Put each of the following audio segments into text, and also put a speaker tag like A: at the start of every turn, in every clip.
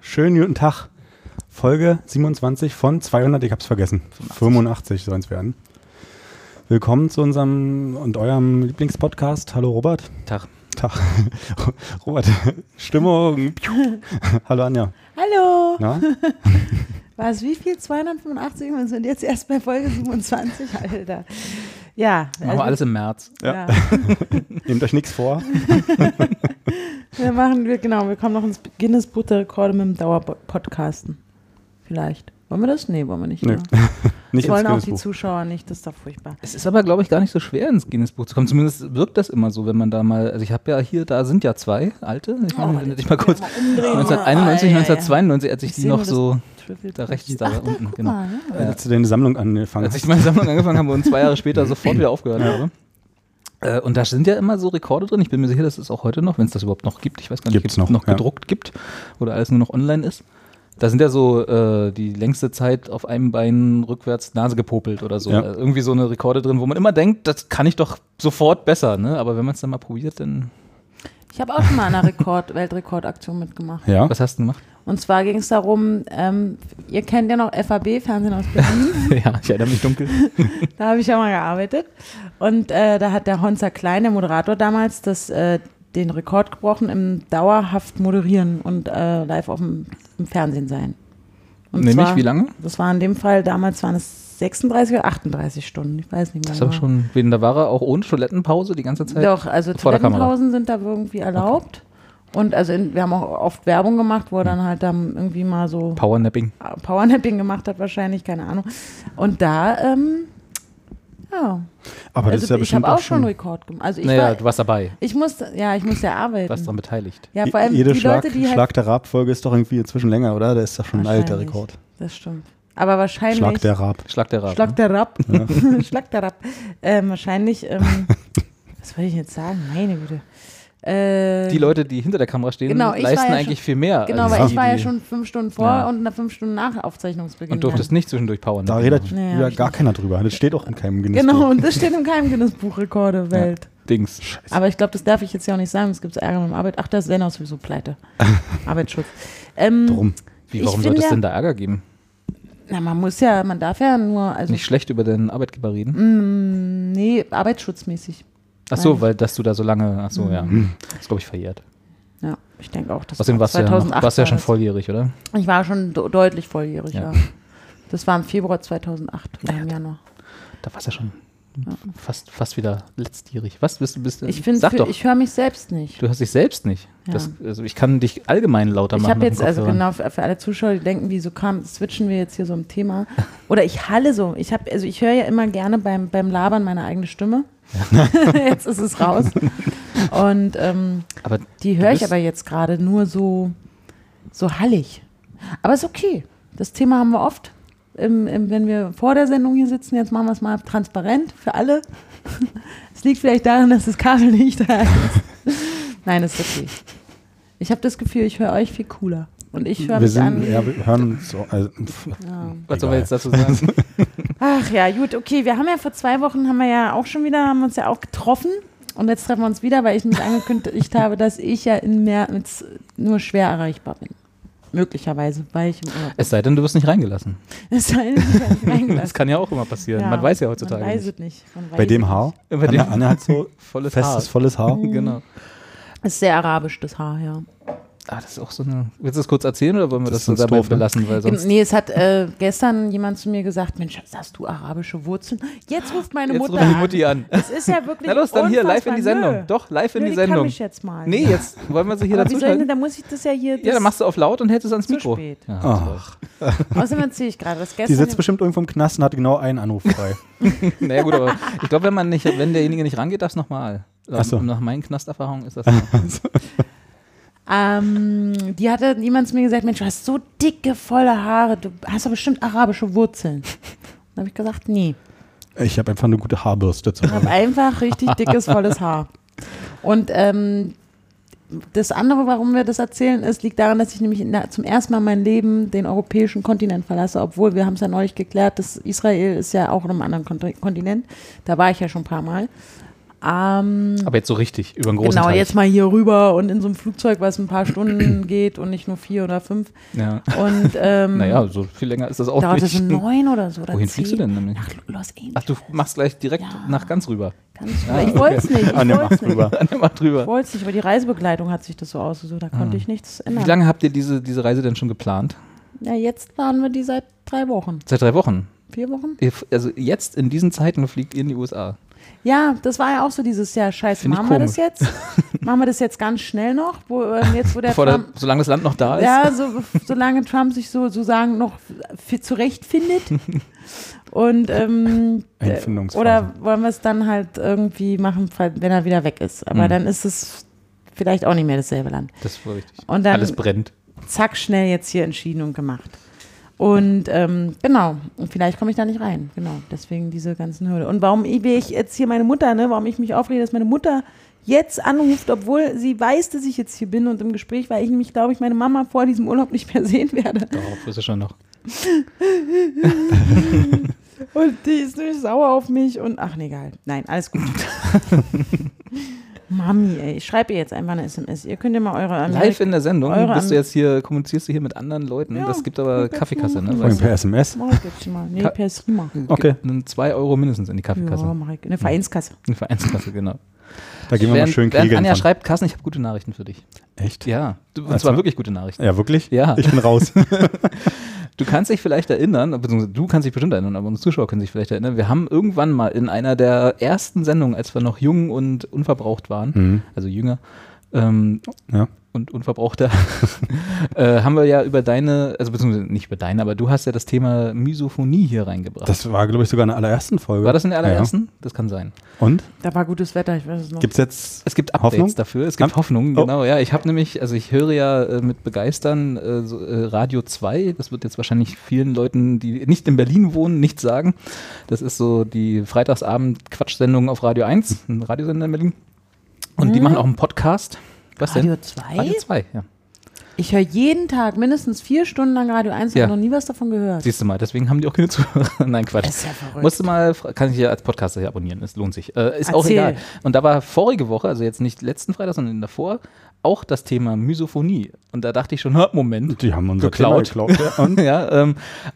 A: Schönen guten Tag. Folge 27 von 200, ich hab's vergessen. 85 sollen es werden. Willkommen zu unserem und eurem Lieblingspodcast. Hallo Robert.
B: Tag.
A: Tag. Robert, Stimmung. Piu. Hallo Anja.
C: Hallo!
A: Na?
C: War es wie viel? 285 und wir sind jetzt erst bei Folge 27, Alter. Ja, also,
B: Machen wir alles im März.
C: ja.
A: Nehmt euch nichts vor.
C: wir machen, wir, genau, wir kommen noch ins Guinness Buch der Rekorde mit dem Dauerpodcasten. Vielleicht. Wollen wir das? Nee, wollen wir nicht.
A: Nö.
C: ne?
A: Nicht
C: Das wollen auch
A: ins
C: die
A: Guinness-Buch.
C: Zuschauer nicht, das ist doch furchtbar.
B: Es ist aber, glaube ich, gar nicht so schwer, ins Guinness-Buch zu kommen. Zumindest wirkt das immer so, wenn man da mal. Also, ich habe ja hier, da sind ja zwei alte. Ich meine, wenn du dich mal kurz.
C: Oh,
B: 1991, 1992, als ich,
C: Ich
B: die
C: seh
B: noch
C: nur das
B: so.
C: Triple
B: Da
C: Punch.
B: rechts, da,
C: Ach,
B: unten.
C: guck
B: genau.
C: mal, ja.
A: Als Äh, du deine Sammlung angefangen
B: Als ich
A: hast.
B: meine Sammlung angefangen habe und zwei Jahre später sofort wieder aufgehört habe. Äh, Und da sind ja immer so Rekorde drin. Ich bin mir sicher, dass es auch heute noch, wenn es das überhaupt noch gibt, ich weiß gar nicht, ob
A: Gibt's
B: es
A: noch,
B: noch,
A: ja.
B: gedruckt gibt oder alles nur noch online ist. Da sind ja so äh, die längste Zeit auf einem Bein rückwärts Nase gepopelt oder so.
A: Ja.
B: Äh, irgendwie so eine Rekorde drin, wo man immer denkt, das kann ich doch sofort besser. Ne? Aber wenn man es dann mal probiert, dann.
C: Ich habe auch schon mal an einer Rekord Weltrekordaktion mitgemacht.
A: Ja.
B: Was hast du gemacht?
C: Und zwar ging es darum, ähm, ihr kennt ja noch FAB, Fernsehen aus Berlin.
B: ja, ich erinnere mich dunkel.
C: Da habe ich ja mal gearbeitet. Und äh, da hat der Honzer Klein, der Moderator damals, das, äh, den Rekord gebrochen im dauerhaft moderieren und äh, live auf dem, im Fernsehen sein. Und
B: Nämlich
C: zwar-
B: wie lange?
C: Das war in dem Fall, damals waren es 36 oder 38 Stunden, ich weiß nicht mehr.
B: Das war
C: genau.
B: schon, wen da war er, auch ohne Toilettenpause die ganze Zeit.
C: Doch, also
B: vor der Kamera.
C: Toilettenpausen sind da irgendwie erlaubt. Und also in, wir haben auch oft Werbung gemacht, wo er
B: Hm.
C: dann halt dann irgendwie mal so
B: Powernapping.
C: Powernapping gemacht hat, wahrscheinlich, keine Ahnung. Und da, ähm, ja,
A: Aber das
C: also
A: ist ja
C: ich
A: bestimmt
C: habe
A: auch
C: auch schon einen
A: schon.
C: Rekord gemacht. Also ich,
B: Naja,
C: war,
B: du warst dabei.
C: ich musste, ja, ich musste ja arbeiten.
B: warst daran beteiligt.
C: ja, vor allem
A: Jede
C: die
A: Schlag,
C: Leute, die halt
A: Schlag der Raab-Folge ist doch irgendwie inzwischen länger, oder? Da ist doch schon ein alter
C: Wahrscheinlich.
A: Rekord.
C: Das stimmt. Aber wahrscheinlich
A: Schlag der ne? Raab.
B: Schlag der Rat.
C: Schlag der Rapp. Schlag der Rapp. Ähm, wahrscheinlich, ähm, was wollte ich jetzt sagen? Meine Güte. Äh,
B: Die Leute, die hinter der Kamera stehen,
C: Genau, ich war
B: leisten
C: ja
B: eigentlich
C: schon-
B: viel mehr.
C: Genau,
B: als
C: weil ich
B: die,
C: war ja
B: die-
C: schon fünf Stunden vor
B: Ja.
C: und nach fünf Stunden nach Aufzeichnungsbeginn.
B: Und durftest nicht zwischendurch powern.
A: Da redet
C: Nee,
A: ja
C: hab ich
A: gar keiner drüber. Das steht auch in keinem Guinness.
C: dann. Genau, und das steht im keinem Guinness-Buch-Rekorde-Welt.
B: Dings.
C: Aber ich glaube, das darf ich jetzt ja auch nicht sagen, es gibt Ärger mit dem Arbeit. Ach, der Sender ist sowieso pleite. Arbeitsschutz. Ähm,
A: Drum.
B: Wie,
C: Ich
B: warum
C: find
B: sollte es
C: ja- Mhm.
B: denn da Ärger geben?
C: Na, man muss ja, man darf ja nur, also
B: Nicht schlecht über deinen Arbeitgeber reden.
C: Mhm. nee, arbeitsschutzmäßig.
B: Ach so, weil dass du da so lange. Ach so, ja.
A: Mhm.
B: Das ist, glaube ich, verjährt.
C: Ja, ich denke auch. Das
B: Außerdem warst du ja, noch,
C: 2008
B: warst du ja schon
C: war
B: volljährig, oder?
C: das. Ich war schon do- deutlich volljährig, ja.
B: Ja.
C: Das war im Februar 2008, oder im Januar.
B: Da warst du ja schon fast, fast wieder letztjährig. Was bist du? Bist, du-
C: Ich finde,
B: Sag doch,
C: ich höre mich selbst nicht.
B: du hörst dich selbst nicht.
C: Ja.
B: Das, also ich kann dich allgemein lauter
C: Ich
B: machen.
C: habe
B: mit
C: jetzt,
B: dem
C: also
B: Kopfhörer.
C: genau, für, für alle Zuschauer, die denken, wieso kam, switchen wir jetzt hier so im Thema. Oder ich halle so. Ich habe, also ich höre ja immer gerne beim, beim Labern meine eigene Stimme. jetzt ist es raus. Und ähm,
B: Aber
C: Die
B: Du
C: höre ich
B: bist-
C: aber jetzt gerade nur so, so hallig. Aber ist okay. Das Thema haben wir oft. Im, im, wenn wir vor der Sendung hier sitzen, jetzt machen wir es mal transparent für alle. Es liegt vielleicht daran, dass das Kabel nicht da ist. Nein, ist okay. Ich habe das Gefühl, ich höre euch viel cooler. Und ich höre
A: wir
C: mich
A: sind,
C: an.
A: ja, wir hören uns so. Also, pff,
B: was
A: egal.
B: soll man jetzt dazu sagen?
C: Ach ja, gut, okay. Wir haben ja vor zwei Wochen, haben wir ja auch schon wieder, haben uns ja auch getroffen. Und jetzt treffen wir uns wieder, weil ich mich angekündigt habe, dass ich ja in März nur schwer erreichbar bin. Möglicherweise, weil ich im Urlaub
B: es sei denn, du wirst nicht reingelassen.
C: Es sei denn, ich werde nicht
B: Das
C: reingelassen.
B: kann ja auch immer passieren. Man weiß ja heutzutage.
C: Man weiß
B: nicht.
C: es nicht. Man weiß
A: Bei dem
C: es
A: Haar.
C: nicht.
B: Über
A: Anna,
B: den-
A: Anna hat so
B: volles
A: festes, volles Haar.
B: Genau.
C: Ist sehr arabisch, das Haar, ja.
B: Ah, das ist auch so eine. Willst du das kurz erzählen oder wollen wir
A: Das
B: das,
A: ist
B: so
A: sonst
B: dabei
A: doof, ne?
B: belassen? Weil sonst
C: Nee, es hat äh, gestern jemand zu mir gesagt, Mensch, hast du arabische Wurzeln? Jetzt ruft meine
B: jetzt
C: Mutter
B: rufen die
C: an.
B: Mutti an.
C: Das ist ja wirklich
B: Na los, dann hier live in die
C: unfassbar.
B: Sendung.
C: Nö.
B: Doch, live in
C: Nö,
B: die
C: kann
B: Sendung.
C: mich jetzt mal.
B: Nee, jetzt wollen wir sie hier
C: Aber wie
B: dazu
C: soll ich denn,
B: schalten.
C: da muss ich das ja hier. Das
B: Ja, dann machst du auf laut und hältst es ans
C: zu
B: Mikro.
C: spät.
B: Ja,
A: Ach.
C: Außerdem erzähle ich gerade, dass
A: Die
C: gestern.
A: sitzt bestimmt irgendwo im Knast und hat genau einen Anruf frei.
B: Naja, gut, aber ich glaube, wenn man nicht, wenn derjenige nicht rangeht, darf es nochmal.
A: Ach so.
B: Nach meinen Knasterfahrungen ist das so.
C: Ähm, die hatte niemand zu mir gesagt, Mensch, du hast so dicke, volle Haare, du hast doch bestimmt arabische Wurzeln. Dann habe ich gesagt, nee,
A: Ich habe einfach eine gute Haarbürste zu
C: ich habe
A: Hause.
C: einfach richtig dickes, volles Haar. Und ähm, das andere, warum wir das erzählen, ist, liegt daran, dass ich nämlich in der, zum ersten Mal mein Leben den europäischen Kontinent verlasse, obwohl wir haben es ja neulich geklärt, dass Israel ist ja auch in einem anderen Kont- Kontinent. Da war ich ja schon ein paar Mal. Ähm,
B: Aber jetzt so richtig, über einen großen
C: genau,
B: Teich.
C: jetzt mal hier rüber und in so einem Flugzeug, was ein paar Stunden geht und nicht nur vier oder fünf.
B: Ja.
C: Und ähm,
B: Naja, so viel länger ist das auch
C: dauert das
B: nicht.
C: so neun oder so. Oder
B: Wohin
C: zehn.
B: fliegst du denn nämlich?
C: Nach Los Angeles.
B: Ach, Ah, du machst gleich direkt
C: Ja.
B: nach ganz rüber.
C: Ganz schön. ich wollte es nicht. Ich
A: An der
C: wollte
A: Macht
C: es nicht.
A: rüber.
B: Mal drüber.
C: Ich wollte es nicht, aber die Reisebegleitung hat sich das so ausgesucht. Da konnte ich nichts ändern.
B: Ah. Wie lange habt ihr diese, diese Reise denn schon geplant?
C: Ja, jetzt waren wir die seit drei Wochen.
B: Seit drei Wochen.
C: Vier Wochen?
B: Ihr f- Also jetzt in diesen Zeiten fliegt ihr in die USA.
C: Ja, das war ja auch so dieses Jahr. Scheiße,
B: Find ich
C: machen wir das jetzt? machen wir das jetzt ganz schnell noch? Wo, ähm, jetzt, wo der
B: Bevor der,
C: Trump,
B: solange das Land noch da ist.
C: Ja, so, solange Trump sich so, sozusagen noch fi- zurechtfindet. Und ähm, äh,
A: Einfindungsphase.
C: oder wollen wir es dann halt irgendwie machen, wenn er wieder weg ist. Aber dann ist es vielleicht auch nicht mehr dasselbe Land.
B: Das war richtig.
C: Und dann-
B: Alles brennt.
C: Zack, schnell jetzt hier entschieden und gemacht. Und ähm, genau, und vielleicht komme ich da nicht rein. Genau, deswegen diese ganzen Hürde. Und warum ich wie ich jetzt hier meine Mutter, ne, warum ich mich aufrege, dass meine Mutter jetzt anruft, obwohl sie weiß, dass ich jetzt hier bin und im Gespräch, weil ich nämlich, glaube ich, meine Mama vor diesem Urlaub nicht mehr sehen werde.
B: Darauf ist er schon noch.
C: Und die ist nämlich sauer auf mich und ach nee, egal. Nein, alles gut. Mami, ey, ich schreibe ihr jetzt einfach eine SMS. Ihr könnt ja mal eure äh,
B: Live in der Sendung
C: Mhm. Eure
B: bist du
C: An-
B: jetzt hier, kommunizierst du hier mit anderen Leuten.
C: Ja,
B: das gibt aber
C: ich
B: Kaffeekasse, ne?
A: Vor allem
B: Weißt du?
A: per SMS.
C: Mach ich jetzt schon mal. Nee,
B: Ka-
C: per Streamer.
A: Okay.
B: Gibt einen Zwei Euro mindestens in die Kaffeekasse.
C: Ja, mach ich. Eine Vereinskasse.
B: Eine Vereinskasse, genau.
A: Da gehen wir mal schön
B: während
A: kegeln.
B: Anja
A: fahren.
B: schreibt, Carsten, ich habe gute Nachrichten für dich.
A: Echt?
B: Ja, du, und
A: Also-
B: zwar wirklich gute Nachrichten.
A: Ja, wirklich?
B: Ja.
A: Ich bin raus.
B: Du kannst dich vielleicht erinnern, beziehungsweise du kannst dich bestimmt erinnern, aber unsere Zuschauer können sich vielleicht erinnern, wir haben irgendwann mal in einer der ersten Sendungen, als wir noch jung und unverbraucht waren, also jünger ähm,
A: ja.
B: und unverbrauchter, äh, haben wir ja über deine, also beziehungsweise nicht über deine, aber du hast ja das Thema Misophonie hier reingebracht.
A: Das war, glaube ich, sogar in der allerersten Folge.
B: War das in der allerersten? Das kann sein.
A: Ja. Und?
C: Da war gutes Wetter, ich weiß es noch.
A: Gibt's jetzt
B: Es gibt Updates
A: Hoffnung?
B: dafür, es gibt
A: Ab-
B: Hoffnung,
A: Oh.
B: genau, ja. Ich habe nämlich, also ich höre ja äh, mit Begeistern äh, so, äh, Radio 2, das wird jetzt wahrscheinlich vielen Leuten, die nicht in Berlin wohnen, nichts sagen. Das ist so die Freitagsabend-Quatschsendung auf Radio 1, ein Radiosender in Berlin. Und die machen auch einen Podcast. Was
C: Radio
B: denn?
C: 2?
B: Radio 2, ja.
C: Ich höre jeden Tag mindestens vier Stunden lang Radio 1 und
B: Ja.
C: habe noch nie was davon gehört.
B: Siehst du mal, deswegen haben die auch keine Zuhörer. Nein, Quatsch.
C: Ist ja verrückt.
B: Musst du mal, fra- kann ich ja als Podcaster hier abonnieren, es lohnt sich. Äh, ist auch
C: Erzähl.
B: egal. Und da war vorige Woche, also jetzt nicht letzten Freitag, sondern davor, auch das Thema Misophonie. Und da dachte ich schon, hör, Moment.
A: Die haben unser
B: Geklaut.
A: Thema geklaut. Ja, und?
B: Ja, ähm,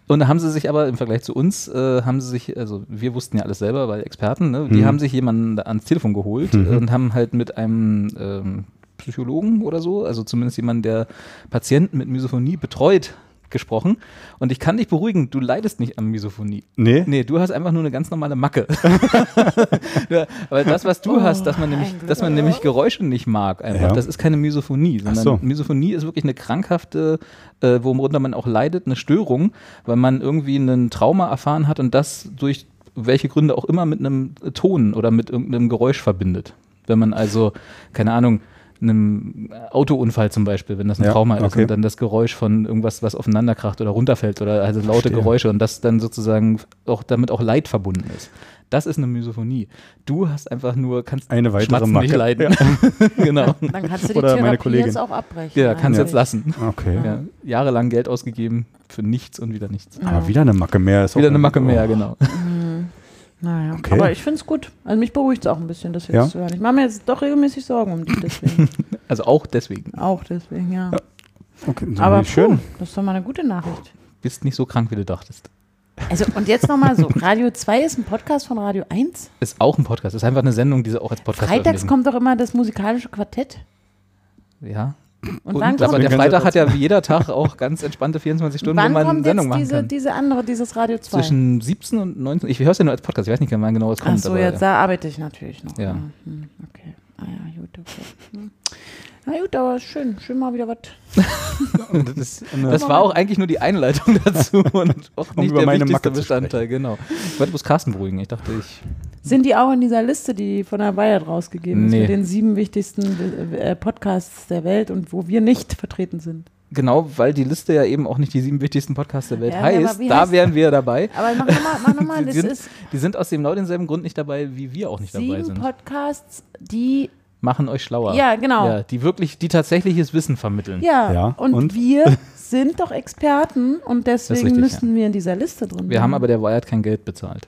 B: und da haben sie sich aber im Vergleich zu uns, äh, haben sie sich, also wir wussten ja alles selber, weil Experten, ne, die haben sich jemanden da ans Telefon geholt und haben halt mit einem ähm, Psychologen oder so, also zumindest jemanden, der Patienten mit Misophonie betreut, gesprochen. Und ich kann dich beruhigen, du leidest nicht an Misophonie.
A: Nee?
B: Nee, du hast einfach nur eine ganz normale Macke. ja, weil das, was du hast, dass man, nämlich,
C: ein Glück.
B: dass man nämlich Geräusche nicht mag, einfach,
A: Ja.
B: das ist keine Misophonie, sondern
A: so.
B: Misophonie ist wirklich eine krankhafte, äh, worunter man auch leidet, eine Störung, weil man irgendwie einen Trauma erfahren hat und das durch welche Gründe auch immer mit einem Ton oder mit irgendeinem Geräusch verbindet. Wenn man also, keine Ahnung, einem Autounfall zum Beispiel, wenn das ein
A: Ja,
B: Trauma ist
A: okay.
B: und dann das Geräusch von irgendwas, was aufeinanderkracht oder runterfällt oder also laute
A: Verstehe.
B: Geräusche und das dann sozusagen auch damit auch Leid verbunden ist. Das ist eine Misophonie. Du hast einfach nur, kannst
A: Eine weitere
B: Schmatzen nicht
A: Macke.
B: leiden. genau.
C: Dann kannst du die
A: Oder meine
C: Therapie
A: Kollegin.
C: jetzt auch abbrechen.
B: Ja, kannst
A: Ja.
B: jetzt lassen.
A: Okay.
B: Ja, jahrelang Geld ausgegeben für nichts und wieder nichts.
A: Aber wieder eine Macke mehr. Ist
B: Wieder
A: auch
B: eine Macke
A: irgendwie-
B: mehr, genau.
C: Naja.
A: Okay.
C: Aber ich finde es gut. Also mich beruhigt es auch ein bisschen, das jetzt
A: Ja.
C: zu hören. Ich mache mir jetzt doch regelmäßig Sorgen um dich, deswegen.
B: Also auch deswegen.
C: auch deswegen, ja.
A: Oh. Okay, so
C: Aber
A: schön.
C: Puh, das ist doch mal eine gute Nachricht.
B: Bist nicht so krank, wie du dachtest.
C: Also und jetzt nochmal so, Radio 2 ist ein Podcast von Radio 1.
B: Ist auch ein Podcast. Ist einfach eine Sendung, die sie auch als Podcast
C: Freitags
B: veröffentlichen.
C: kommt doch immer das musikalische Quartett.
B: Ja.
C: Und,
B: Und
C: wann
B: aber
C: kommt,
B: der
A: Ganze
B: Freitag hat ja wie jeder Tag auch ganz entspannte 24 Stunden, wo
C: wann
B: man eine
C: kommt
B: Sendung
C: jetzt
B: machen
C: diese,
B: kann.
C: diese andere, dieses Radio 2?
B: Zwischen 17 und 19. Ich höre es ja nur als Podcast. Ich weiß nicht, wann genau es
C: Ach
B: kommt.
C: so,
B: aber,
C: jetzt
B: ja.
C: da arbeite ich natürlich noch.
B: Ja.
C: Hm, Okay. Ah ja, gut, okay. Hm. Na gut, aber schön, schön mal wieder was.
A: Das, ist eine-
B: Das war auch eigentlich nur die Einleitung dazu und auch nicht
A: Um über
B: der
A: meine
B: wichtigste
A: Macke zu
B: Bestandteil, genau. Ich wollte bloß Carsten beruhigen. Ich dachte, ich
C: Sind die auch in dieser Liste, die von der Bayard rausgegeben
B: Nee.
C: ist, mit den sieben wichtigsten äh, äh, Podcasts der Welt und wo wir nicht vertreten sind?
B: Genau, weil die Liste ja eben auch nicht die sieben wichtigsten Podcasts der Welt
C: Ja, aber
B: heißt.
C: wie
B: Da
C: heißt-
B: wären wir dabei.
C: Aber mach nochmal, mach nochmal,
B: die,
C: das
B: sind,
C: ist
B: die sind aus dem genau denselben Grund nicht dabei, wie wir auch nicht dabei
C: sieben
B: sind.
C: Podcasts, die,
B: Machen euch schlauer.
C: Ja, genau.
B: Ja, die wirklich, die tatsächliches Wissen vermitteln.
C: ja,
A: Ja,
C: und,
A: und?
C: wir sind doch Experten und deswegen
B: richtig,
C: müssen wir in dieser Liste drin
B: Wir
C: sein.
B: haben aber der Wired kein Geld bezahlt.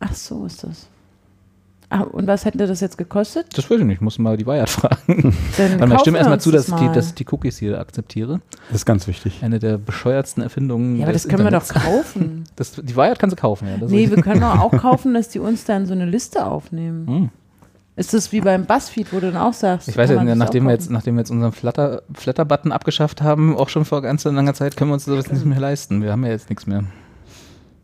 C: Ach so ist das. Ach, und was hätte das jetzt gekostet?
B: Das weiß ich nicht, muss mal die Wired fragen.
C: Dann
B: Warte mal, ich
C: kaufen
B: stimme
C: wir
B: erstmal
C: uns
B: zu, dass ich,
C: das
B: die,
C: mal.
B: dass ich die Cookies hier akzeptiere.
A: Das ist ganz wichtig.
B: Eine der bescheuertsten Erfindungen.
C: ja, aber
B: des
C: das können wir doch
B: Internets.
C: kaufen.
B: Das, die Wired kannst du kaufen, ja. Das
C: Nee,
B: ist-
C: wir können doch auch kaufen, dass die uns dann so eine Liste aufnehmen. Ist das wie beim Buzzfeed, wo du dann auch sagst?
B: Hm. ich weiß
C: kann
B: ja,
C: man das
B: nachdem
C: auch
B: wir, jetzt,
C: kaufen?
B: nachdem wir jetzt unseren Flatter- Flatter-Button abgeschafft haben, auch schon vor ganz langer Zeit, können wir uns das nicht mehr leisten. Wir haben ja jetzt nichts mehr.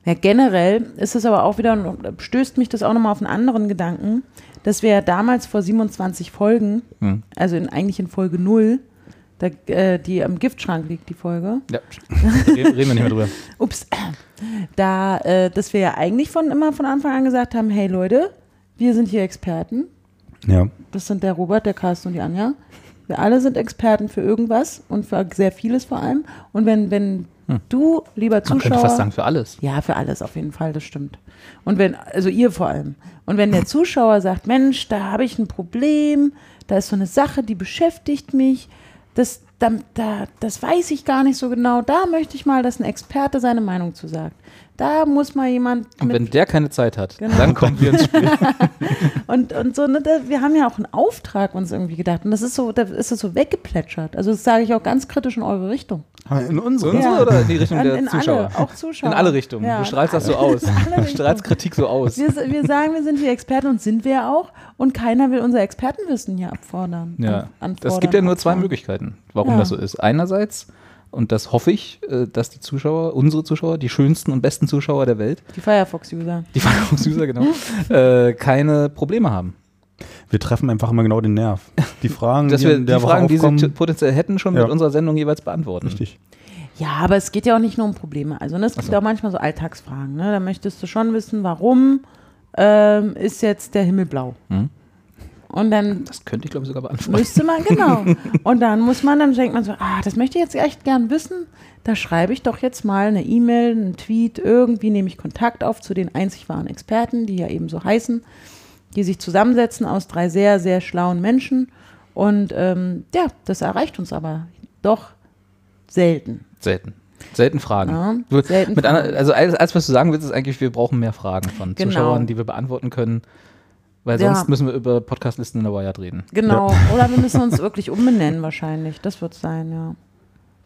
C: Ja, generell ist es aber auch wieder, stößt mich das auch nochmal auf einen anderen Gedanken, dass wir ja damals vor 27 Folgen,
B: Hm.
C: also in, eigentlich in Folge 0, da, äh, die am Giftschrank liegt, die Folge,
B: Ja, reden reden wir nicht mehr drüber.
C: ups, da, äh, dass wir ja eigentlich von immer von Anfang an gesagt haben, hey Leute, wir sind hier Experten,
A: Ja.
C: das sind der Robert, der Carsten und die Anja. Wir alle sind Experten für irgendwas und für sehr vieles vor allem. Und wenn, wenn du, lieber
B: Hm. Man könnte fast
C: Zuschauer,
B: sagen, für alles.
C: ja, für alles auf jeden Fall, das stimmt. Und wenn, also ihr vor allem. Und wenn der Zuschauer sagt, Mensch, da habe ich ein Problem, da ist so eine Sache, die beschäftigt mich, das, da, da, das weiß ich gar nicht so genau, da möchte ich mal, dass ein Experte seine Meinung zu sagt. Da muss mal jemand
B: Und wenn der keine Zeit hat,
C: Genau.
B: dann kommen wir ins Spiel.
C: Und, und so, ne, da, wir haben ja auch einen Auftrag uns irgendwie gedacht. Und das ist so, da ist es so weggeplätschert. Also das sage ich auch ganz kritisch in eure Richtung.
A: In
B: Zu uns
A: unsere.
C: Ja.
B: oder in die Richtung
C: An-
B: der
C: in alle,
B: Zuschauer?
C: auch Zuschauer.
B: In alle Richtungen.
C: Ja,
B: du
C: in
B: strahlst das so
C: alle-
B: aus.
C: in alle
B: Du strahlst
C: Richtungen.
B: Kritik so aus.
C: Wir, wir sagen, wir sind die Experten und sind wir ja auch. Und keiner will unser Expertenwissen hier abfordern.
B: Ja,
C: an- anfordern,
B: es gibt ja nur zwei
C: abfordern.
B: Möglichkeiten, warum
C: Ja.
B: das so ist. Einerseits, und das hoffe ich, äh, dass die Zuschauer, unsere Zuschauer, die schönsten und besten Zuschauer der Welt,
C: Die Firefox-User.
B: die Verhandlungsuser, genau, äh, keine Probleme haben.
A: Wir treffen einfach immer genau den Nerv. Die Fragen,
B: Dass
A: die
B: wir
A: in
B: die
A: der Woche
B: Fragen, die sie
A: aufkommen.
B: t- potenziell hätten, schon
A: Ja.
B: mit unserer Sendung jeweils beantworten.
A: richtig.
C: Ja, aber es geht ja auch nicht nur um Probleme. Also ne, es gibt auch manchmal so Alltagsfragen. Ne? Da möchtest du schon wissen, warum ähm, ist jetzt der Himmel blau?
B: Mhm.
C: Und dann
B: Das könnte ich, glaube ich, sogar beantworten.
C: Müsste man, genau. Und dann muss man, dann denkt man so, ah, das möchte ich jetzt echt gern wissen. Da schreibe ich doch jetzt mal eine E-Mail, einen Tweet, irgendwie nehme ich Kontakt auf zu den einzig wahren Experten, die ja eben so heißen, die sich zusammensetzen aus drei sehr, sehr schlauen Menschen. Und ähm, ja, das erreicht uns aber doch selten. ne?
B: Selten. Selten Fragen.
C: Ja,
B: Du-
C: selten
B: mit
C: Fragen.
B: Anderen, also alles, alles, was du sagen willst, ist eigentlich, wir brauchen mehr Fragen von
C: Genau.
B: Zuschauern, die wir beantworten können. Weil
C: Ja.
B: sonst müssen wir über Podcastlisten in der Wired reden.
C: Genau. Oder wir müssen uns wirklich umbenennen wahrscheinlich. Das wird sein, ja.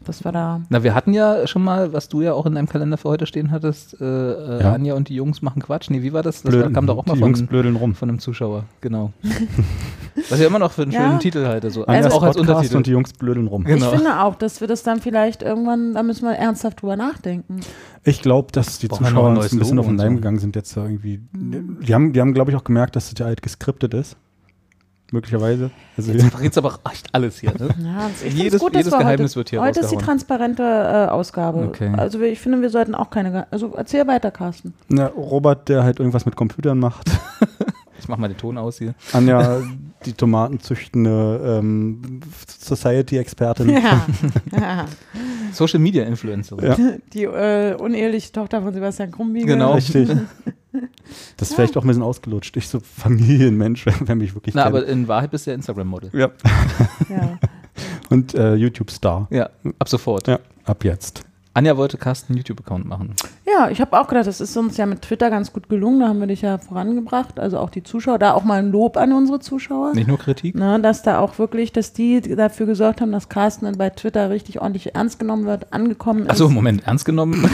C: Das war da.
B: Na, wir hatten ja schon mal, was du ja auch in deinem Kalender für heute stehen hattest, äh, äh,
A: Ja.
B: Anja und die Jungs machen Quatsch. Nee, wie war das? Das
A: Blöden.
B: kam doch auch mal
A: die Jungs
B: von,
A: blödeln rum.
B: von einem Zuschauer, genau. was ich immer noch für einen schönen
C: Ja.
B: Titel halte, so
C: Also-
B: auch
A: Podcast
B: als
A: und die
B: Untertitel.
A: Jungs blödeln rum.
B: Genau.
C: Ich finde auch, dass wir das dann vielleicht irgendwann, da müssen wir ernsthaft drüber nachdenken.
A: Ich glaube, dass die
B: Braucht man noch
A: Zuschauer
B: ein
A: uns
B: neues
A: ein bisschen
B: Logo
A: auf den
B: und so.
A: Leim gegangen sind jetzt da irgendwie. Die haben, die haben glaube ich, auch gemerkt, dass das ja halt geskriptet ist. Möglicherweise. Also wir-
B: Jetzt verrätst du aber auch echt alles hier, ne?
C: Ja, ich find's
B: Jedes-
C: gut,
B: jedes
C: dass wir
B: Geheimnis
C: heute,
B: wird hier
C: Heute ist die
B: rausgehauen.
C: transparente äh, Ausgabe.
B: Okay.
C: Also wir- ich finde, wir sollten auch keine. Ge- Also erzähl weiter, Carsten.
A: na, Robert, der halt irgendwas mit Computern macht.
B: Ich mach mal den Ton aus hier.
A: Anja, die tomatenzüchtende ähm, Society-Expertin.
C: Ja.
B: Social Media Influencerin.
A: Ja.
C: die äh, uneheliche Tochter von Sebastian ne? Krumbiegel.
B: Genau.
A: Richtig. Das ist vielleicht auch ein bisschen ausgelutscht. Ich so Familienmensch, wer mich wirklich
B: Na,
A: kennt.
B: aber in Wahrheit bist du ja Instagram-Model.
A: ja.
C: Ja.
A: Und äh, YouTube-Star.
B: Ja, ab sofort.
A: Ja, ab jetzt.
B: Anja wollte Carsten einen YouTube-Account machen.
C: ja, ich habe auch gedacht, das ist uns ja mit Twitter ganz gut gelungen. Da haben wir dich ja vorangebracht. Also auch die Zuschauer. Da auch mal ein Lob an unsere Zuschauer.
B: Nicht nur Kritik.
C: Ne, dass da auch wirklich, dass die dafür gesorgt haben, dass Carsten dann bei Twitter richtig ordentlich ernst genommen wird, angekommen ist,
B: Achso, Moment, ernst genommen.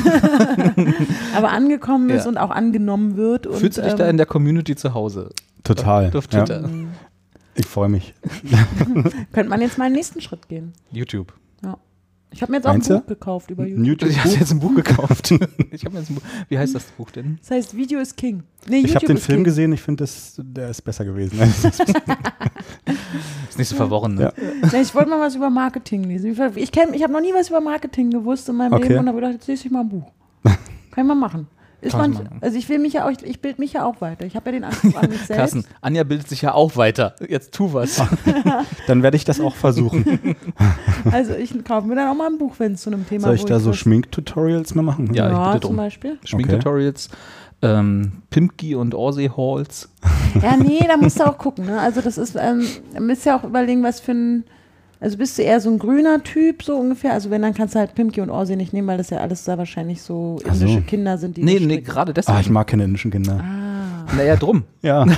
C: aber angekommen ist
B: Ja.
C: und auch angenommen wird. Und,
B: Fühlst du dich
C: ähm, mhm.
B: da in der Community zu Hause?
A: Total.
B: Auf
A: Ja,
B: Twitter.
A: ich freue mich.
C: Könnte man jetzt mal den nächsten Schritt gehen.
B: YouTube.
C: Ich habe mir jetzt auch ein
A: Meinst du?
C: Buch gekauft über YouTube.
A: YouTube.
B: Ich habe jetzt ein Buch gekauft. ich habe jetzt ein Buch. Wie heißt das Buch denn?
C: Das heißt, Video ist King. Nee,
A: Ich habe den
C: ist
A: Film
C: King.
A: gesehen, ich finde, der ist besser gewesen. Also,
B: Ist nicht so verworren, ne?
A: Ja.
C: Nee, ich wollte mal was über Marketing lesen. Ich, ich, kenn- ich habe noch nie was über Marketing gewusst in meinem
A: Okay.
C: Leben und habe gedacht, jetzt lese ich mal ein Buch. Kann ich mal machen. Ist
B: Kann
C: man,
B: man-
C: also ich will mich ja auch, ich, ich bilde mich ja auch weiter. Ich habe ja den Anspruch an mich selbst.
B: Carsten, Anja bildet sich ja auch weiter. Jetzt tu was.
A: Dann werde ich das auch versuchen.
C: Also ich kaufe mir dann auch mal ein Buch, wenn es zu einem Thema
A: Soll ich
C: wo
A: da so
C: das-
A: Schminktutorials mal machen?
B: Ja, ich
C: ja,
B: bitte
C: zum
B: drum.
C: Beispiel.
B: Schminktutorials, ähm, Pimpki und Orsay Halls.
C: Ja, nee, da musst du auch gucken. Ne? Also das ist, ähm, da müsst ihr auch überlegen, was für ein, also bist du eher so ein grüner Typ so ungefähr? Also wenn, dann kannst du halt Pimki und Orsi nicht nehmen, weil das ja alles da wahrscheinlich so
A: Ach so.
C: indische Kinder sind, die
B: Nee, nee,
C: gestrickt-
B: gerade
A: Ah, ich
B: deswegen.
A: mag keine indischen Kinder.
C: Ah,
B: naja, drum.
A: Ja,
C: ah,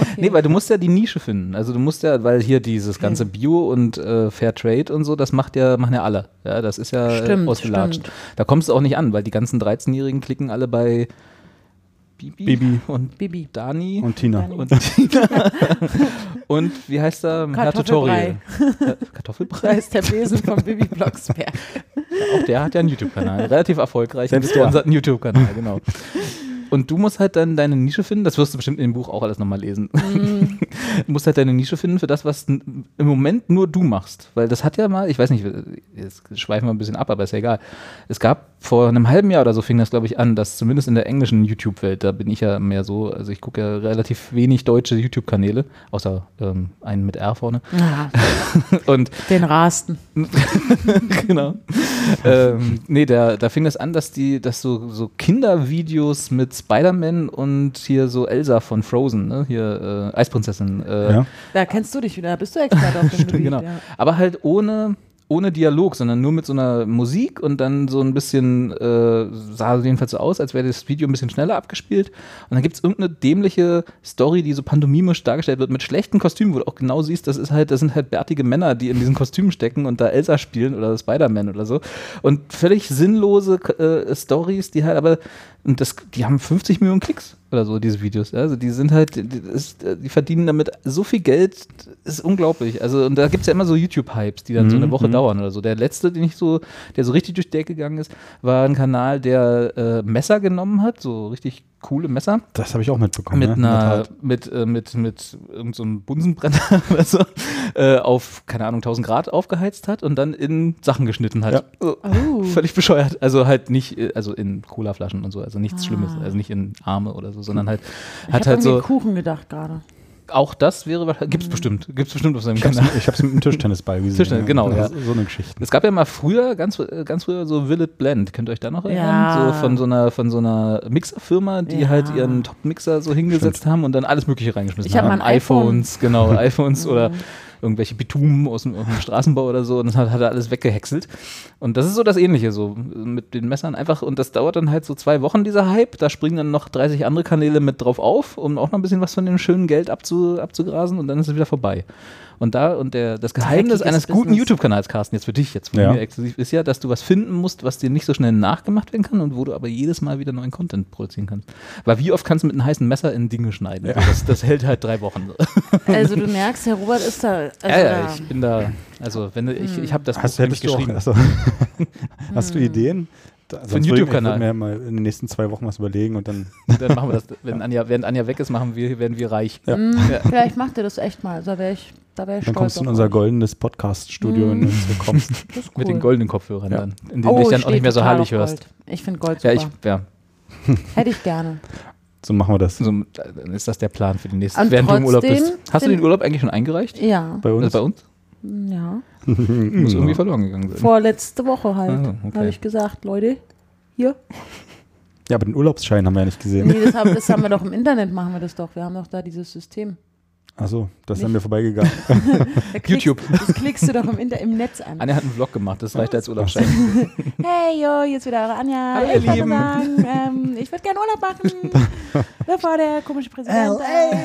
C: okay.
B: Nee, weil du musst ja die Nische finden. Also du musst ja, weil hier dieses ganze Bio und äh, Fair Trade und so, das macht ja, machen ja alle. Ja, das ist ja
C: Stimmt,
B: äh, ausgelatscht.
C: stimmt.
B: Da kommst du auch nicht an, weil die ganzen 13-Jährigen klicken alle bei Bibi,
A: Bibi.
B: und
C: Bibi.
B: Dani
A: und Tina.
B: und Tina. und wie heißt der? Herr Tutorial. Äh,
C: Da
B: Kartoffelbrei.
C: ist der Besen von Bibi Blocksberg.
B: Auch der hat ja einen YouTube-Kanal. Relativ erfolgreich.
A: Selbst der.
B: gesponserten YouTube-Kanal, genau. Und du musst halt dann deine Nische finden, das wirst du bestimmt in dem Buch auch alles nochmal lesen. du musst halt deine Nische finden für das, was n- im Moment nur du machst. Weil das hat ja mal, ich weiß nicht, jetzt schweifen wir ein bisschen ab, aber ist ja egal. Es gab vor einem halben Jahr oder so fing das, glaube ich, an, dass zumindest in der englischen YouTube-Welt, da bin ich ja mehr so, also ich gucke ja relativ wenig deutsche YouTube-Kanäle, außer ähm, einen mit R vorne.
C: Ah,
B: Und
C: den Rasten.
B: genau. ähm, nee, da, da fing das an, dass die, dass so, so Kindervideos mit Spider-Man und hier so Elsa von Frozen, ne? Hier äh, Eisprinzessin. Äh,
A: Ja.
C: Da kennst du dich wieder, da bist du Experte auf dem Gebiet.
B: Genau.
C: Ja.
B: Aber halt ohne, ohne Dialog, sondern nur mit so einer Musik und dann so ein bisschen, äh, sah jedenfalls so aus, als wäre das Video ein bisschen schneller abgespielt. Und dann gibt es irgendeine dämliche Story, die so pantomimisch dargestellt wird, mit schlechten Kostümen, wo du auch genau siehst, das ist halt, das sind halt bärtige Männer, die in diesen Kostümen stecken und da Elsa spielen oder Spider-Man oder so. Und völlig sinnlose äh, Stories, die halt aber, und das, die haben 50 Millionen Klicks oder so, diese Videos. Also die sind halt, die, die- ist, die verdienen damit so viel Geld, ist unglaublich. Also und da gibt es ja immer so YouTube-Hypes, die dann so eine Woche dauern oder so. Der letzte, den ich so, der so richtig durch die Decke gegangen ist, war ein Kanal, der äh, Messer genommen hat, so richtig coole Messer.
A: Das habe ich auch mitbekommen.
B: Mit
A: ne?
B: einer,
A: Tat.
B: mit, äh, mit, mit irgendeinem so einem Bunsenbrenner oder so, äh, auf, keine Ahnung, 1000 Grad aufgeheizt hat und dann in Sachen geschnitten hat.
A: Ja.
B: So.
C: Oh.
B: Völlig bescheuert. Also halt nicht, äh, also in Colaflaschen und so, also nichts
C: Ah.
B: Schlimmes, also nicht in Arme oder so, sondern halt,
C: Ich habe
B: hat halt
C: an den
B: so,
C: Kuchen gedacht gerade.
B: auch das wäre, wahrscheinlich-
C: Mhm.
B: gibt's bestimmt, gibt's bestimmt auf seinem
A: Ich hab's-
B: Kanal.
A: Ich habe es mit einem Tischtennisball gesehen.
B: Tischtennis, genau, ja.
A: Also So, so eine Geschichte.
B: Es gab ja mal früher, ganz, äh, ganz früher, so Will It Blend. Könnt ihr euch da noch erinnern?
C: Ja.
B: So von so einer, von so einer Mixerfirma, die
C: Ja.
B: halt ihren Top-Mixer so hingesetzt haben und dann alles Mögliche reingeschmissen
C: Ich hab
B: haben.
C: mal ein iPhone. Mhm.
B: iPhones, genau, iPhones oder irgendwelche Bitumen aus dem, aus dem Straßenbau oder so. Und das hat, hat er alles weggehäckselt. Und das ist so das Ähnliche, so äh, mit den Messern einfach. Und das dauert dann halt so zwei Wochen, dieser Hype. Da springen dann noch 30 andere Kanäle mit drauf auf, um auch noch ein bisschen was von dem schönen Geld abzu, abzugrasen. Und dann ist es wieder vorbei. Und da, und der, das Geheimnis
C: Dreckiges
B: eines guten
C: Business.
B: YouTube-Kanals, Carsten, jetzt für dich, jetzt von
A: Ja.
B: mir exklusiv, ist ja, dass du was finden musst, was dir nicht so schnell nachgemacht werden kann und wo du aber jedes Mal wieder neuen Content produzieren kannst. Weil wie oft kannst du mit einem heißen Messer in Dinge schneiden? So, das, das hält halt drei Wochen.
C: Also du merkst, Herr Robert ist da. Also
B: ja, ja,
C: da-
B: ich bin da, also wenn du, ich, ich habe das
A: Hast,
B: Buch nämlich
A: hättest du auch,
B: geschrieben.
A: also, hast du
C: Hm.
A: Ideen? Da- sonst würd ich-
B: YouTube-Kanal.
A: Ich würde mir mal in den nächsten zwei Wochen was überlegen und dann.
B: Dann machen wir das, wenn Anja, während Anja weg ist, machen wir, werden wir reich.
C: Vielleicht macht ihr das echt mal. Da wäre ich, da wär ich
A: Dann
C: stolz.
A: kommst du in
C: auf
A: unser
C: euch. Hm.
A: goldenes Podcast-Studio, wenn du uns hier kommst.
C: Das ist
B: Mit
C: cool.
B: den goldenen Kopfhörern
A: Ja.
B: dann, in denen du dich
C: Oh, ich
B: dann auch
C: steh
B: nicht mehr so
C: total
B: herrlich
C: auf
B: hörst.
C: Gold. Ich finde Gold
B: Ja,
C: super.
B: ich, ja,
C: Hätte ich gerne.
A: So machen wir das.
B: so, dann ist das der Plan für den nächsten,
C: Und
B: während du im Urlaub bist.
C: trotzdem
B: Hast du
C: bin-
B: den Urlaub eigentlich schon eingereicht?
C: Ja,
A: Bei uns.
B: Also bei uns?
C: ja.
B: Muss irgendwie verloren gegangen sein.
C: Vorletzte Woche halt,
B: Ah, okay.
C: habe ich gesagt, Leute, hier.
A: Ja, aber den Urlaubsschein haben wir ja nicht gesehen.
C: Nee, das haben, das haben wir doch im Internet, machen wir das doch. Wir haben doch da dieses System.
A: Achso, das ist an
C: Nicht.
A: mir vorbeigegangen.
C: Da klickst,
B: YouTube.
C: Das klickst du doch im Inter im Netz an.
B: Anja hat einen Vlog gemacht, das reicht als Urlaubsschein.
C: Hey, yo, jetzt wieder eure Anja.
B: Hallo,
C: ich
B: ihr
C: wollte
B: Lieben.
C: sagen, ähm, ich würde gerne Urlaub machen, bevor der komische Präsident. Äh,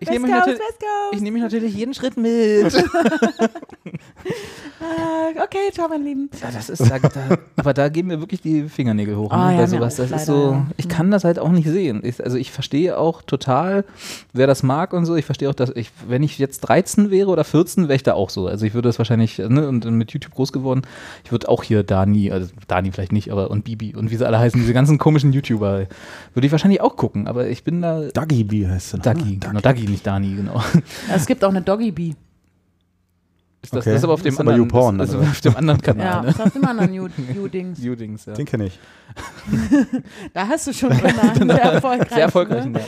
B: Ich
C: West
B: nehme mich,
C: Coast,
B: natürlich-
C: West Coast.
B: ich nehme mich natürlich jeden Schritt mit. Ja,
C: Ah, okay, ciao, mein Lieben.
B: das ist, da, da, aber da gehen mir wirklich die Fingernägel hoch.
C: Ah,
B: ne,
C: ja,
B: bei
C: mir
B: sowas.
C: auch,
B: Das ist
C: leider,
B: so,
C: ja. Hm.
B: ich kann das halt auch nicht sehen. Ich, also ich verstehe auch total, wer das mag und so. Ich verstehe auch, dass ich, wenn ich jetzt 13 wäre oder 14, wäre ich da auch so. Also ich würde das wahrscheinlich, ne, und mit YouTube groß geworden, ich würde auch hier Dani, also Dani vielleicht nicht, aber und Bibi und wie sie alle heißen, diese ganzen komischen YouTuber, würde ich wahrscheinlich auch gucken. Aber ich bin da.
A: Dagi B heißt sie. noch, ne?
B: Dagi, genau, Dagi, nicht Dani, genau.
C: Es gibt auch eine Doggy Bee.
B: Ist das,
A: Okay.
B: das ist aber auf dem
D: Ist aber
B: anderen
D: YouPorn,
B: das, das
D: oder?
B: ist auf dem anderen Kanal,
C: Ja,
B: ne?
C: das hast du immer an den Judings.
B: Judings, ja.
A: Den kenne ich.
C: Da hast du schon immer einen sehr erfolgreichen.
B: Genau. Sehr erfolgreich,
C: ne?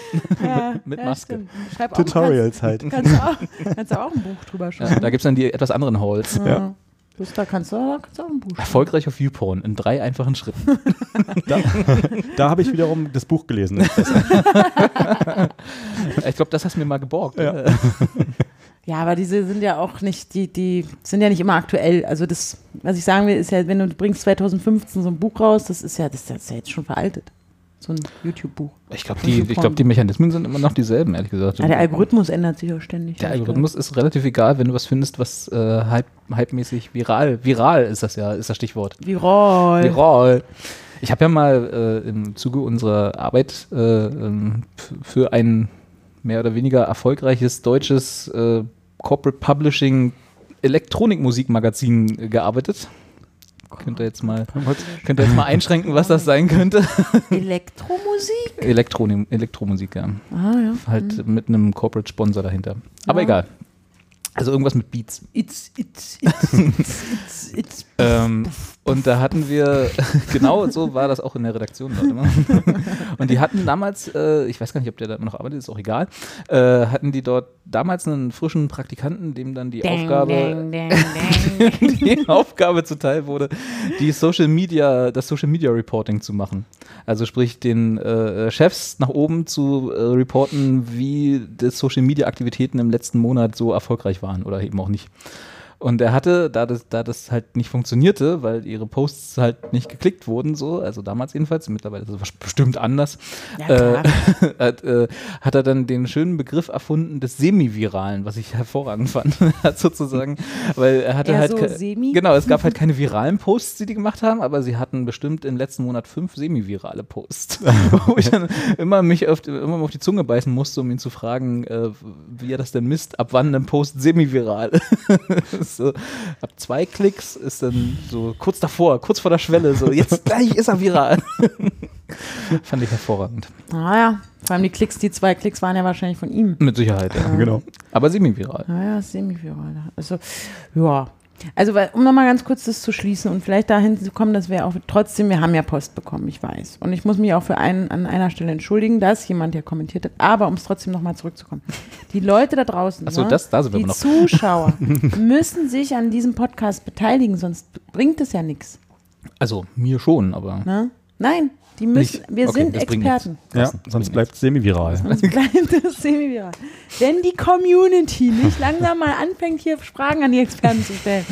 B: ja.
C: Ja,
B: mit
C: ja,
B: Maske.
C: stimmt. Schreib auch,
A: Tutorials halt.
C: Kannst, kannst, auch, kannst auch ein Buch drüber
B: ja.
C: schreiben.
B: Da gibt es dann die etwas anderen Halls.
A: Ja.
C: Das, da kannst du, da kannst du auch ein Buch schreiben.
B: Erfolgreich auf YouPorn in drei einfachen Schritten.
A: Da, da habe ich wiederum das Buch gelesen.
B: Ich glaube, das hast du mir mal geborgt.
A: Ja.
B: oder?
C: Ja, aber diese sind ja auch nicht, die, die sind ja nicht immer aktuell. Also das, was ich sagen will, ist ja, wenn du bringst 2015 so ein Buch raus, das ist ja, das ist ja- das ist ja jetzt schon veraltet. So ein YouTube-Buch.
B: Ich glaube, die, ich glaub, die Mechanismen sind immer noch dieselben, ehrlich gesagt.
C: Ja, der Algorithmus ändert sich auch ständig.
B: Der Algorithmus ist relativ egal, wenn du was findest, was äh, hype, hypemäßig viral, viral ist das ja, ist das Stichwort.
C: Wie Roll.
B: Viral. Ich habe ja mal äh, im Zuge unserer Arbeit äh, ähm, f- für ein mehr oder weniger erfolgreiches deutsches äh, Corporate Publishing Elektronikmusikmagazin äh, gearbeitet. Könnt ihr jetzt mal, könnt ihr jetzt mal einschränken, was das sein könnte?
C: Elektromusik?
B: Elektronik, Elektromusik, ja.
C: Ah ja.
B: Halt mit einem Corporate Sponsor dahinter. Aber egal. Also irgendwas mit Beats.
C: It's, it's, it's, it's, it's.
B: Ähm, und da hatten wir, genau so war das auch in der Redaktion. Warte mal. Und die hatten damals, äh, ich weiß gar nicht, ob der da immer noch arbeitet, ist auch egal, äh, hatten die dort damals einen frischen Praktikanten, dem dann die Aufgabe die Aufgabe zuteil wurde, die Social Media, das Social Media Reporting zu machen. Also sprich, den äh, Chefs nach oben zu äh, reporten, wie die Social Media Aktivitäten im letzten Monat so erfolgreich waren oder eben auch nicht. Und er hatte, da das, da das halt nicht funktionierte, weil ihre Posts halt nicht geklickt wurden, so, also damals jedenfalls, mittlerweile ist es bestimmt anders,
C: Ja,
B: äh,
C: klar.
B: hat, äh, hat er dann den schönen Begriff erfunden des Semiviralen, was ich hervorragend fand, hat sozusagen, weil er hatte
C: Eher
B: halt
C: so
B: ke-
C: semi?
B: genau, es gab halt keine viralen Posts, die die gemacht haben, aber sie hatten bestimmt im letzten Monat fünf semi-virale Posts, wo ich dann immer mich auf, immer mal auf die Zunge beißen musste, um ihn zu fragen, äh, wie er das denn misst, ab wann ein Post semi-viral ist. so, ab zwei Klicks ist dann so kurz davor, kurz vor der Schwelle, so jetzt gleich ist er viral. Fand ich hervorragend.
C: Naja, vor allem die Klicks, die zwei Klicks waren ja wahrscheinlich von ihm.
B: Mit Sicherheit, ja.
A: genau.
B: Aber semi-viral.
C: Naja, semi-viral. Also, ja. Also, weil- um nochmal ganz kurz das zu schließen und vielleicht dahin zu kommen, dass wir auch trotzdem, wir haben ja Post bekommen, ich weiß. Und ich muss mich auch für einen an einer Stelle entschuldigen, dass jemand ja kommentiert hat. Aber um es trotzdem nochmal zurückzukommen. Die Leute da draußen,
B: Ach so,
C: ne,
B: das- da sind wir
C: die
B: noch.
C: Zuschauer, müssen sich an diesem Podcast beteiligen, sonst bringt es ja nichts.
B: Also mir schon, aber.
C: Ne? Nein, die müssen,
B: Nicht.
C: wir
B: Okay,
C: sind
B: das bringt
C: Experten.
A: Ja, sonst bleibt es semi-viral.
C: Sonst bleibt es semi-viral. Wenn die Community nicht langsam mal anfängt, hier Fragen an die Experten zu stellen.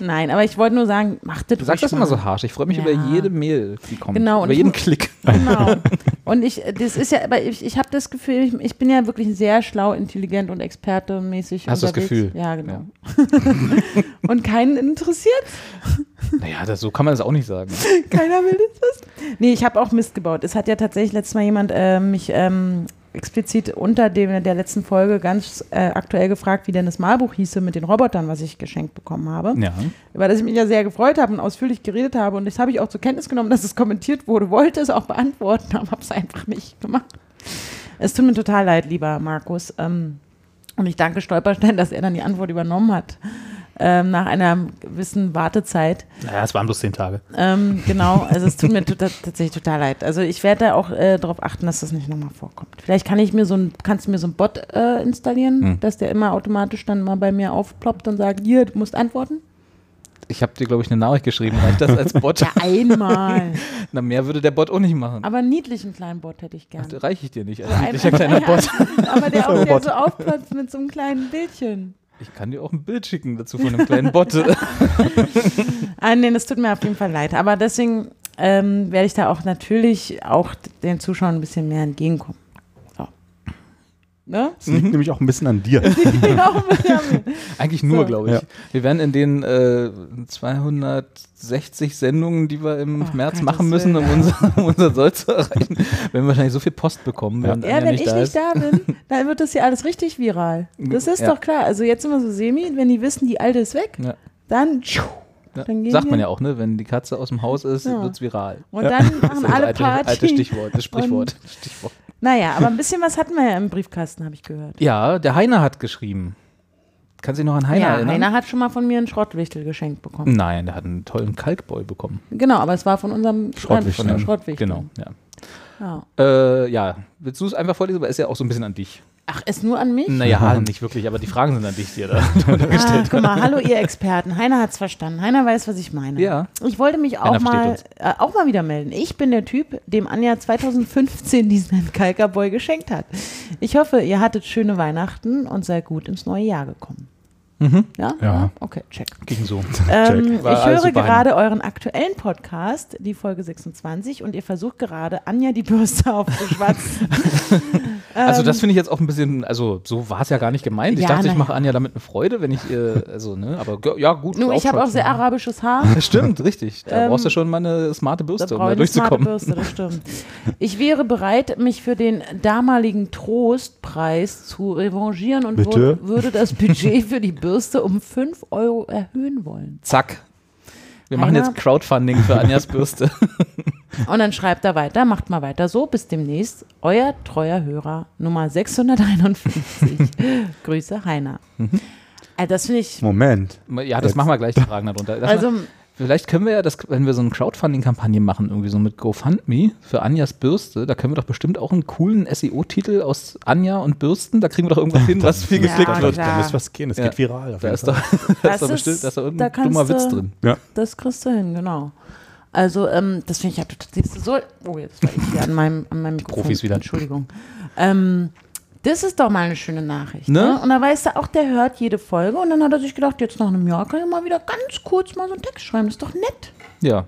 C: Nein, aber ich wollte nur sagen, macht das
B: Du sagst
C: ruhig
B: das immer
C: mal.
B: so harsch. Ich freue mich
C: Ja.
B: über jede Mail, die kommt.
C: Genau, und
B: Über
C: ich
B: jeden
C: mu-
B: Klick.
C: Genau. Und ich, das ist ja, aber ich, ich habe das Gefühl, ich, ich bin ja wirklich sehr schlau, intelligent und expertemäßig
B: Hast du das
C: unterwegs.
B: Gefühl?
C: Ja, genau. Und keinen interessiert,
B: Naja, das, so kann man das auch nicht sagen.
C: keiner will das wissen. Nee, ich habe auch Mist gebaut. Es hat ja tatsächlich letztes Mal jemand äh, mich ähm, explizit unter dem, der letzten Folge ganz äh, aktuell gefragt, wie denn das Malbuch hieße mit den Robotern, was ich geschenkt bekommen habe.
B: Ja.
C: über das ich mich ja sehr gefreut habe und ausführlich geredet habe. Und das habe ich auch zur Kenntnis genommen, dass es kommentiert wurde, wollte es auch beantworten, aber habe es einfach nicht gemacht. Es tut mir total leid, lieber Markus. Ähm, und ich danke Stolperstein, dass er dann die Antwort übernommen hat. Ähm, nach einer gewissen Wartezeit.
B: Naja, es waren bloß zehn Tage.
C: Ähm, genau, also es tut mir tota- tatsächlich total leid. Also ich werde da auch äh, darauf achten, dass das nicht nochmal vorkommt. Vielleicht kann ich mir so ein, kannst du mir so ein Bot äh, installieren, dass der immer automatisch dann mal bei mir aufploppt und sagt, hier, du musst antworten.
B: Ich habe dir, glaube ich, eine Nachricht geschrieben. Reicht das als Bot?
C: Ja, einmal.
B: Na, mehr würde der Bot auch nicht machen.
C: Aber einen niedlichen kleinen Bot hätte ich gerne.
B: Reiche ich dir nicht. Also,
C: Ein-
B: ich, kleiner Bot.
C: Aber der auch der
A: Bot.
C: so aufplatzt mit so einem kleinen Bildchen.
B: ich kann dir auch ein Bild schicken dazu von einem kleinen Bot.
C: Ah, nee, das tut mir auf jeden Fall leid. Aber deswegen ähm, werde ich da auch natürlich auch den Zuschauern ein bisschen mehr entgegenkommen. So. Ne?
A: Das liegt nämlich auch ein bisschen an dir.
C: Ja, auch mit der-
B: Eigentlich nur,
C: So.
B: glaube ich.
A: Ja.
B: Wir werden in den äh, 260 Sendungen, die wir im
C: Oh,
B: März
C: Gottes
B: machen müssen, um unser, um unser Soll zu erreichen, werden wir wahrscheinlich so viel Post bekommen, während
C: ja,
B: Anja
C: wenn ich
B: da
C: nicht
B: ist.
C: da bin, dann wird das hier alles richtig viral. Das ist
B: Ja.
C: doch klar. Also jetzt immer so semi, wenn die wissen, die alte ist weg,
B: Ja.
C: dann, tschuh,
B: Ja,
C: dann gehen
B: sagt
C: wir-
B: man ja auch, ne? Wenn die Katze aus dem Haus ist,
C: Ja.
B: wird's viral.
C: Und dann
B: Das
C: machen
B: ist
C: alle
B: das alte, alte
C: Party.
B: Stichwort, das Sprichwort. Stichwort.
C: Naja, aber ein bisschen was hatten wir ja im Briefkasten, habe ich gehört.
B: Ja, der Heiner hat geschrieben. Kannst du dich noch an Heiner ne?
C: ja,
B: erinnern?
C: Heiner hat schon mal von mir einen Schrottwichtel geschenkt bekommen.
B: Nein, der hat einen tollen Kalkboy bekommen.
C: Genau, aber es war von unserem
A: Schrottwichtel.
C: Von dem Schrottwichtel.
B: Hm. Genau, ja.
C: Ja.
B: Äh, ja, willst du es einfach vorlesen? Aber ist ja auch so ein bisschen an dich.
C: Ach, ist nur an mich?
B: Naja, nicht wirklich, aber die Fragen sind an dich, dir da.
C: Ah, guck mal, hallo ihr Experten. Heiner hat's verstanden. Heiner weiß, was ich meine.
B: Ja.
C: Ich wollte mich auch
B: Heiner versteht
C: mal,
B: uns.
C: äh, auch mal wieder melden. Ich bin der Typ, dem Anja 2015 diesen Kalkerboy geschenkt hat. Ich hoffe, ihr hattet schöne Weihnachten und seid gut ins neue Jahr gekommen. Ja?
A: Ja.
C: Okay, check.
B: Ging so.
C: Ähm, ich
B: Mhm. War also alles
C: höre
B: super,
C: gerade euren aktuellen Podcast, die Folge 26, und ihr versucht gerade, Anja die Bürste aufzuschwatzen.
B: Also das finde ich jetzt auch ein bisschen, also so war es ja gar nicht gemeint. Ich
C: Ähm. Ja,
B: dachte, ich
C: naja.
B: mache Anja damit eine Freude, wenn ich ihr, also ne, aber ge- ja gut.
C: Nur ich habe auch sehr arabisches Haar.
B: Das stimmt, richtig. Da
C: Ähm,
B: brauchst du schon mal eine smarte Bürste, um
C: brauche
B: da
C: ich eine smarte
B: durchzukommen.
C: Bürste, das stimmt. Ich wäre bereit, mich für den damaligen Trostpreis zu revanchieren und
A: Bitte?
C: würde, würde das Budget für die Bürste um 5 Euro erhöhen wollen.
B: Zack. Wir machen
C: Heiner-
B: jetzt Crowdfunding für Anjas Bürste.
C: Und dann schreibt er weiter, macht mal weiter so, bis demnächst. Euer treuer Hörer Nummer 651. Grüße, Heiner.
B: Mhm.
C: Also das finde ich,
A: Moment.
B: ja, das machen wir gleich, die Fragen darunter. Lass
C: also
B: mal, vielleicht können wir ja, das, wenn wir so eine Crowdfunding-Kampagne machen, irgendwie so mit GoFundMe für Anjas Bürste, da können wir doch bestimmt auch einen coolen SEO-Titel aus Anja und Bürsten, da kriegen wir doch irgendwas hin, was viel
C: Ja,
B: geklickt
C: klar.
B: wird.
A: Da muss was gehen. Das
B: Ja.
A: geht viral. Auf
B: Da
A: jeden
B: ist
A: Fall.
B: doch, da
C: Das
B: ist doch
C: ist-
B: bestimmt da ist doch
C: da
B: irgendein
C: kannst
B: dummer
C: du-
B: Witz drin.
A: Ja.
C: das kriegst du hin, genau. Also, ähm, das finde ich ja total. Siehst du so. Oh, jetzt war ich hier an meinem, an meinem Mikrofon.
B: Profis wieder.
C: Entschuldigung. Ähm, das ist doch mal eine schöne Nachricht.
B: Ne?
C: Ne? Und da weißt du auch, der hört jede Folge. Und dann hat er sich gedacht, jetzt nach einem Jahr kann ich mal wieder ganz kurz mal so einen Text schreiben. Das ist doch nett.
B: Ja. Man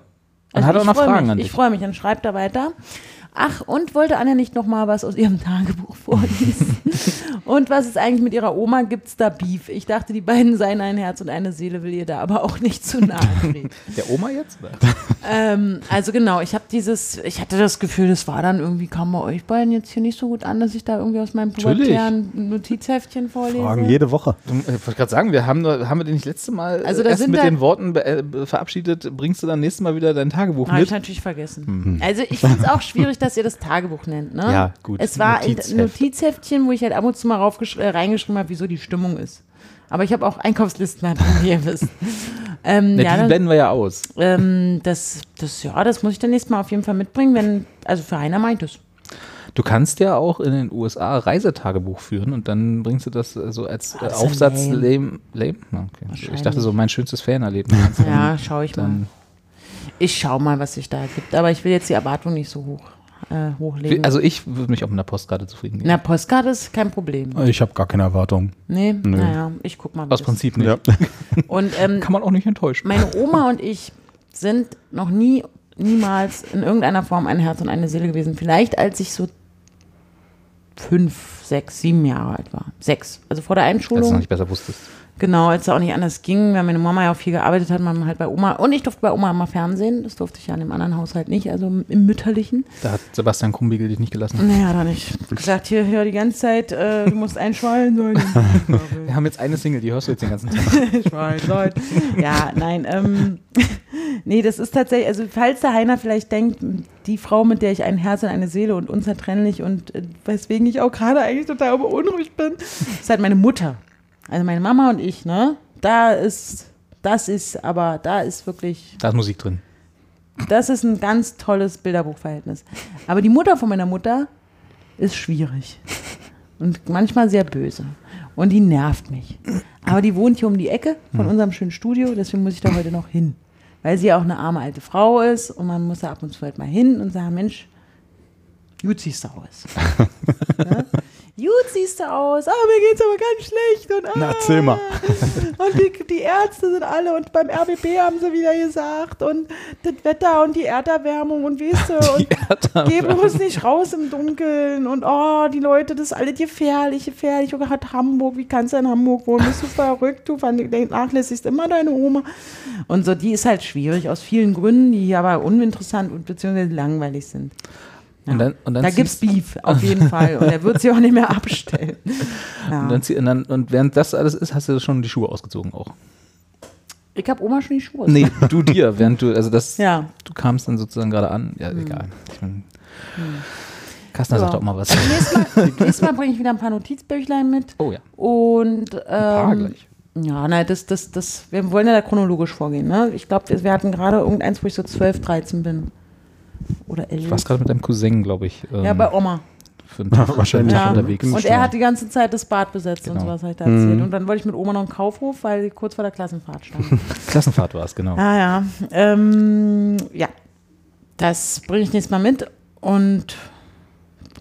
C: Also
B: hat auch
C: ich
B: noch
C: freu
B: Fragen
C: mich,
B: an
C: Ich
B: dich.
C: freue mich, dann schreibt er weiter. Ach, und wollte Anne nicht nochmal was aus ihrem Tagebuch vorlesen? und was ist eigentlich mit ihrer Oma? Gibt's da Beef? Ich dachte, die beiden seien ein Herz und eine Seele, will ihr da aber auch nicht zu nahe treten.
B: Der Oma jetzt?
C: ähm, also genau, ich habe dieses, ich hatte das Gefühl, das war dann irgendwie, kam bei euch beiden jetzt hier nicht so gut an, dass ich da irgendwie aus meinem
B: Natürlich.
C: pubertären Notizheftchen vorlese.
A: Fragen jede Woche.
B: äh, Ich wollte gerade sagen, wir haben, nur- haben wir den nicht letzte Mal
C: Also
B: also
C: da
B: erst
C: sind
B: mit
C: da-
B: den Worten be- äh, be- verabschiedet, bringst du dann nächstes Mal wieder dein Tagebuch
C: Habe ich
B: mit. Mhm.
C: natürlich vergessen. Also ich finde es auch schwierig, dass ihr das Tagebuch nennt. Ne?
B: Ja, gut.
C: Es war ein
B: Notizheft.
C: Notizheftchen, wo ich halt ab und zu mal raufgesch- äh, reingeschrieben habe, wieso die Stimmung ist. Aber ich habe auch Einkaufslisten, halt, wie ihr wisst. Ähm,
B: Na,
C: ja,
B: die
C: dann-
B: blenden wir ja aus.
C: ähm, das, das, ja, das muss ich dann nächstes Mal auf jeden Fall mitbringen, wenn, also für Heiner meint es.
B: Du kannst ja auch in den USA Reisetagebuch führen und dann bringst du das äh, so als äh,
C: das ist
B: Aufsatz
C: ja
B: lame. lame? Na, Okay. Ich
C: Wahrscheinlich.
B: dachte so, mein schönstes Fernerleben. Kannst du
C: Ja, schaue ich mal.
B: dann,
C: Ich schaue mal, was sich da gibt. Aber ich will jetzt die Erwartung nicht so hoch äh, hochlegen.
B: dann, also ich würde mich auch mit einer Postkarte zufrieden geben.
C: Na, Postkarte ist kein Problem.
A: Ich habe gar keine Erwartungen.
C: Nee, naja, ich guck mal. wie
B: Aus
C: das-
B: Prinzip nicht.
A: Ja.
C: Und ähm,
B: Kann man auch nicht enttäuschen.
C: meine Oma und ich sind noch nie, niemals in irgendeiner Form ein Herz und eine Seele gewesen. Vielleicht als ich so fünf, sechs, sieben Jahre alt war. Sechs. Also vor der
B: Als du noch
C: Einschulung.
B: nicht besser wusstest.
C: Genau, als es auch nicht anders ging, weil meine Mama ja auch viel gearbeitet hat, man halt bei Oma. Und ich durfte bei Oma immer Fernsehen. Das durfte ich ja in dem anderen Haushalt nicht, also im mütterlichen.
B: Da hat Sebastian Kumbigel dich nicht gelassen.
C: Naja, da nicht. Gesagt, hier, hör die ganze Zeit, äh, du musst einschwallen sollen. Mhm.
B: Wir haben jetzt eine Single, die hörst du jetzt den ganzen Tag.
C: Schwein, Leut. Ja, nein. Ähm, nee, das ist tatsächlich, also falls der Heiner vielleicht denkt, die Frau, mit der ich ein Herz und eine Seele und unzertrennlich und äh, weswegen ich auch gerade eigentlich total beunruhigt bin, ist halt meine Mutter. Also meine Mama und ich, ne? Da ist, das ist, aber da ist wirklich,
B: Da ist Musik drin.
C: das ist ein ganz tolles Bilderbuchverhältnis. Aber die Mutter von meiner Mutter ist schwierig und manchmal sehr böse. Und die nervt mich. Aber die wohnt hier um die Ecke von
A: Hm.
C: unserem schönen Studio, deswegen muss ich da heute noch hin. Weil sie ja auch eine arme alte Frau ist und man muss da ab und zu halt mal hin und sagen, Mensch, gut siehst du aus. ne? Gut siehst du aus, aber mir geht's aber ganz schlecht. Und, ah,
A: Na, erzähl mal.
C: und die, die Ärzte sind alle und beim RBB haben sie wieder gesagt und das Wetter und die Erderwärmung und weißt du, und geh bloß nicht raus im Dunkeln und oh, die Leute, das ist alles gefährlich, gefährlich. Oh Gott, Hamburg, wie kannst du in Hamburg wohnen? Bist du verrückt? Du vernachlässigst immer deine Oma. Und so, die ist halt schwierig aus vielen Gründen, die hier aber uninteressant und beziehungsweise langweilig sind. Ja.
B: Und dann, und dann
C: da gibt's
B: ziehst-
C: Beef, auf jeden Fall. Und er wird sie auch nicht mehr abstellen.
B: Und,
C: Ja.
B: dann, zieh- und, dann, und während das alles ist, hast du schon die Schuhe ausgezogen auch.
C: Ich habe Oma schon die Schuhe.
B: Nee, du dir, während du, also das,
C: Ja.
B: du kamst dann sozusagen gerade an. Ja, egal. Ich mein, Kastner
C: Hm. Ja.
B: sagt doch mal was.
C: Nächstes Mal, nächstes Mal bringe ich wieder ein paar Notizbüchlein mit.
B: Oh ja.
C: Und ähm,
B: Paar gleich.
C: Ja, nein, das, das, das, wir wollen ja da chronologisch vorgehen, ne? Ich glaube, wir, wir hatten gerade irgendeins, wo ich so 12, 13 bin. Oder 11.
B: Ich war gerade mit deinem Cousin, glaube ich.
C: ja,
B: ähm,
C: bei Oma.
B: für einen Tag,
A: Wahrscheinlich.
B: für einen
C: Ja.
B: Tag unterwegs.
C: Und er hat die ganze Zeit das Bad besetzt und
B: Hm. Genau.
C: sowas halt da erzählt. Und dann wollte ich mit Oma noch einen Kaufhof, weil sie kurz vor der Klassenfahrt stand.
B: Klassenfahrt war es, genau.
C: ah ja. Ähm, ja. Das bringe ich nächstes Mal mit und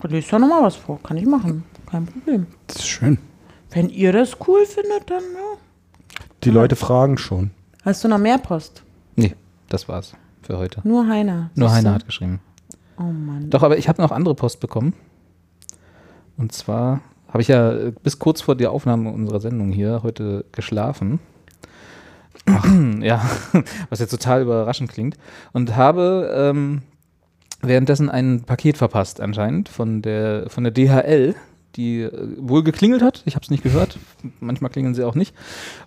C: lese da nochmal was vor. Kann ich machen. Kein Problem.
A: Das ist schön.
C: Wenn ihr das cool findet, dann ja.
A: Die Leute fragen schon.
C: Hast du noch mehr Post?
B: Nee, das war's für heute.
C: Nur Heiner.
B: Nur
C: Siehst
B: Heiner
C: du?
B: hat geschrieben.
C: Oh Mann.
B: Doch, aber ich habe noch andere Post bekommen. Und zwar habe ich ja äh, bis kurz vor der Aufnahme unserer Sendung hier heute geschlafen. Ja, was jetzt total überraschend klingt. Und habe ähm, währenddessen ein Paket verpasst anscheinend von der, von der DHL, die äh, wohl geklingelt hat. Ich habe es nicht gehört. Manchmal klingeln sie auch nicht.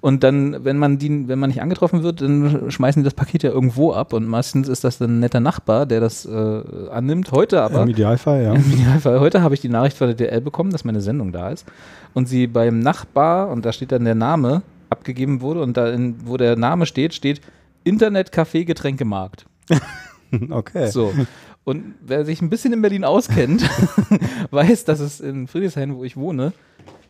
B: Und dann, wenn man die, wenn man nicht angetroffen wird, dann schmeißen die das Paket ja irgendwo ab. Und meistens ist das dann ein netter Nachbar, der das äh, annimmt. Heute aber
A: Im Idealfall, ja.
B: im Idealfall. Heute habe ich die Nachricht von der DL bekommen, dass meine Sendung da ist und sie beim Nachbar, und da steht dann der Name, abgegeben wurde und da, in, wo der Name steht, steht Internet, Café, Getränkemarkt.
A: Okay.
B: So. Und wer sich ein bisschen in Berlin auskennt, weiß, dass es in Friedrichshain, wo ich wohne,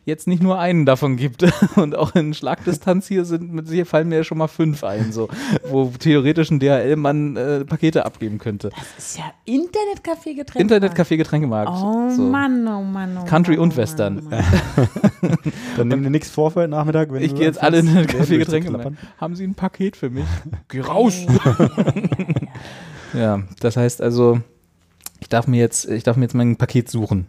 B: jetzt nicht nur einen davon gibt. Und auch in Schlagdistanz hier sind, mit hier fallen mir ja schon mal fünf ein, so, wo theoretisch ein DHL-Mann äh, Pakete abgeben könnte.
C: Das ist ja Internetcafé getränkt.
B: Internetcafé, Getränkemarkt.
C: Oh
B: so.
C: Mann, oh Mann, oh
B: Country
C: Mann,
B: und
C: oh
B: Western.
C: Mann, oh Mann.
A: Dann nimm dir nichts vor für heute Nachmittag. Wenn
B: Ich
A: du
B: gehe jetzt
A: anfängst,
B: alle in den
A: Läden
B: Kaffee Getränke. ne?
A: durchzuklappern.
B: Haben Sie ein Paket für mich? Geh raus! ja, das heißt also, ich darf mir jetzt, ich darf mir jetzt mein Paket suchen.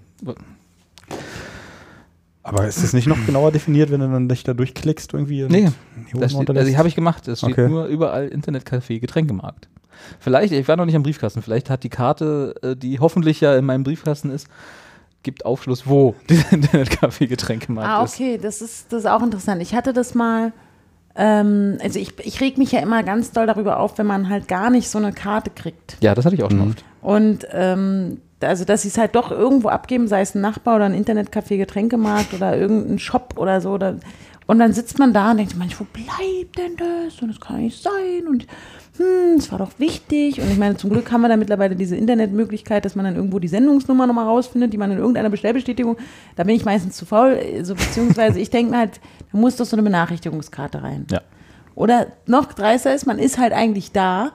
A: Aber ist es nicht noch genauer definiert, wenn du dann dich da durchklickst irgendwie? und
B: Nee,
A: die Hosen
B: Das steht, also
A: runterlässt?
B: ich habe ich gemacht. Es steht
A: Okay.
B: nur überall Internetcafé Getränkemarkt. Vielleicht, ich war noch nicht am Briefkasten, vielleicht hat die Karte, äh, die hoffentlich ja in meinem Briefkasten ist, gibt Aufschluss, wo der Internetcafé Getränkemarkt
C: Ah,
B: ist.
C: okay, das ist, das ist auch interessant. Ich hatte das mal, ähm, also ich, ich reg mich ja immer ganz doll darüber auf, wenn man halt gar nicht so eine Karte kriegt.
B: Ja, das hatte ich auch schon oft.
C: Und ähm, also, dass sie es halt doch irgendwo abgeben, sei es ein Nachbar oder ein Internetcafé, Getränkemarkt oder irgendein Shop oder so. Oder, und dann sitzt man da und denkt, manch, wo bleibt denn das? Und das kann nicht sein. Und hm, das war doch wichtig. Und ich meine, zum Glück haben wir da mittlerweile diese Internetmöglichkeit, dass man dann irgendwo die Sendungsnummer nochmal rausfindet, die man in irgendeiner Bestellbestätigung, da bin ich meistens zu faul. Also, beziehungsweise ich denke mir halt, da muss doch so eine Benachrichtigungskarte rein.
B: Ja.
C: Oder noch dreister ist, man ist halt eigentlich da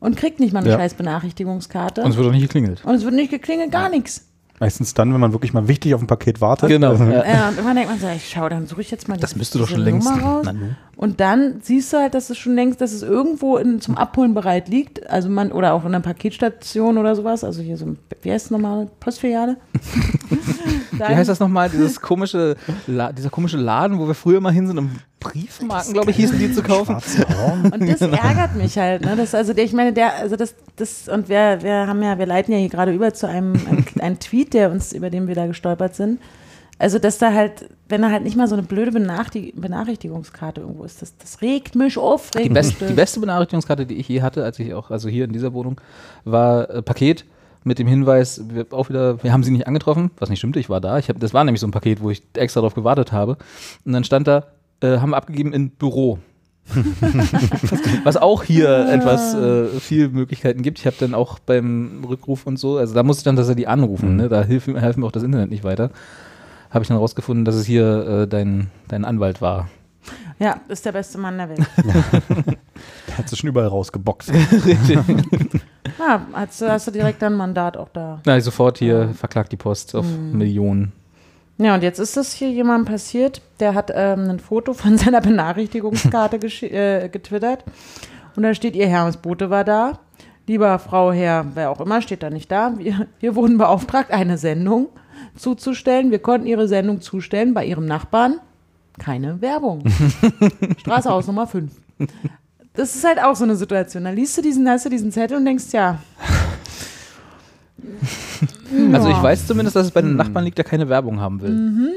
C: und kriegt nicht mal eine
A: Ja.
C: scheiß Benachrichtigungskarte.
B: Und es wird auch nicht geklingelt.
C: Und es wird nicht geklingelt, gar nichts.
A: Meistens dann, wenn man wirklich mal wichtig auf ein Paket wartet.
B: Genau.
A: Also,
B: Ja.
C: Ja, und irgendwann denkt man so, ich schau, dann suche ich jetzt mal
B: Das
C: die-
B: müsste doch
C: diese
B: schon längst-
C: Nummer raus.
B: Na ne? nun.
C: Und dann siehst du halt, dass es schon längst, dass es irgendwo in, zum Abholen bereit liegt. Also man, oder auch in einer Paketstation oder sowas. Also hier so, ein- wie heißt es nochmal? Postfiliale?
B: Wie heißt das nochmal? Dieses komische, La dieser komische Laden, wo wir früher mal hin sind, um Briefmarken, glaube ich, hießen die zu kaufen.
A: schwarzen Raum.
C: Und das ärgert mich halt, ne? Das, also der, ich meine, der, also das, das, und wir, wir haben ja, wir leiten ja hier gerade über zu einem, einem, einem Tweet, der uns, über den wir da gestolpert sind. Also, dass da halt, wenn da halt nicht mal so eine blöde Benachti- Benachrichtigungskarte irgendwo ist, das, das regt mich auf. Regt
B: Die, best,
C: mich
B: die beste Benachrichtigungskarte, die ich je hatte, als ich auch, also hier in dieser Wohnung, war äh, Paket mit dem Hinweis, wir auch wieder, wir haben sie nicht angetroffen, was nicht stimmte, ich war da. Ich hab, das war nämlich so ein Paket, wo ich extra drauf gewartet habe. Und dann stand da, äh, haben wir abgegeben in Büro. Was auch hier etwas äh, viel Möglichkeiten gibt. Ich habe dann auch beim Rückruf und so, also da musste ich dann tatsächlich anrufen, ne? da hilft, helfen mir auch das Internet nicht weiter. Habe ich dann rausgefunden, dass es hier äh, dein, dein Anwalt war.
C: Ja, ist der beste Mann der Welt.
A: Hat sie schon überall rausgeboxt.
C: Ja, Ah, hast, du, hast du direkt dein Mandat auch da.
B: Nein, sofort hier verklagt die Post auf
C: Mhm.
B: Millionen.
C: Ja, und jetzt ist das hier jemandem passiert, der hat ähm, ein Foto von seiner Benachrichtigungskarte geschi- äh, getwittert. Und da steht, ihr Hermes Bote war da. Lieber Frau Herr, wer auch immer, steht da nicht da. Wir, wir wurden beauftragt, eine Sendung zuzustellen. Wir konnten Ihre Sendung zustellen bei Ihrem Nachbarn. Keine Werbung. Straße aus Nummer 5. Das ist halt auch so eine Situation. Da liest du diesen, hast du diesen Zettel und denkst, ja.
B: Also ich
C: Mhm. Ja. Mhm.
B: weiß zumindest, dass es bei den Nachbarn liegt, der keine Werbung haben will.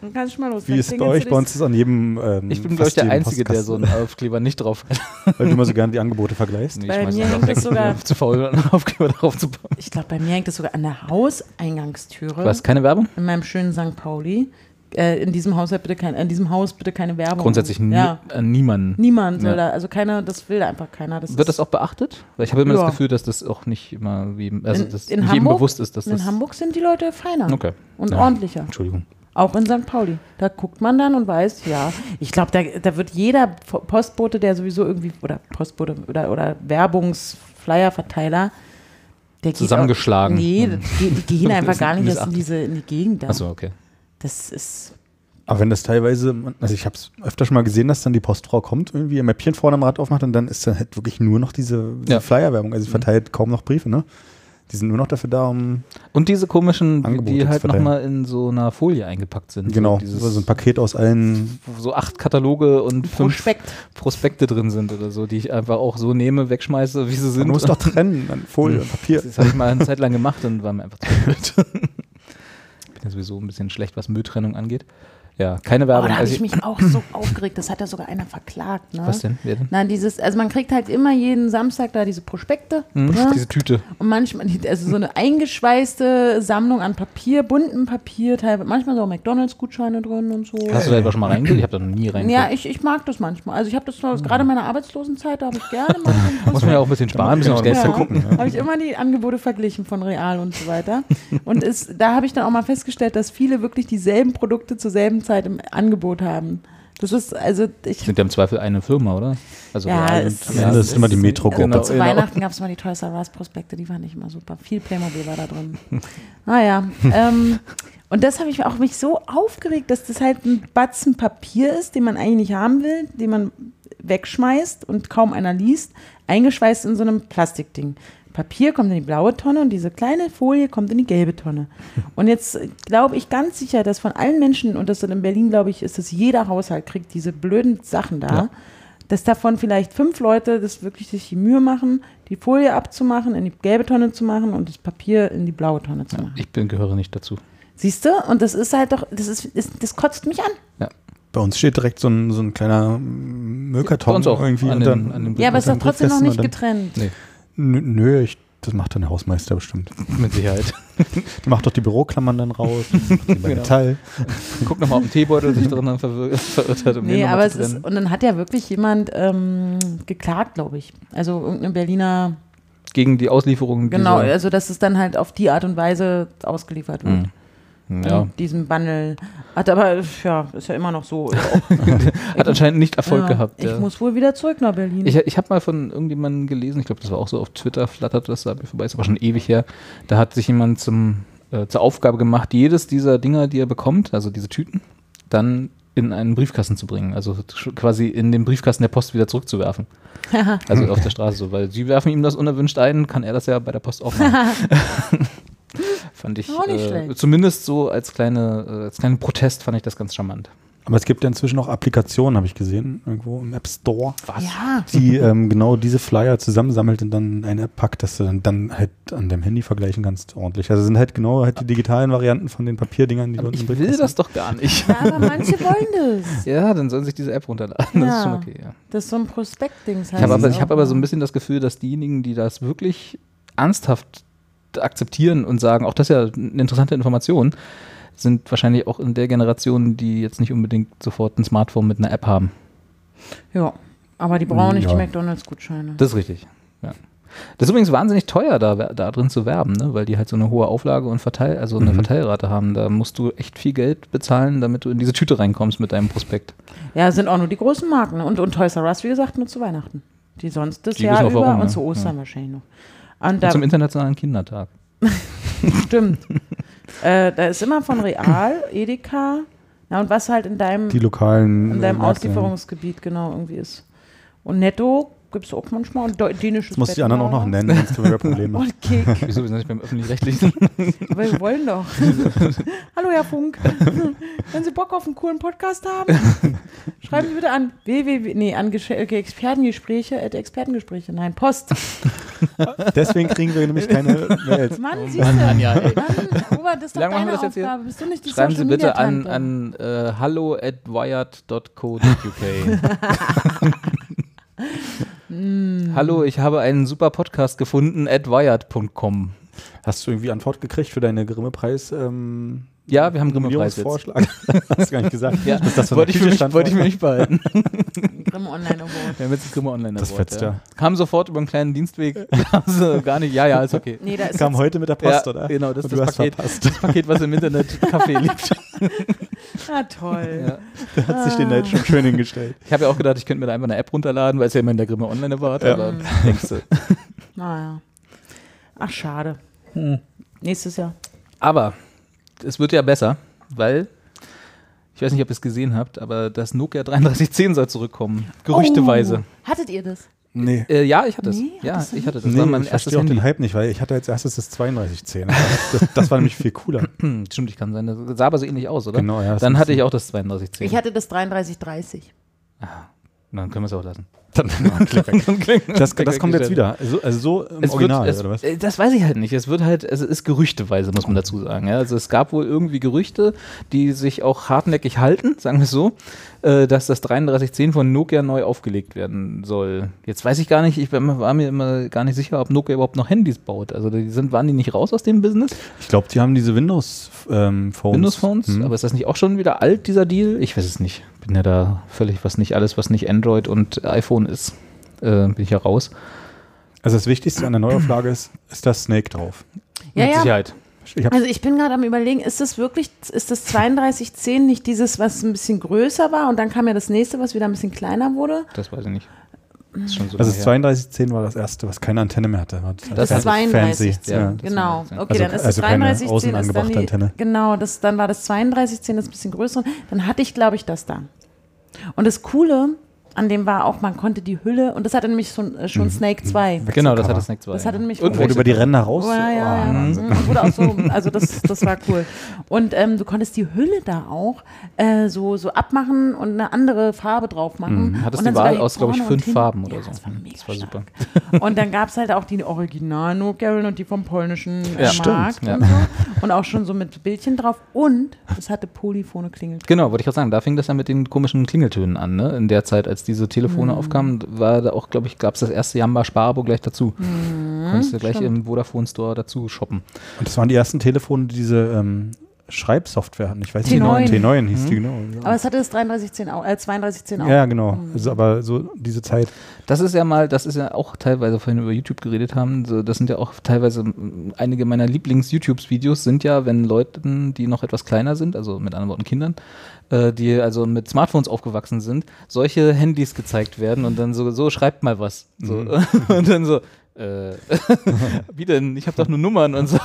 C: Dann kannst du mal los.
A: Wie
C: Dann
A: ist es bei
C: klingelst du
A: euch?
C: dich-
A: Bei uns ist an jedem. Ähm,
B: Ich bin, glaube ich,
A: fast
B: der
A: jedem
B: Einzige, der so
A: Postkasten,
B: einen Aufkleber nicht drauf hat.
A: Weil du immer so gerne die Angebote vergleichst.
B: Nee,
C: Bei
B: schmeiß
C: mir
B: ihn
C: hängt
B: doch weg.
C: es sogar-
B: Ich bin Zu faul, einen Aufkleber drauf zu packen.
C: Ich glaube, bei mir hängt es sogar an der Hauseingangstüre Mhm.
B: Was, keine Werbung?
C: in meinem schönen St. Pauli. äh, in diesem Haushalt bitte kein, in diesem Haus bitte keine Werbung.
B: Grundsätzlich nie-
C: ja.
B: an niemanden.
C: Niemand
B: Ja.
C: soll da, also keiner, das will da einfach keiner. Das
B: Wird das auch beachtet? Weil ich habe immer
C: Ja.
B: das Gefühl, dass das auch nicht immer jedem, also
C: in,
B: dass
C: in
B: nicht
C: Hamburg,
B: jedem bewusst ist, dass
C: In
B: das.
C: Hamburg sind die Leute feiner
B: Okay.
C: und
B: Ja.
C: ordentlicher.
B: Entschuldigung.
C: Auch in St. Pauli. Da guckt man dann und weiß, ja, ich glaube, da, da wird jeder Po- Postbote, der sowieso irgendwie, oder Postbote oder, oder Werbungsflyer-Verteiler, der geht
B: Zusammengeschlagen.
C: Auch, nee, die, die gehen einfach gar nicht erst in
B: Missachtet.
C: diese in die Gegend da.
B: Achso, okay.
C: Das ist.
D: Aber wenn das teilweise, also ich habe es öfter schon mal gesehen, dass dann die Postfrau kommt, irgendwie ihr Mäppchen vorne am Rad aufmacht und dann ist dann halt wirklich nur noch diese, diese
B: Ja. Mhm.
D: Flyer-Werbung. Also sie verteilt kaum noch Briefe, ne? Die sind nur noch dafür da, um
B: Und diese komischen,
D: Angebote
B: die
D: zu
B: halt
D: verteilen.
B: nochmal in so einer Folie eingepackt sind.
D: genau
B: So, dieses,
D: so ein Paket aus allen.
B: so acht Kataloge und fünf
C: Prospekt.
B: Prospekte drin sind oder so, die ich einfach auch so nehme, wegschmeiße, wie sie
D: Man
B: sind.
D: muss doch trennen, dann Folie und Papier.
B: Mhm. Das halt habe ich mal eine Zeit lang gemacht und war mir einfach zu blöd. Bin ja sowieso ein bisschen schlecht, was Mülltrennung angeht. Ja, keine
C: Oh,
B: Werbung.
C: da habe
B: Also
C: ich mich auch so aufgeregt. Das hat ja sogar einer verklagt. Ne?
B: was denn? Wer denn?
C: Na, dieses, also man kriegt halt immer jeden Samstag da diese Prospekte. Ne?
B: Mhm. Hm? Diese Tüte.
C: Und manchmal, also so eine eingeschweißte Sammlung an Papier, buntem Papier, teilweise, manchmal so auch McDonalds-Gutscheine drin und so.
B: Hast du da etwa schon mal reingeguckt? Ich habe da noch nie reingeguckt.
C: Ja, ich, ich mag das manchmal. Also ich habe das
B: Mhm.
C: zwar- gerade in meiner Arbeitslosenzeit, da habe ich gerne mal so
B: Muss man ja auch ein bisschen sparen, ein bisschen aufs Geld
C: ja,
B: gucken.
C: habe ich immer die Angebote verglichen von Real und so weiter. Und es, da habe ich dann auch mal festgestellt, dass viele wirklich dieselben Produkte zur selben Zeit im Angebot haben. Das ist, also ich
B: Sind ja im Zweifel eine Firma, oder? Also
C: Ja,
B: Real
C: es-
B: und-
C: Am
D: Ende ist immer die Metro-Gruppe.
B: Genau,
C: zu
B: genau.
C: Weihnachten gab es mal die Toys R Us Prospekte, die waren nicht immer super. Viel Playmobil war da drin. Naja, ähm, und das habe ich auch mich so aufgeregt, dass das halt ein Batzen Papier ist, den man eigentlich nicht haben will, den man wegschmeißt und kaum einer liest, eingeschweißt in so einem Plastikding. Papier kommt in die blaue Tonne und diese kleine Folie kommt in die gelbe Tonne. Und jetzt glaube ich ganz sicher, dass von allen Menschen, und das sind in Berlin, glaube ich, ist es jeder Haushalt, kriegt diese blöden Sachen da
B: Ja.
C: dass davon vielleicht fünf Leute das wirklich sich die Mühe machen, die Folie abzumachen, in die gelbe Tonne zu machen und das Papier in die blaue Tonne zu machen.
B: Ich bin, gehöre nicht dazu.
C: Siehst du? Und das ist halt doch, das ist, ist das kotzt mich an.
D: Bei uns steht direkt so ein, so ein kleiner mm, Müllkarton
B: Bei uns auch,
D: irgendwie.
B: an
D: und
B: den-
D: dann,
B: an den-
C: Ja, aber es ist doch
D: dann
C: trotzdem noch
D: Briefkästen
C: nicht
D: und
C: getrennt.
B: Nee,
D: Nö, nö, ich, das macht dann der Hausmeister bestimmt.
B: mit Sicherheit.
D: Die macht doch die Büroklammern dann raus, macht die bei
B: Genau.
D: Metall.
B: Guck nochmal, ob ein Teebeutel sich drin verwir verirrt hat. Um den
C: Nee,
B: nochmal
C: aber es
B: zu
C: ist,
B: trennen.
C: und dann hat ja wirklich jemand ähm, geklagt, glaube ich. Also irgendeine Berliner,
B: Gegen die Auslieferung.
C: genau,
B: dieser-
C: also dass es dann halt auf die Art und Weise ausgeliefert wird.
B: Mhm. Ja.
C: In diesem Bundle. Hat aber, ja, ist ja immer noch so.
B: Hat anscheinend nicht Erfolg
C: ja,
B: gehabt.
C: Ich
B: ja.
C: muss wohl wieder zurück nach Berlin.
B: Ich, ich habe mal von irgendjemandem gelesen, ich glaube, das war auch so auf Twitter, flattert das da mir vorbei, ist aber schon ewig her. Da hat sich jemand zum, äh, zur Aufgabe gemacht, jedes dieser Dinger, die er bekommt, also diese Tüten, dann in einen Briefkasten zu bringen. Also sch- quasi in den Briefkasten der Post wieder zurückzuwerfen. also auf der Straße so, weil sie werfen ihm das unerwünscht ein, kann er das ja bei der Post auch machen. fand ich
C: Auch nicht
B: äh,
C: schlecht.
B: zumindest so als kleine, äh, als kleinen Protest fand ich das ganz charmant.
D: Aber es gibt ja inzwischen auch Applikationen, habe ich gesehen, irgendwo im App Store,
C: ja.
D: die ähm, genau diese Flyer zusammensammelt und dann in eine App packt, dass du dann, dann halt an deinem Handy vergleichen kannst, ordentlich. Also sind halt genau halt die digitalen Varianten von den Papierdingern, die du
B: Ich
D: im
B: will
D: Briefkasten-
B: das doch gar nicht.
C: Ja, aber manche wollen das.
B: Ja, dann sollen sich diese App runterladen. Das ist schon okay, ja.
C: Das ist so ein Prospekt-Dings halt, ne?
B: Ich habe aber, ich hab aber so ein bisschen das Gefühl, dass diejenigen, die das wirklich ernsthaft akzeptieren und sagen, auch das ist ja eine interessante Information, sind wahrscheinlich auch in der Generation, die jetzt nicht unbedingt sofort ein Smartphone mit einer App haben.
C: Ja, aber die brauchen nicht
D: Ja.
C: die McDonalds-Gutscheine.
B: Das ist richtig. Ja. Das ist übrigens wahnsinnig teuer, da, da drin zu werben, ne? weil die halt so eine hohe Auflage und Verteil, also eine Verteilrate haben. Da musst du echt viel Geld bezahlen, damit du in diese Tüte reinkommst mit deinem Prospekt.
C: Ja, sind auch nur die großen Marken. ne? Und, und Toys R Us, wie gesagt, nur zu Weihnachten. Die sonst das
B: Die
C: Jahr
B: wissen auch
C: über
B: warum,
C: und
B: ne?
C: zu Ostern wahrscheinlich noch. Und da
B: Zum Internationalen Kindertag.
C: stimmt. äh, da ist immer von Real, Edeka, na und was halt in deinem,
D: die lokalen
C: in deinem
D: äh, Märkte.
C: Auslieferungsgebiet genau irgendwie ist. Und Netto gibt es auch manchmal und deu- dänisches
D: Jetzt muss ich die anderen auch noch
C: Bettenlager.
D: nennen, sonst haben wir Probleme.
C: Und Kick,
B: Wieso wir sind nicht beim öffentlich-rechtlichen?
C: aber wir wollen doch. Hallo Herr Funk, wenn Sie Bock auf einen coolen Podcast haben, schreiben Sie bitte an www, nee, an Gesch- äh, Expertengespräche, at Expertengespräche, nein, Post.
D: Deswegen kriegen wir nämlich keine Mails.
C: Mann,
B: Oh
C: siehst du. Mann, Robert, das ist doch
B: Lange
C: deine
B: machen wir das jetzt hier?
C: Aufgabe. Bist du nicht die
B: Schreiben Sie
C: Social
B: bitte
C: Media
B: an,
C: Tante?
B: an äh, hallo.wired.co.uk. hallo, ich habe einen super Podcast gefunden at wired.com.
D: Hast du irgendwie Antwort gekriegt für deine Grimme-Preis-Bewerbung?
B: Ja, wir haben Grimme-Preis jetzt.
D: Vorschlag. ähm, Hast du gar nicht gesagt.
B: Ja,
D: Dass das von
B: wollte,
D: der
B: ich
D: Tüte
B: für mich,
D: stand
B: wollte ich
D: war.
B: mir nicht behalten.
C: Grimm Online oh Award.
B: Wir haben jetzt das Grimme Online
D: Das
B: Award,
D: fetzt ja.
B: Kam sofort über einen kleinen Dienstweg. also gar nicht. Ja, ja, ist okay.
C: Nee, da ist
D: Kam heute mit der Post,
B: ja,
D: oder?
B: Genau, das
D: Und du
B: ist das
D: hast
B: Paket,
D: verpasst.
B: das Paket, was im Internet Kaffee liegt.
C: Ah, toll.
B: Ja.
D: Der hat sich den da jetzt schon
B: Ah.
D: schön hingestellt.
B: Ich habe ja auch gedacht, ich könnte mir da einfach eine App runterladen, weil es ja immer in der Grimme Online Award,
D: Ja.
B: aber
C: Mhm.
B: denkst du.
C: Naja. Ach, schade.
B: Hm.
C: Nächstes Jahr.
B: Aber es wird ja besser, weil ich weiß nicht, ob ihr es gesehen habt, aber das Nokia 3310 soll zurückkommen. Gerüchteweise.
C: Oh, hattet ihr das?
D: Nee.
B: Äh, ja, ich hatte es.
C: Nee, hat
B: ja,
C: das
B: ich
C: nicht?
B: hatte das.
D: Nee,
B: Das war mein
D: ich
B: erstes
D: verstehe auch
B: Handy.
D: den Hype nicht, weil ich hatte als erstes das 3210. Das, das war nämlich viel cooler.
B: Hm, stimmt, ich kann sein. Das sah aber so ähnlich aus, oder?
D: Genau, ja, das
B: Dann
D: ist
B: hatte
D: so.
B: ich auch das 3210.
C: Ich hatte das 3330.
B: Dann können wir es auch lassen.
D: Dann, das, das kommt jetzt wieder. So, also so im
B: Es
D: Original,
B: wird, es,
D: oder was?
B: äh, Das weiß ich halt nicht. Es wird halt, es ist gerüchteweise, muss man dazu sagen. Ja, also es gab wohl irgendwie Gerüchte, die sich auch hartnäckig halten, sagen wir es so, äh, dass das 3310 von Nokia neu aufgelegt werden soll. Jetzt weiß ich gar nicht, ich bin- war mir immer gar nicht sicher, ob Nokia überhaupt noch Handys baut. Also die sind, waren die nicht raus aus dem Business?
D: Ich glaube, die haben diese Windows-Phones. Ähm, Phones.
B: Windows Phones?
D: Hm.
B: Aber ist das nicht auch schon wieder alt, dieser Deal? Ich weiß es nicht. Bin ja da völlig was nicht, alles, was nicht Android und iPhone ist, äh, bin ich ja raus.
D: Also das Wichtigste an der Neuauflage ist, ist das Snake drauf.
C: Ja,
B: Mit
C: ja.
B: Sicherheit.
D: Ich hab,
C: Also ich bin gerade am überlegen, ist das wirklich, ist das 3210 nicht dieses, was ein bisschen größer war und dann kam ja das nächste, was wieder ein bisschen kleiner wurde?
B: Das weiß ich nicht. Ist schon so
D: also
B: lange
D: das
B: her.
D: 3210 war das erste, was keine Antenne mehr hatte. War
B: Das
D: fancy-
C: 32.
D: fancy,
B: Ja.
D: ja.
B: Das
C: Genau.
B: war das,
C: Okay,
B: ja.
C: dann
D: Also-
C: ist
D: also
C: das
D: keine
C: 3310
D: außen
C: ist dann die,
D: angebrachte Antenne.
C: Genau, das, dann war das 3210 das bisschen größere. Dann hatte ich, glaube ich, das da. Und das Coole an dem war auch, man konnte die Hülle, und das hatte nämlich schon, äh,
D: Mhm.
C: schon Snake 2.
B: Genau,
D: Wechselcover.
B: das hat das Snack 2.
C: Das hatte nämlich
B: und
D: Wurde über die Ränder raus.
C: Oh, ja, ja,
D: Oh,
C: ja.
D: Wahnsinn.
C: Mhm. Wurde auch so, also das, das war cool. Und ähm, du konntest die Hülle da auch äh, so, so abmachen und eine andere Farbe drauf machen.
B: Mhm. Hattest
C: und dann
B: die Wahl
C: sogar
B: aus, glaub ich,
C: vorne und
B: fünf
C: hinten.
B: Farben oder
C: ja,
B: so. Mhm.
C: Das war, mega
B: Das war super.
C: stark. Und dann gab es halt auch die original nokia hüllen und die vom polnischen äh,
B: Ja,
D: stimmt,
C: Markt
B: ja.
C: und so. Und auch schon so mit Bildchen drauf. Und es hatte polyphone Klingel.
B: Genau, wollte ich gerade sagen, da fing das ja mit den komischen Klingeltönen an, ne? In der Zeit, als diese Telefone
C: Mhm.
B: aufkamen, war da auch, glaube ich, gab es das erste Jamba Sparabo gleich dazu.
C: Mhm,
B: Konntest du gleich im Vodafone Store dazu shoppen.
D: Und das waren die ersten Telefone, die diese ähm, Schreibsoftware hatten. Ich weiß nicht,
C: T9.
D: T9 hieß die
B: Mhm.
D: genau. ja.
C: Aber es hatte das 3310 auch, äh, 3210 auch.
D: ja, genau. Also, aber so diese Zeit.
B: Das ist ja mal, das ist ja auch teilweise, vorhin über YouTube geredet haben, so, das sind ja auch teilweise mm, einige meiner Lieblings-YouTubes-Videos sind ja, wenn Leuten, die noch etwas kleiner sind, also mit anderen Worten Kindern, äh, die also mit Smartphones aufgewachsen sind, solche Handys gezeigt werden und dann so, so schreibt mal was. So.
D: Mhm.
B: Und dann so, äh, wie denn? Ich habe doch nur Nummern und so.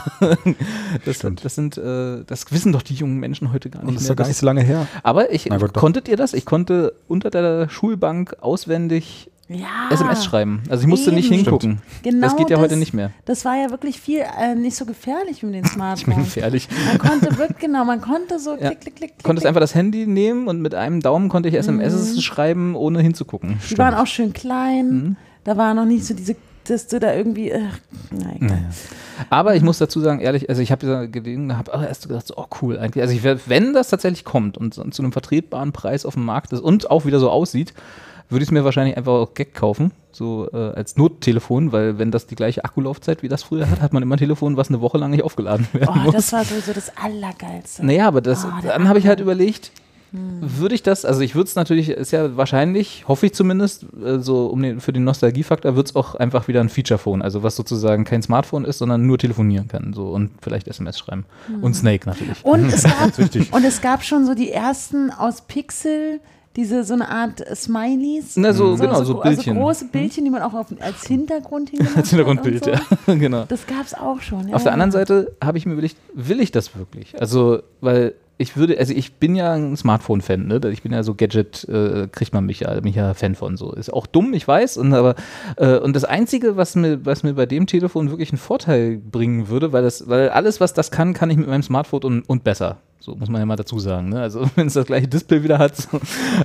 B: Das,
D: Stimmt.
B: das sind, äh, das wissen doch die jungen Menschen heute gar nicht
D: Und das ist
B: mehr.
D: ja gar
B: dass-
D: nicht so lange her.
B: aber ich,
D: Na gut, doch.
B: konntet ihr das? Ich konnte unter der Schulbank auswendig
C: Ja.
B: SMS schreiben. Also ich musste nicht
C: Ah, Eben.
B: hingucken.
C: Genau
B: das geht ja heute nicht mehr.
C: Das war ja wirklich viel äh, nicht so gefährlich mit den
B: Ich bin
C: Smartphones.
B: ehrlich.
C: Man konnte wirklich, genau, man konnte so
B: Ja.
C: klick, klick, klick, klick.
B: Konntest
C: klick.
B: einfach das Handy nehmen und mit einem Daumen konnte ich SMS
C: Mhm.
B: schreiben, ohne hinzugucken.
C: Die waren auch schön klein.
B: Mhm.
C: Da war noch nicht so diese, dass du da irgendwie, äh, ach, nein.
B: Aber ich muss dazu sagen, ehrlich, also ich habe ja gelegen, habe aber erst gedacht, so, oh cool eigentlich. Also ich wär, wenn das tatsächlich kommt und so- zu einem vertretbaren Preis auf dem Markt ist und auch wieder so aussieht, würde ich es mir wahrscheinlich einfach auch Gag kaufen, so äh, als Nottelefon, weil wenn das die gleiche Akkulaufzeit wie das früher hat, hat man immer ein Telefon, was eine Woche lang nicht aufgeladen werden
C: Oh,
B: muss.
C: das war sowieso das Allergeilste.
B: Naja, aber das,
C: Ah, der Hm.
B: dann habe ich halt überlegt, würde ich das, also ich würde es natürlich, ist ja wahrscheinlich, hoffe ich zumindest, äh, so um den, für den Nostalgiefaktor wird es auch einfach wieder ein Feature-Phone, also was sozusagen kein Smartphone ist, sondern nur telefonieren kann so und vielleicht SMS schreiben. Und Snake natürlich.
C: Hm. Und es, gab, und es gab schon so die ersten aus Pixel, diese so eine Art Smileys. Mhm.
B: Na, so- genau, so
C: gro-
B: Bildchen. Mhm.
C: Also große Bildchen, die man auch auf, als Hintergrund hingemacht
B: Als Hintergrundbild,
C: hat und so.
B: ja. genau.
C: Das gab es auch schon. Ja.
B: Auf der anderen Seite habe ich mir überlegt, will ich das wirklich? Also, weil ich würde, also ich bin ja ein Smartphone-Fan, ne? Ich bin ja so Gadget, äh, kriegt man mich ja, bin ich ja Fan von so. Ist auch dumm, ich weiß, und aber äh, und das Einzige, was mir, was mir bei dem Telefon wirklich einen Vorteil bringen würde, weil das, weil alles, was das kann, kann ich mit meinem Smartphone und, und besser. So muss man ja mal dazu sagen. Ne? Also wenn es das gleiche Display wieder hat so,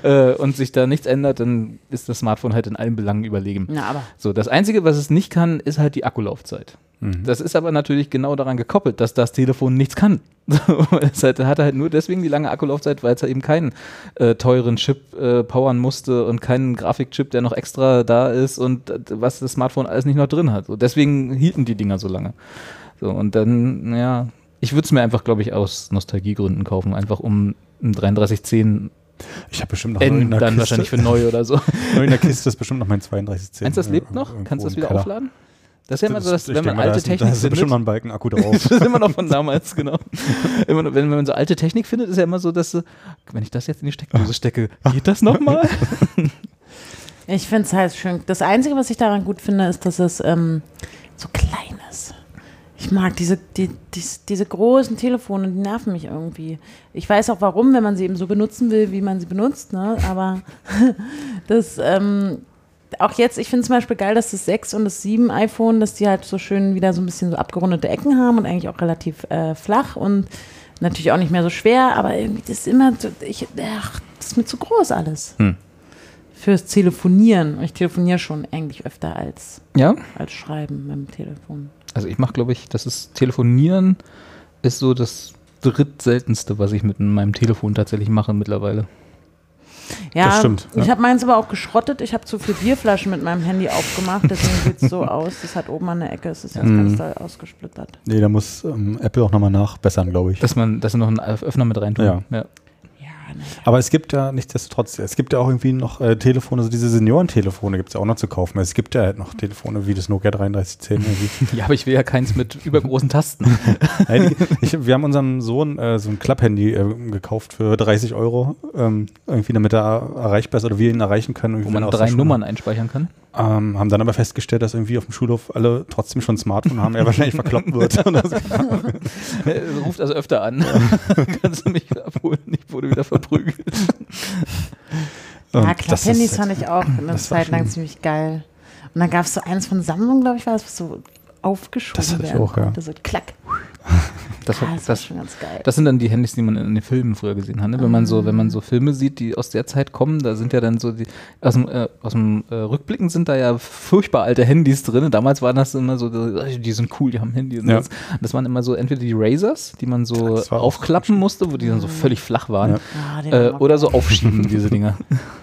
B: äh, und sich da nichts ändert, dann ist das Smartphone halt in allen Belangen überlegen.
C: Na, aber.
B: So, das Einzige, was es nicht kann, ist halt die Akkulaufzeit. Das ist aber natürlich genau daran gekoppelt, dass das Telefon nichts kann. es hat, hatte halt nur deswegen die lange Akkulaufzeit, weil es halt eben keinen äh, teuren Chip äh, powern musste und keinen Grafikchip, der noch extra da ist und äh, was das Smartphone alles nicht noch drin hat. So, deswegen hielten die Dinger so lange. So, und dann, ja, Ich würde es mir einfach, glaube ich, aus Nostalgiegründen kaufen. Einfach um ein 3310
D: Ich habe bestimmt noch
B: N
D: einer
B: dann
D: Kiste.
B: wahrscheinlich für neu oder so.
D: Neu in der Kiste ist bestimmt noch mein 3210.
B: Eins, das lebt
D: ir-
B: noch?
D: irgendwo
B: Kannst du das
D: im
B: wieder
D: Keller.
B: aufladen? Das ist ja immer so,
D: Das-
B: dass
D: ich
B: wenn
D: denke
B: man
D: mal, da
B: alte
D: ist ein- Da
B: Technik
D: ist bestimmt
B: findet,
D: noch ein Balkenakku drauf.
B: Das ist immer noch von damals, genau. Immer noch, wenn, wenn man so alte Technik findet, ist ja immer so, dass äh, wenn ich das jetzt in die Steckdose stecke, geht das nochmal?
C: Ich finde es halt schön. Das Einzige, was ich daran gut finde, ist, dass es ähm, so klein ist. Ich mag diese, die, dies- diese großen Telefone, die nerven mich irgendwie. Ich weiß auch warum, wenn man sie eben so benutzen will, wie man sie benutzt, ne? aber das, ähm, auch jetzt, ich finde zum Beispiel geil, dass das 6 und das 7 iPhone, dass die halt so schön wieder so ein bisschen so abgerundete Ecken haben und eigentlich auch relativ äh, flach und natürlich auch nicht mehr so schwer, aber irgendwie das ist immer, so- ich, ach, das ist mir zu groß alles fürs Telefonieren. Ich telefoniere schon eigentlich öfter als,
B: Ja,
C: als Schreiben mit dem Telefon.
B: also ich mache, glaube ich, das ist Telefonieren ist so das drittseltenste, was ich mit meinem Telefon tatsächlich mache mittlerweile.
C: Ja,
D: Das stimmt,
C: Ich
D: ja.
C: habe meins aber auch geschrottet. Ich habe zu viele Bierflaschen mit meinem Handy aufgemacht. Deswegen sieht es so aus. Das hat oben an der Ecke. Es ist jetzt
D: Mhm.
C: ganz doll ausgesplittert.
D: Nee, da muss ähm, Apple auch nochmal nachbessern, glaube ich.
B: Dass man, dass sie noch einen Öffner mit reintun.
D: Ja.
C: Ja, ne.
D: Aber es gibt ja nichtsdestotrotz, es gibt ja auch irgendwie noch äh, Telefone, so diese Seniorentelefone gibt es ja auch noch zu kaufen. Also es gibt ja halt noch Telefone wie das Nokia 3310. Irgendwie.
B: ja, aber ich will ja keins mit übergroßen Tasten.
D: Nein, die- ich, wir haben unserem Sohn äh, so ein Klapphandy äh, gekauft für 30 Euro, ähm, irgendwie damit er erreichbar ist oder wir ihn erreichen können.
B: wo man drei Nummern einspeichern kann.
D: Ähm, haben dann aber festgestellt, dass irgendwie auf dem Schulhof alle trotzdem schon ein Smartphone haben, er wahrscheinlich verkloppt wird. Oder so.
B: Äh, Ruft also öfter an. Kannst du mich abholen? Ich wurde wieder verprügelt.
C: ja
D: Und das
C: Klapphandys
D: ist- halt
C: fand ich auch eine
D: das war
C: Zeit lang
D: schon-
C: ziemlich geil. Und dann gab es so eins von Samsung, glaube ich, war es, was so aufgeschoben
D: Das hatte ich
C: werden
D: auch, ja.
C: konnte, So klack.
B: Das,
C: Ja,
B: hat-
C: das war
B: das,
C: schon ganz geil.
B: das sind dann die Handys, die man in den Filmen früher gesehen hat. Ne? Wenn, man so, wenn man so Filme sieht, die aus der Zeit kommen, da sind ja dann so die. Aus dem, äh, aus dem äh, Rückblicken sind da ja furchtbar alte Handys drin. Damals waren das immer so, äh, die sind cool, die haben Handys. Und
D: Ja.
B: Das, das waren immer so entweder die Razers, die man so
D: Das war auch
B: aufklappen musste, wo die dann so völlig flach waren.
C: Ah, den
B: Äh,
C: haben wir
B: oder so aufschieben, diese Dinger.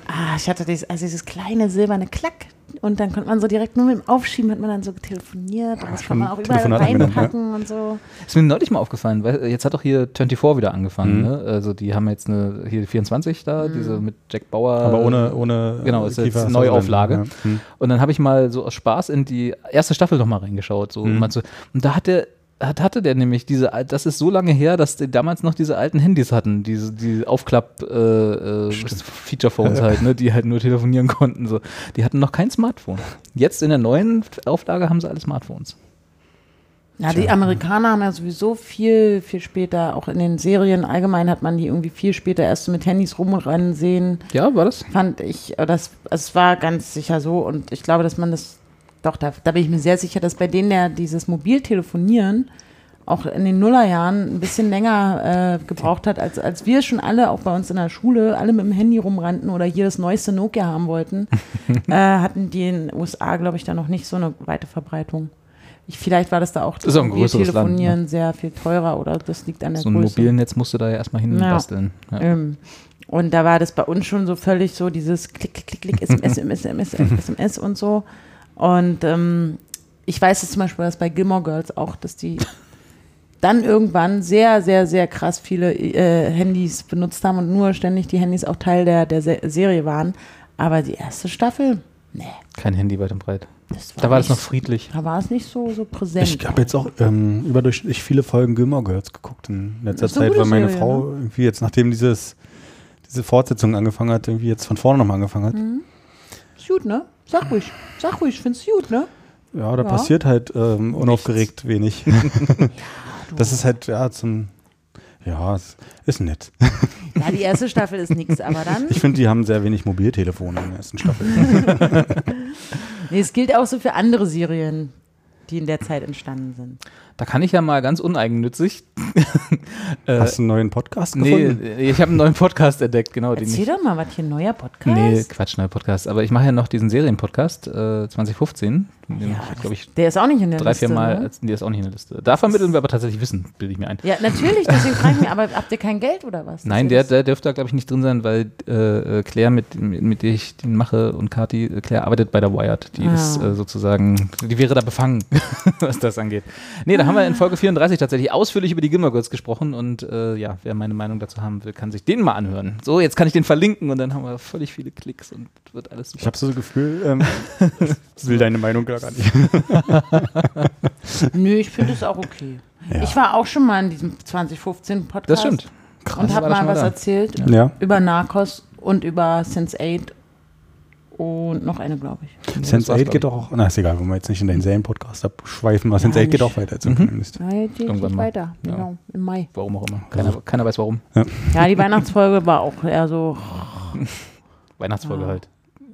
C: Ah, ich hatte dieses, also dieses kleine silberne Klack. Und dann konnte man so direkt nur mit dem Aufschieben, hat man dann so telefoniert. Und das kann man auch überall
D: Telefonat angenommen,
C: reinpacken und so.
B: Ist mir neulich mal aufgefallen, weil äh, jetzt hat doch hier 24 wieder angefangen. Ne? Also die haben jetzt eine, hier 24 da, diese mit Jack Bauer.
D: Aber ohne, ohne
B: Genau, ist jetzt
D: Kiefer-
B: Neuauflage.
D: Ja. Hm.
B: Und dann habe ich mal so aus Spaß in die erste Staffel nochmal reingeschaut. So. Und, man so, und da hat der, hat, hatte der nämlich diese, al- das ist so lange her, dass die damals noch diese alten Handys hatten, diese, die Aufklapp-Feature-Phones halt, ne, die halt nur telefonieren konnten. So. Die hatten noch kein Smartphone. Jetzt in der neuen Auflage haben sie alle Smartphones.
C: Ja, die Amerikaner haben ja sowieso viel, viel später, auch in den Serien allgemein hat man die irgendwie viel später erst so mit Handys rum und ran sehen.
B: Ja, war das?
C: Fand ich, äh, das, es war ganz sicher so und ich glaube, dass man das, doch, da, da bin ich mir sehr sicher, dass bei denen ja dieses Mobiltelefonieren auch in den Nullerjahren ein bisschen länger äh, gebraucht hat, als, als wir schon alle, auch bei uns in der Schule, alle mit dem Handy rumrannten oder hier das neueste Nokia haben wollten, äh, hatten die in den USA, glaube ich, da noch nicht so eine weite Verbreitung. Ich, vielleicht war das da auch
B: Ist auch ein größeres Land, ne?
C: Telefonieren sehr viel teurer oder das liegt an der
B: So ein
C: Größe.
B: Mobilnetz musst du da ja erstmal hinbasteln. Ja.
C: Ähm, und da war das bei uns schon so völlig so dieses Klick, Klick, Klick, Klick, SMS, SMS, SMS, SMS und so. Und ähm, ich weiß jetzt zum Beispiel, dass bei Gilmore Girls auch, dass die dann irgendwann sehr, sehr, sehr krass viele äh, Handys benutzt haben und nur ständig die Handys auch Teil der, der Se Serie waren. Aber die erste Staffel, nee,
B: Kein Handy weit und breit.
C: das war
B: Da war das
C: nicht
B: noch friedlich.
C: so- Da war es nicht so, so präsent.
D: Ich habe jetzt auch ähm, überdurchschnittlich viele Folgen Gilmore Girls geguckt in letzter
C: Das ist eine
D: Zeit,
C: gute
D: weil meine
C: Serie,
D: Frau
B: ne?
D: irgendwie jetzt, nachdem dieses, diese Fortsetzung angefangen hat, irgendwie jetzt von vorne nochmal angefangen hat.
C: Ist gut, ne? Sag ruhig, sag ruhig, find's gut, ne?
D: Ja, da
C: Ja.
D: passiert halt ähm, unaufgeregt wenig. das ist halt, ja, zum, ja, es ist nett.
C: Ja, die erste Staffel ist nix, aber dann.
D: Ich finde, die haben sehr wenig Mobiltelefone in der ersten Staffel.
C: Nee, es gilt auch so für andere Serien, die in der Zeit entstanden sind.
B: Da kann ich ja mal ganz uneigennützig.
D: Hast du einen neuen Podcast
B: Nee, äh,
D: gefunden?
B: ich habe einen neuen Podcast entdeckt, genau. den ich-
C: Erzähl doch mal, was hier ein neuer Podcast
B: Nee, Quatsch, neuer Podcast. Aber ich mache ja noch diesen Serienpodcast äh, 2015. Den
C: Ja,
B: hab ich, glaube ich,
C: Der ist auch nicht in der
B: drei,
C: Liste.
B: vier Mal,
C: Ne?
B: als- nee, der ist auch nicht in der Liste. Da vermitteln wir aber tatsächlich Wissen, bilde ich mir ein.
C: Ja, natürlich, deswegen frage ich mich, aber habt ihr kein Geld oder was?
B: Nein, der,
C: Das ist-
B: der dürfte da, glaube ich, nicht drin sein, weil äh, äh, Claire, mit, mit der ich den mache, und Kati, äh, Claire arbeitet bei der Wired. Die
C: Ah.
B: ist äh, sozusagen, die wäre da befangen, was das angeht. Nee, da haben wir in Folge 34 tatsächlich ausführlich über die Gilmore Girls gesprochen und äh, ja, wer meine Meinung dazu haben will, kann sich den mal anhören. So, jetzt kann ich den verlinken und dann haben wir völlig viele Klicks und wird alles super.
D: Ich habe so das Gefühl, ähm, ich will deine Meinung gar nicht.
C: Nö, ich finde es auch okay. Ich war auch schon mal in diesem 2015 Podcast.
B: das stimmt.
C: und
B: Ich war
C: habe
B: da schon
C: mal
B: mal
C: was
B: da.
C: erzählt
D: Ja.
C: über Narcos und über Sense 8 und noch eine, glaube ich.
D: Sense
B: war's,
D: 8 geht doch
B: glaub
D: auch. Na, ist egal, wenn wir jetzt nicht in den Serienpodcast abschweifen, aber Sense 8 geht auch weiter als Imperialist.
C: Ja, jetzt geht
B: Irgendwann
C: nicht
B: mal.
C: weiter,
B: Ja.
C: genau, im Mai.
B: Warum auch immer.
D: Also
B: Keiner, keiner weiß warum.
C: Ja, die Weihnachtsfolge war auch eher so,
B: Weihnachtsfolge
C: Ah.
B: halt.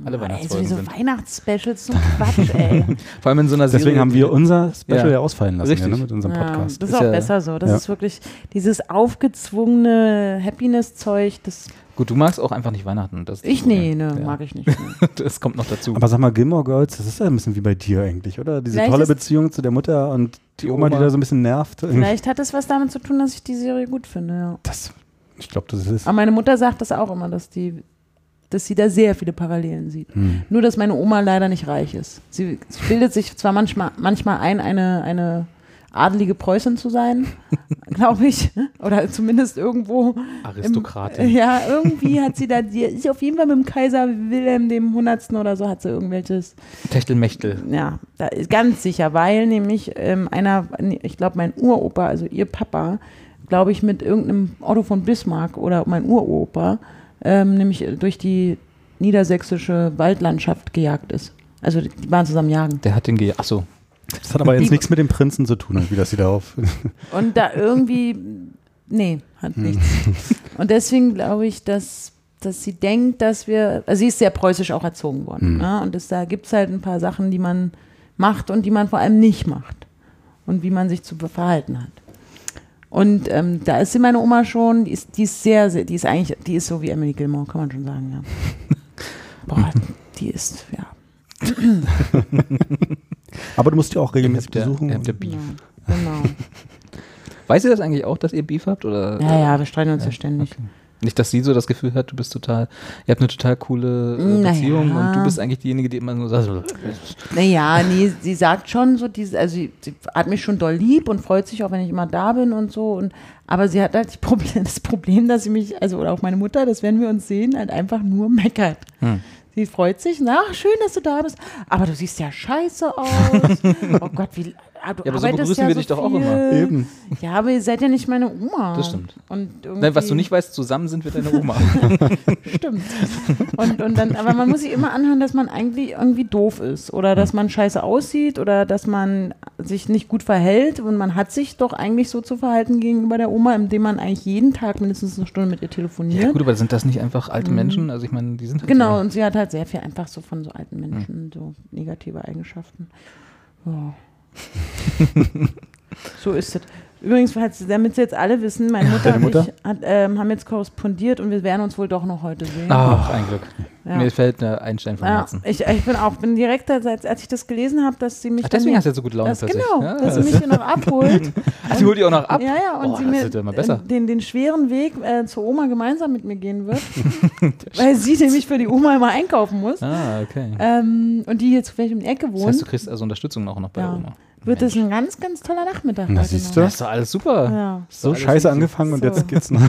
B: Alle
C: ey, so wie
B: Weihnachtsfolgen
C: so
B: sind.
C: Weihnachtsspecials, so ein Quatsch, ey.
B: Vor allem in so einer Serie.
D: Deswegen haben wir unser Special
B: Ja.
D: Also ja, ausfallen lassen
B: Richtig.
D: ja, ne, mit unserem
C: Ja,
D: Podcast.
C: Das ist,
B: Ist
C: auch
B: ja-
C: besser so. Das
D: ja.
C: ist wirklich dieses aufgezwungene Happiness-Zeug, das
B: Gut, du magst auch einfach nicht Weihnachten. Das ist
C: ich,
B: das
C: nee,
B: Problem.
C: ne,
B: Ja.
C: mag ich nicht. Nee.
B: Das kommt noch dazu.
D: Aber sag mal, Gilmore Girls, das ist ja ein bisschen wie bei dir eigentlich, oder? Diese
C: Vielleicht
D: tolle
C: ist-
D: Beziehung zu der Mutter und die Oma, die
B: Oma.
D: da so ein bisschen nervt.
C: Vielleicht hat das was damit zu tun, dass ich die Serie gut finde, ja.
D: Das, ich glaube, das ist.
C: Aber meine Mutter sagt das auch immer, dass die dass sie da sehr viele Parallelen sieht.
B: Hm.
C: Nur, dass meine Oma leider nicht reich ist. Sie, sie bildet sich zwar manchmal, manchmal ein, eine, eine adelige Preußin zu sein, glaube ich, oder zumindest irgendwo. Im,
D: Ähm,
B: Aristokratin.
C: ja, irgendwie hat sie da, die ist auf jeden Fall mit dem Kaiser Wilhelm dem 100. oder so, hat sie irgendwelches
D: äh,
B: Techtelmechtel.
C: ja, da ist ganz sicher, weil nämlich ähm, einer, nee, ich glaube, mein Uropa, also ihr Papa, glaube ich, mit irgendeinem Otto von Bismarck oder mein Uropa, ähm, nämlich durch die niedersächsische Waldlandschaft gejagt ist. Also die waren zusammen jagen.
B: Der hat den Ge. Achso.
D: Das hat aber jetzt
C: Die-
D: nichts mit dem Prinzen zu tun, wie das sie da auf.
C: Und da irgendwie, nee, hat nichts. Und deswegen glaube ich, dass, dass sie denkt, dass wir, also sie ist sehr preußisch auch erzogen worden. Ne? Und es, da gibt es halt ein paar Sachen, die man macht und die man vor allem nicht macht. Und wie man sich zu verhalten hat. Und ähm, da ist sie meine Oma schon, die ist, die ist sehr, sehr, die ist eigentlich, die ist so wie Emily Gilmore, kann man schon sagen, ja. Boah, die ist, ja.
D: Aber du musst die auch regelmäßig
B: Ihr habt ja-
D: besuchen.
B: ihr habt ja
D: und-
B: Beef.
C: ja genau.
B: Weiß ihr das eigentlich auch, dass ihr Beef habt? Oder
C: Ja, ja, wir streiten uns ja ständig.
B: nicht, dass sie so das Gefühl hat, du bist total, ihr habt eine total coole äh,
C: Naja.
B: Beziehung und du bist eigentlich diejenige, die immer nur sagt, so,
C: Naja, nee, sie sagt schon so, diese, also sie, sie hat mich schon doll lieb und freut sich auch, wenn ich immer da bin und so. Und, aber sie hat halt die Problem, das Problem, dass sie mich, also oder auch meine Mutter, das werden wir uns sehen, halt einfach nur meckert.
B: Hm.
C: Sie freut sich, na, ach, schön, dass du da bist. Aber du siehst ja scheiße aus. oh Gott, wie. ah, Du
B: Ja, aber so
C: arbeitest
B: begrüßen
C: ja
B: wir dich doch auch
C: viel.
B: immer.
D: Eben.
C: Ja, aber ihr seid ja nicht meine Oma.
B: Das stimmt.
C: Und
B: Nein, was du
C: irgendwie-
B: nicht weißt, zusammen sind wir deine Oma.
C: Stimmt. Und, und dann, aber man muss sich immer anhören, dass man eigentlich irgendwie doof ist oder
B: Hm.
C: dass man scheiße aussieht oder dass man sich nicht gut verhält. Und man hat sich doch eigentlich so zu verhalten gegenüber der Oma, indem man eigentlich jeden Tag mindestens eine Stunde mit ihr telefoniert.
B: ja, gut, aber sind das nicht einfach alte Menschen? Also ich meine, die sind halt
C: Mhm. genau,
B: So.
C: und sie hat halt sehr viel einfach so von so alten
B: Hm.
C: Menschen, so negative Eigenschaften. Ja. so ist es. Übrigens, falls- damit Sie jetzt alle wissen, meine Mutter,
D: Deine Mutter?
C: und ich hat, ähm, haben jetzt korrespondiert und wir werden uns wohl doch noch heute sehen.
B: Ach, ein Glück.
C: Ja.
B: Ah, Mir fällt der Einstein vom
C: Ja,
B: Herzen.
C: ich, ich bin auch bin direkt, als, als ich das gelesen habe, dass sie mich.
B: Ach,
C: dann-
B: deswegen hast du jetzt so gute Laune
C: das,
B: plötzlich.
C: Genau,
B: ja,
C: dass sie mich hier noch abholt.
B: Ach, die holt die auch noch ab.
C: Ja, ja, und
B: Boah,
C: sie
B: das
C: mir äh,
B: wird ja immer besser.
C: Den, den schweren Weg äh, zur Oma gemeinsam mit mir gehen wird, weil sie nämlich für die Oma immer einkaufen muss.
B: Ah, okay.
C: Ähm, und die hier zufällig um die Ecke
B: Das heißt, du
C: wohnt,
B: kriegst also Unterstützung auch noch bei
C: Ja.
B: der Oma.
C: wird es ein ganz, ganz toller Nachmittag.
D: Na,
C: heute
D: siehst
C: noch.
D: du?
B: Das ist doch alles super.
C: Ja.
B: Ist
D: So
B: doch alles
D: scheiße
B: easy.
D: angefangen und
C: So.
D: jetzt geht's noch.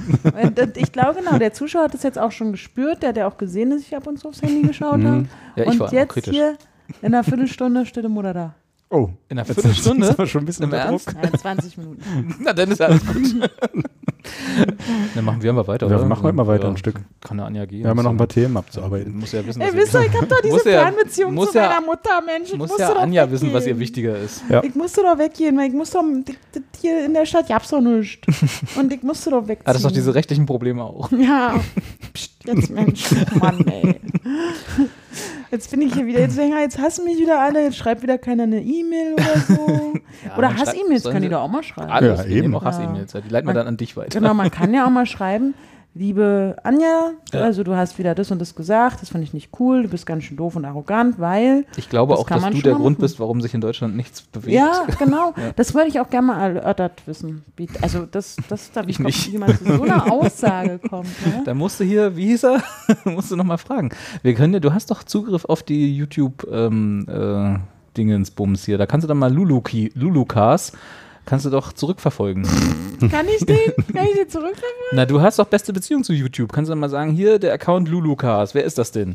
C: Und, und ich glaube, genau, der Zuschauer hat es jetzt auch schon gespürt, der hat ja auch gesehen, dass ich ab und zu aufs Handy geschaut
D: Mhm.
C: habe.
B: Mhm. Ja, ich
C: und
B: war auch
C: jetzt
B: kritisch.
C: hier in einer Viertelstunde steht die Mutter da.
D: Oh.
B: In
D: Jetzt
B: einer
D: sind
B: Viertelstunde?
D: wir schon ein bisschen
B: Im
D: unter Druck.
B: Ernst?
C: Ja, 20 Minuten.
B: Na, dann ist alles gut. dann machen wir mal weiter,
D: Ja,
B: oder?
D: machen wir mal weiter ein Stück.
B: Kann ja Anja gehen.
D: Wir haben ja noch ein paar Themen
B: Du
D: abzuarbeiten.
B: musst ja wissen,
C: Ey,
B: was
C: wisst ihr, ich hab doch diese
B: Muss ja-
C: Fernbeziehung
B: muss
C: zu
B: ja-
C: meiner Mutter, Mensch. Ich
B: ihr, muss
C: musste
B: ja
C: doch
B: Anja
C: weggehen.
B: wissen, was ihr wichtiger ist.
D: Ja.
C: Ich musste doch weggehen, weil ich musste doch, d- d- hier in der Stadt gab's doch nichts. Und ich musste doch wegziehen.
B: Ah, das ist doch diese rechtlichen Probleme auch.
C: Ja, Psst, jetzt Mensch, oh Mann ey. Jetzt bin ich hier wieder, jetzt, denk ich, jetzt hassen mich wieder alle, jetzt schreibt wieder keiner eine E-Mail oder so.
B: Ja,
C: oder
B: man
C: Hass-E-Mails
B: schreibt-
C: können die
B: sollen
C: doch auch mal schreiben. Genau,
B: Alles,
D: Ja,
B: wir nehmen
D: eben.
B: auch Hass-E-Mails. ja, Die leiten wir
C: Man-
B: dann an dich weiter.
C: Genau, man kann ja auch mal schreiben, liebe Anja,
B: Ja.
C: also du hast wieder das und das gesagt, das fand ich nicht cool, du bist ganz schön doof und arrogant, weil
B: Ich glaube
C: Das
B: auch,
C: kann
B: dass
C: man
B: du
C: schon
B: der
C: mal
B: Grund
C: machen.
B: bist, warum sich in Deutschland nichts bewegt.
C: Ja, genau. Das würde ich auch gerne mal erörtert wissen. Wie, also das, das da wie
B: Ich
C: kommt
B: nicht.
C: jemand zu so einer Aussage kommt. Ne?
B: Da musst du hier, wie hieß er? musst du nochmal fragen. Wir können ja, du hast doch Zugriff auf die YouTube ähm, äh, Dingensbums hier. Da kannst du dann mal Luluki, Lulukas, kannst du doch zurückverfolgen.
C: Kann ich den? Kann ich den zurücknehmen?
B: Na, du hast doch beste Beziehung zu YouTube. Kannst du dann mal sagen, hier der Account Lulukas. Wer ist das denn?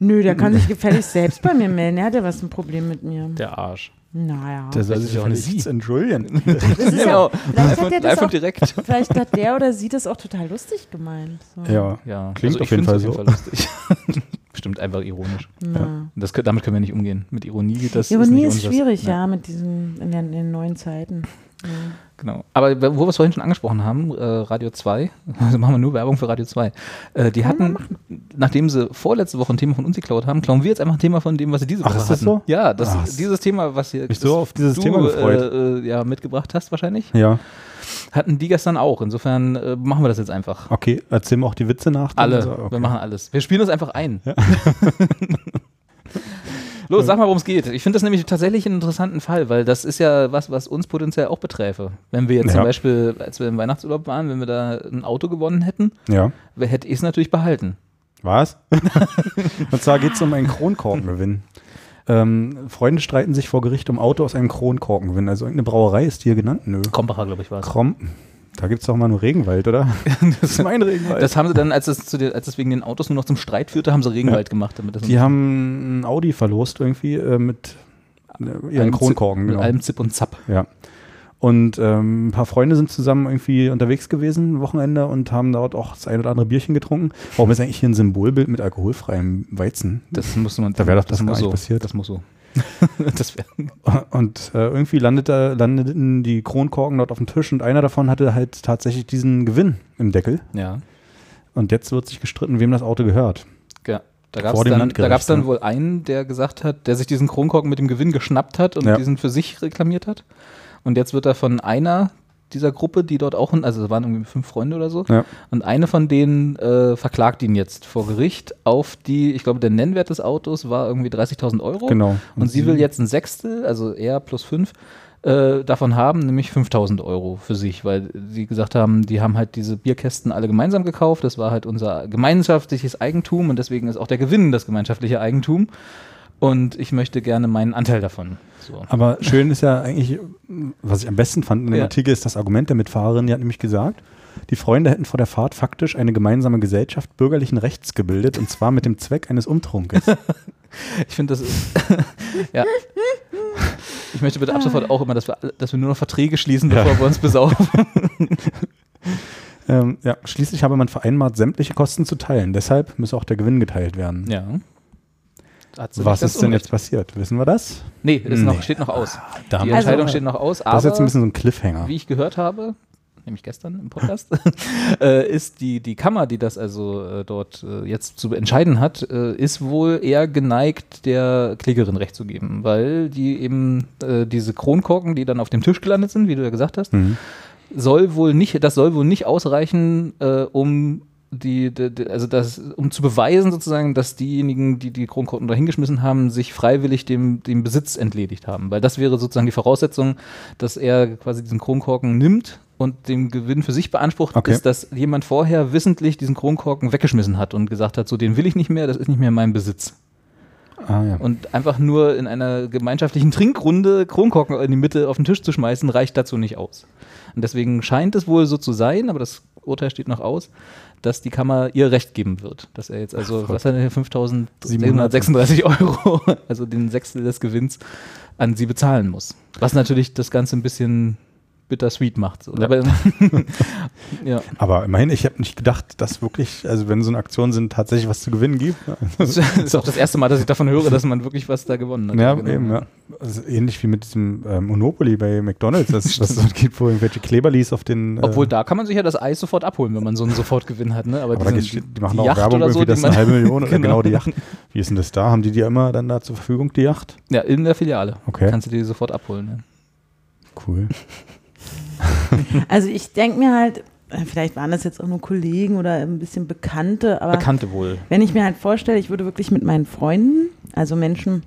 C: Nö, der kann sich gefälligst selbst bei mir melden. Er hat ja was ein Problem mit mir.
B: Der Arsch.
C: Naja.
D: Der soll
B: Das ist
D: sich
B: ja
D: auch
B: eine
D: nichts
B: Sie.
D: entschuldigen.
C: Das ist ja,
B: Genau.
C: vielleicht, hat der das
B: Einfach
C: auch,
B: direkt.
C: vielleicht hat der oder sie das auch total lustig gemeint. So.
D: Ja.
B: Ja, also
D: Klingt
B: ich
D: auf jeden
B: find's
D: Fall
B: lustig. Bestimmt einfach ironisch.
C: Na.
B: Das, kö- damit können wir nicht umgehen. Mit Ironie, das
C: Ironie
B: ist,
C: ist,
B: nicht unseres.
C: schwierig,
B: Nee,
C: ja, mit diesen in den, in den neuen Zeiten.
B: Genau. Aber wo wir es vorhin schon angesprochen haben, äh, Radio 2, also machen wir nur Werbung für Radio 2. Äh, die hatten, nachdem sie vorletzte Woche ein Thema von uns geklaut haben, klauen wir jetzt einfach ein Thema von dem, was sie diese
D: Ach,
B: Woche
D: ist das
B: hatten.
D: so?
B: Ja, das,
D: Ah, ist-
B: dieses Thema, was hier
D: Mich so auf dieses
B: du,
D: Thema gefreut.
B: Äh, äh, ja, mitgebracht hast wahrscheinlich,
D: Ja.
B: hatten die gestern auch. Insofern äh, machen wir das jetzt einfach.
D: Okay, erzähl mir auch die Witze nach. dann
B: Alle.
D: so, okay.
B: Wir machen alles. Wir spielen das einfach ein. Los, sag mal, worum es geht. Ich finde das nämlich tatsächlich einen interessanten Fall, weil das ist ja was, was uns potenziell auch beträfe. Wenn wir jetzt zum
D: Ja.
B: Beispiel, als wir im Weihnachtsurlaub waren, wenn wir da ein Auto gewonnen hätten,
D: Ja.
B: wer hätte ich es natürlich behalten.
D: Was? Und zwar geht es um einen Kronkorkengewinn. Ähm, Freunde streiten sich vor Gericht um Auto aus einem Kronkorkengewinn. Also irgendeine Brauerei ist hier genannt. Nö.
B: Kompacher, glaube ich, war es.
D: Krompen. Da gibt es doch mal nur Regenwald, oder? Das ist mein Regenwald.
B: Das haben sie dann, als es, zu den, als es wegen den Autos nur noch zum Streit führte, haben sie Regenwald gemacht. Damit das
D: die haben einen Audi verlost irgendwie äh, mit äh, ihren
B: Allem Zip-
D: Kronkorken.
B: Mit
D: Genau.
B: allem Zip und Zap.
D: Ja. Und ähm, ein paar Freunde sind zusammen irgendwie unterwegs gewesen, Wochenende, und haben dort auch das ein oder andere Bierchen getrunken. Warum ist eigentlich hier ein Symbolbild mit alkoholfreiem Weizen?
B: Das muss man.
D: Da wäre doch das gar
B: muss
D: nicht
B: so.
D: passiert.
B: Das muss so. das wär,
D: Und äh, irgendwie landet da, landeten die Kronkorken dort auf dem Tisch und einer davon hatte halt tatsächlich diesen Gewinn im Deckel.
B: ja.
D: Und jetzt wird sich gestritten, wem das Auto gehört.
B: Ja, da
D: Vor
B: gab es
D: dem
B: dann, da
D: Landgericht,
B: gab's dann
D: ne?
B: wohl einen, der gesagt hat, der sich diesen Kronkorken mit dem Gewinn geschnappt hat und
D: Ja.
B: diesen für sich reklamiert hat. Und jetzt wird er von einer dieser Gruppe, die dort auch, also es waren irgendwie fünf Freunde oder so,
D: Ja.
B: und eine von denen äh, verklagt ihn jetzt vor Gericht auf die, ich glaube, der Nennwert des Autos war irgendwie 30.000 Euro.
D: Genau.
B: Und, sie will jetzt ein Sechstel, also er plus fünf, äh, davon haben, nämlich 5000 Euro für sich, weil sie gesagt haben, die haben halt diese Bierkästen alle gemeinsam gekauft. Das war halt unser gemeinschaftliches Eigentum und deswegen ist auch der Gewinn das gemeinschaftliche Eigentum. Und ich möchte gerne meinen Anteil davon. So.
D: Aber schön ist ja eigentlich, mh, was ich am besten fand in dem
B: Ja.
D: Artikel, ist das Argument der Mitfahrerin. Die hat nämlich gesagt, die Freunde hätten vor der Fahrt faktisch eine gemeinsame Gesellschaft bürgerlichen Rechts gebildet und zwar mit dem Zweck eines Umtrunkes.
B: Ich finde, das ist. ja. Ich möchte bitte ab sofort auch immer, dass wir, alle- dass wir nur noch Verträge schließen, bevor wir uns besaufen.
D: ähm, ja, schließlich habe man vereinbart, sämtliche Kosten zu teilen. Deshalb müsse auch der Gewinn geteilt werden.
B: Ja. Hat sie
D: Was
B: nicht ganz
D: ist denn
B: Unrecht.
D: jetzt passiert? Wissen wir das?
B: Nee, ist
D: Nee. Ah,
B: Noch, steht noch aus. Die
D: Damals.
B: Entscheidung
C: Also-
B: steht noch aus, aber.
D: Das ist jetzt ein bisschen so ein Cliffhanger.
B: wie ich gehört habe, nämlich gestern im Podcast, äh, ist die, die Kammer, die das also äh, dort äh, jetzt zu entscheiden hat, äh, ist wohl eher geneigt, der Klägerin recht zu geben, weil die eben äh, diese Kronkorken, die dann auf dem Tisch gelandet sind, wie du ja gesagt hast, soll wohl nicht, das soll wohl nicht ausreichen, äh, um die, de- de- also das, um zu beweisen sozusagen, dass diejenigen, die die Kronkorken da hingeschmissen haben, sich freiwillig dem, dem Besitz entledigt haben. Weil das wäre sozusagen die Voraussetzung, dass er quasi diesen Kronkorken nimmt und den Gewinn für sich beansprucht,
D: Okay.
B: ist, dass jemand vorher wissentlich diesen Kronkorken weggeschmissen hat und gesagt hat, so den will ich nicht mehr, das ist nicht mehr mein Besitz.
D: Ah, ja.
B: Und einfach nur in einer gemeinschaftlichen Trinkrunde Kronkorken in die Mitte auf den Tisch zu schmeißen, reicht dazu nicht aus. Und deswegen scheint es wohl so zu sein, aber das Urteil steht noch aus, dass die Kammer ihr Recht geben wird. Dass er jetzt also, was hat er hier, 5.736 Euro, also den Sechstel des Gewinns, an sie bezahlen muss. Was natürlich das Ganze ein bisschen bittersweet macht. So. Aber, ja.
D: Aber immerhin, ich habe nicht gedacht, dass wirklich, also wenn so eine Aktion sind, tatsächlich was zu gewinnen gibt.
B: Das ist auch das erste Mal, dass ich davon höre, dass man wirklich was da gewonnen hat.
D: Ja,
B: Genau.
D: eben, ja. Also ähnlich wie mit diesem ähm, Monopoly bei McDonalds, das, das dort gibt, wo irgendwelche Kleberlis auf den. Äh,
B: Obwohl, da kann man sich ja das Eis sofort abholen, wenn man so einen Sofortgewinn hat. Ne? Aber,
D: aber da
B: diesen-
D: geht's, die machen
B: die
D: auch
B: Yacht
D: Werbung
B: oder
D: irgendwie,
B: so, die
D: das ist
B: man,
D: eine halbe Million oder
B: Genau.
D: genau. die Yacht. Wie ist denn das da? Haben die die immer dann da zur Verfügung, die Yacht?
B: ja, in der Filiale.
D: Okay.
B: Kannst du die sofort abholen. Ne?
D: Cool.
C: Also ich denke mir halt, äh, vielleicht waren das jetzt auch nur Kollegen oder ein bisschen Bekannte,
D: Ah.
C: aber
B: Bekannte wohl.
C: wenn ich mir halt vorstelle, ich würde wirklich mit meinen Freunden, also Menschen,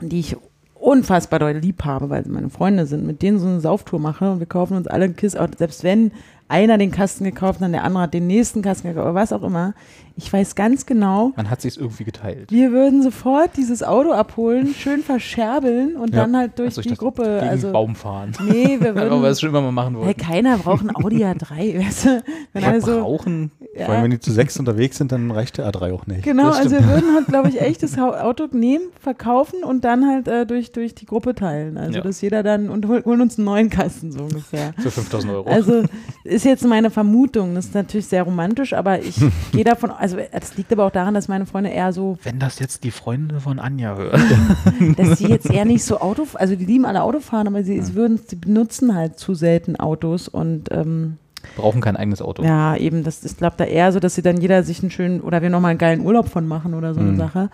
C: die ich unfassbar doll lieb habe, weil sie meine Freunde sind, mit denen so eine Sauftour mache und wir kaufen uns alle ein Kiss, auch selbst wenn einer den Kasten gekauft hat, dann der andere hat den nächsten Kasten gekauft, oder was auch immer. Ich weiß ganz genau,
B: Man hat sich irgendwie geteilt.
C: wir würden sofort dieses Auto abholen, schön verscherbeln und
A: Ja.
C: dann halt durch
B: Achso, ich
C: die
B: dachte,
C: Gruppe.
B: Gegen
C: also,
B: einen Baum fahren.
C: Nee, wir
B: Aber
C: würden.
B: was schon immer mal machen
C: Hey,
B: wollten.
C: keiner braucht ein Audi A3, weißt du? Wenn alle so,
B: Rauchen.
D: Vor allem, wenn die zu sechs unterwegs sind, dann reicht der A3 auch nicht.
C: Genau,
B: Das
C: also wir
B: stimmt.
C: würden halt, glaube ich, echt das Hau- Auto nehmen, verkaufen und dann halt äh, durch, durch die Gruppe teilen. Also,
B: Ja.
C: dass jeder dann, und hol- holen uns einen neuen Kasten so ungefähr.
B: Für 5000 Euro.
C: Also, ist jetzt meine Vermutung. Das ist natürlich sehr romantisch, aber ich gehe davon, also, das liegt aber auch daran, dass meine Freunde eher so,
B: wenn das jetzt die Freunde von Anja hören.
C: dass sie jetzt eher nicht so Auto, also, die lieben alle Autofahren, aber sie, sie würden, sie benutzen halt zu selten Autos und, ähm,
B: Brauchen kein eigenes Auto.
C: Ja, eben, das ist, glaube da eher so, dass sie dann jeder sich einen schönen, oder wir nochmal einen geilen Urlaub von machen oder so
B: Mhm.
C: eine Sache.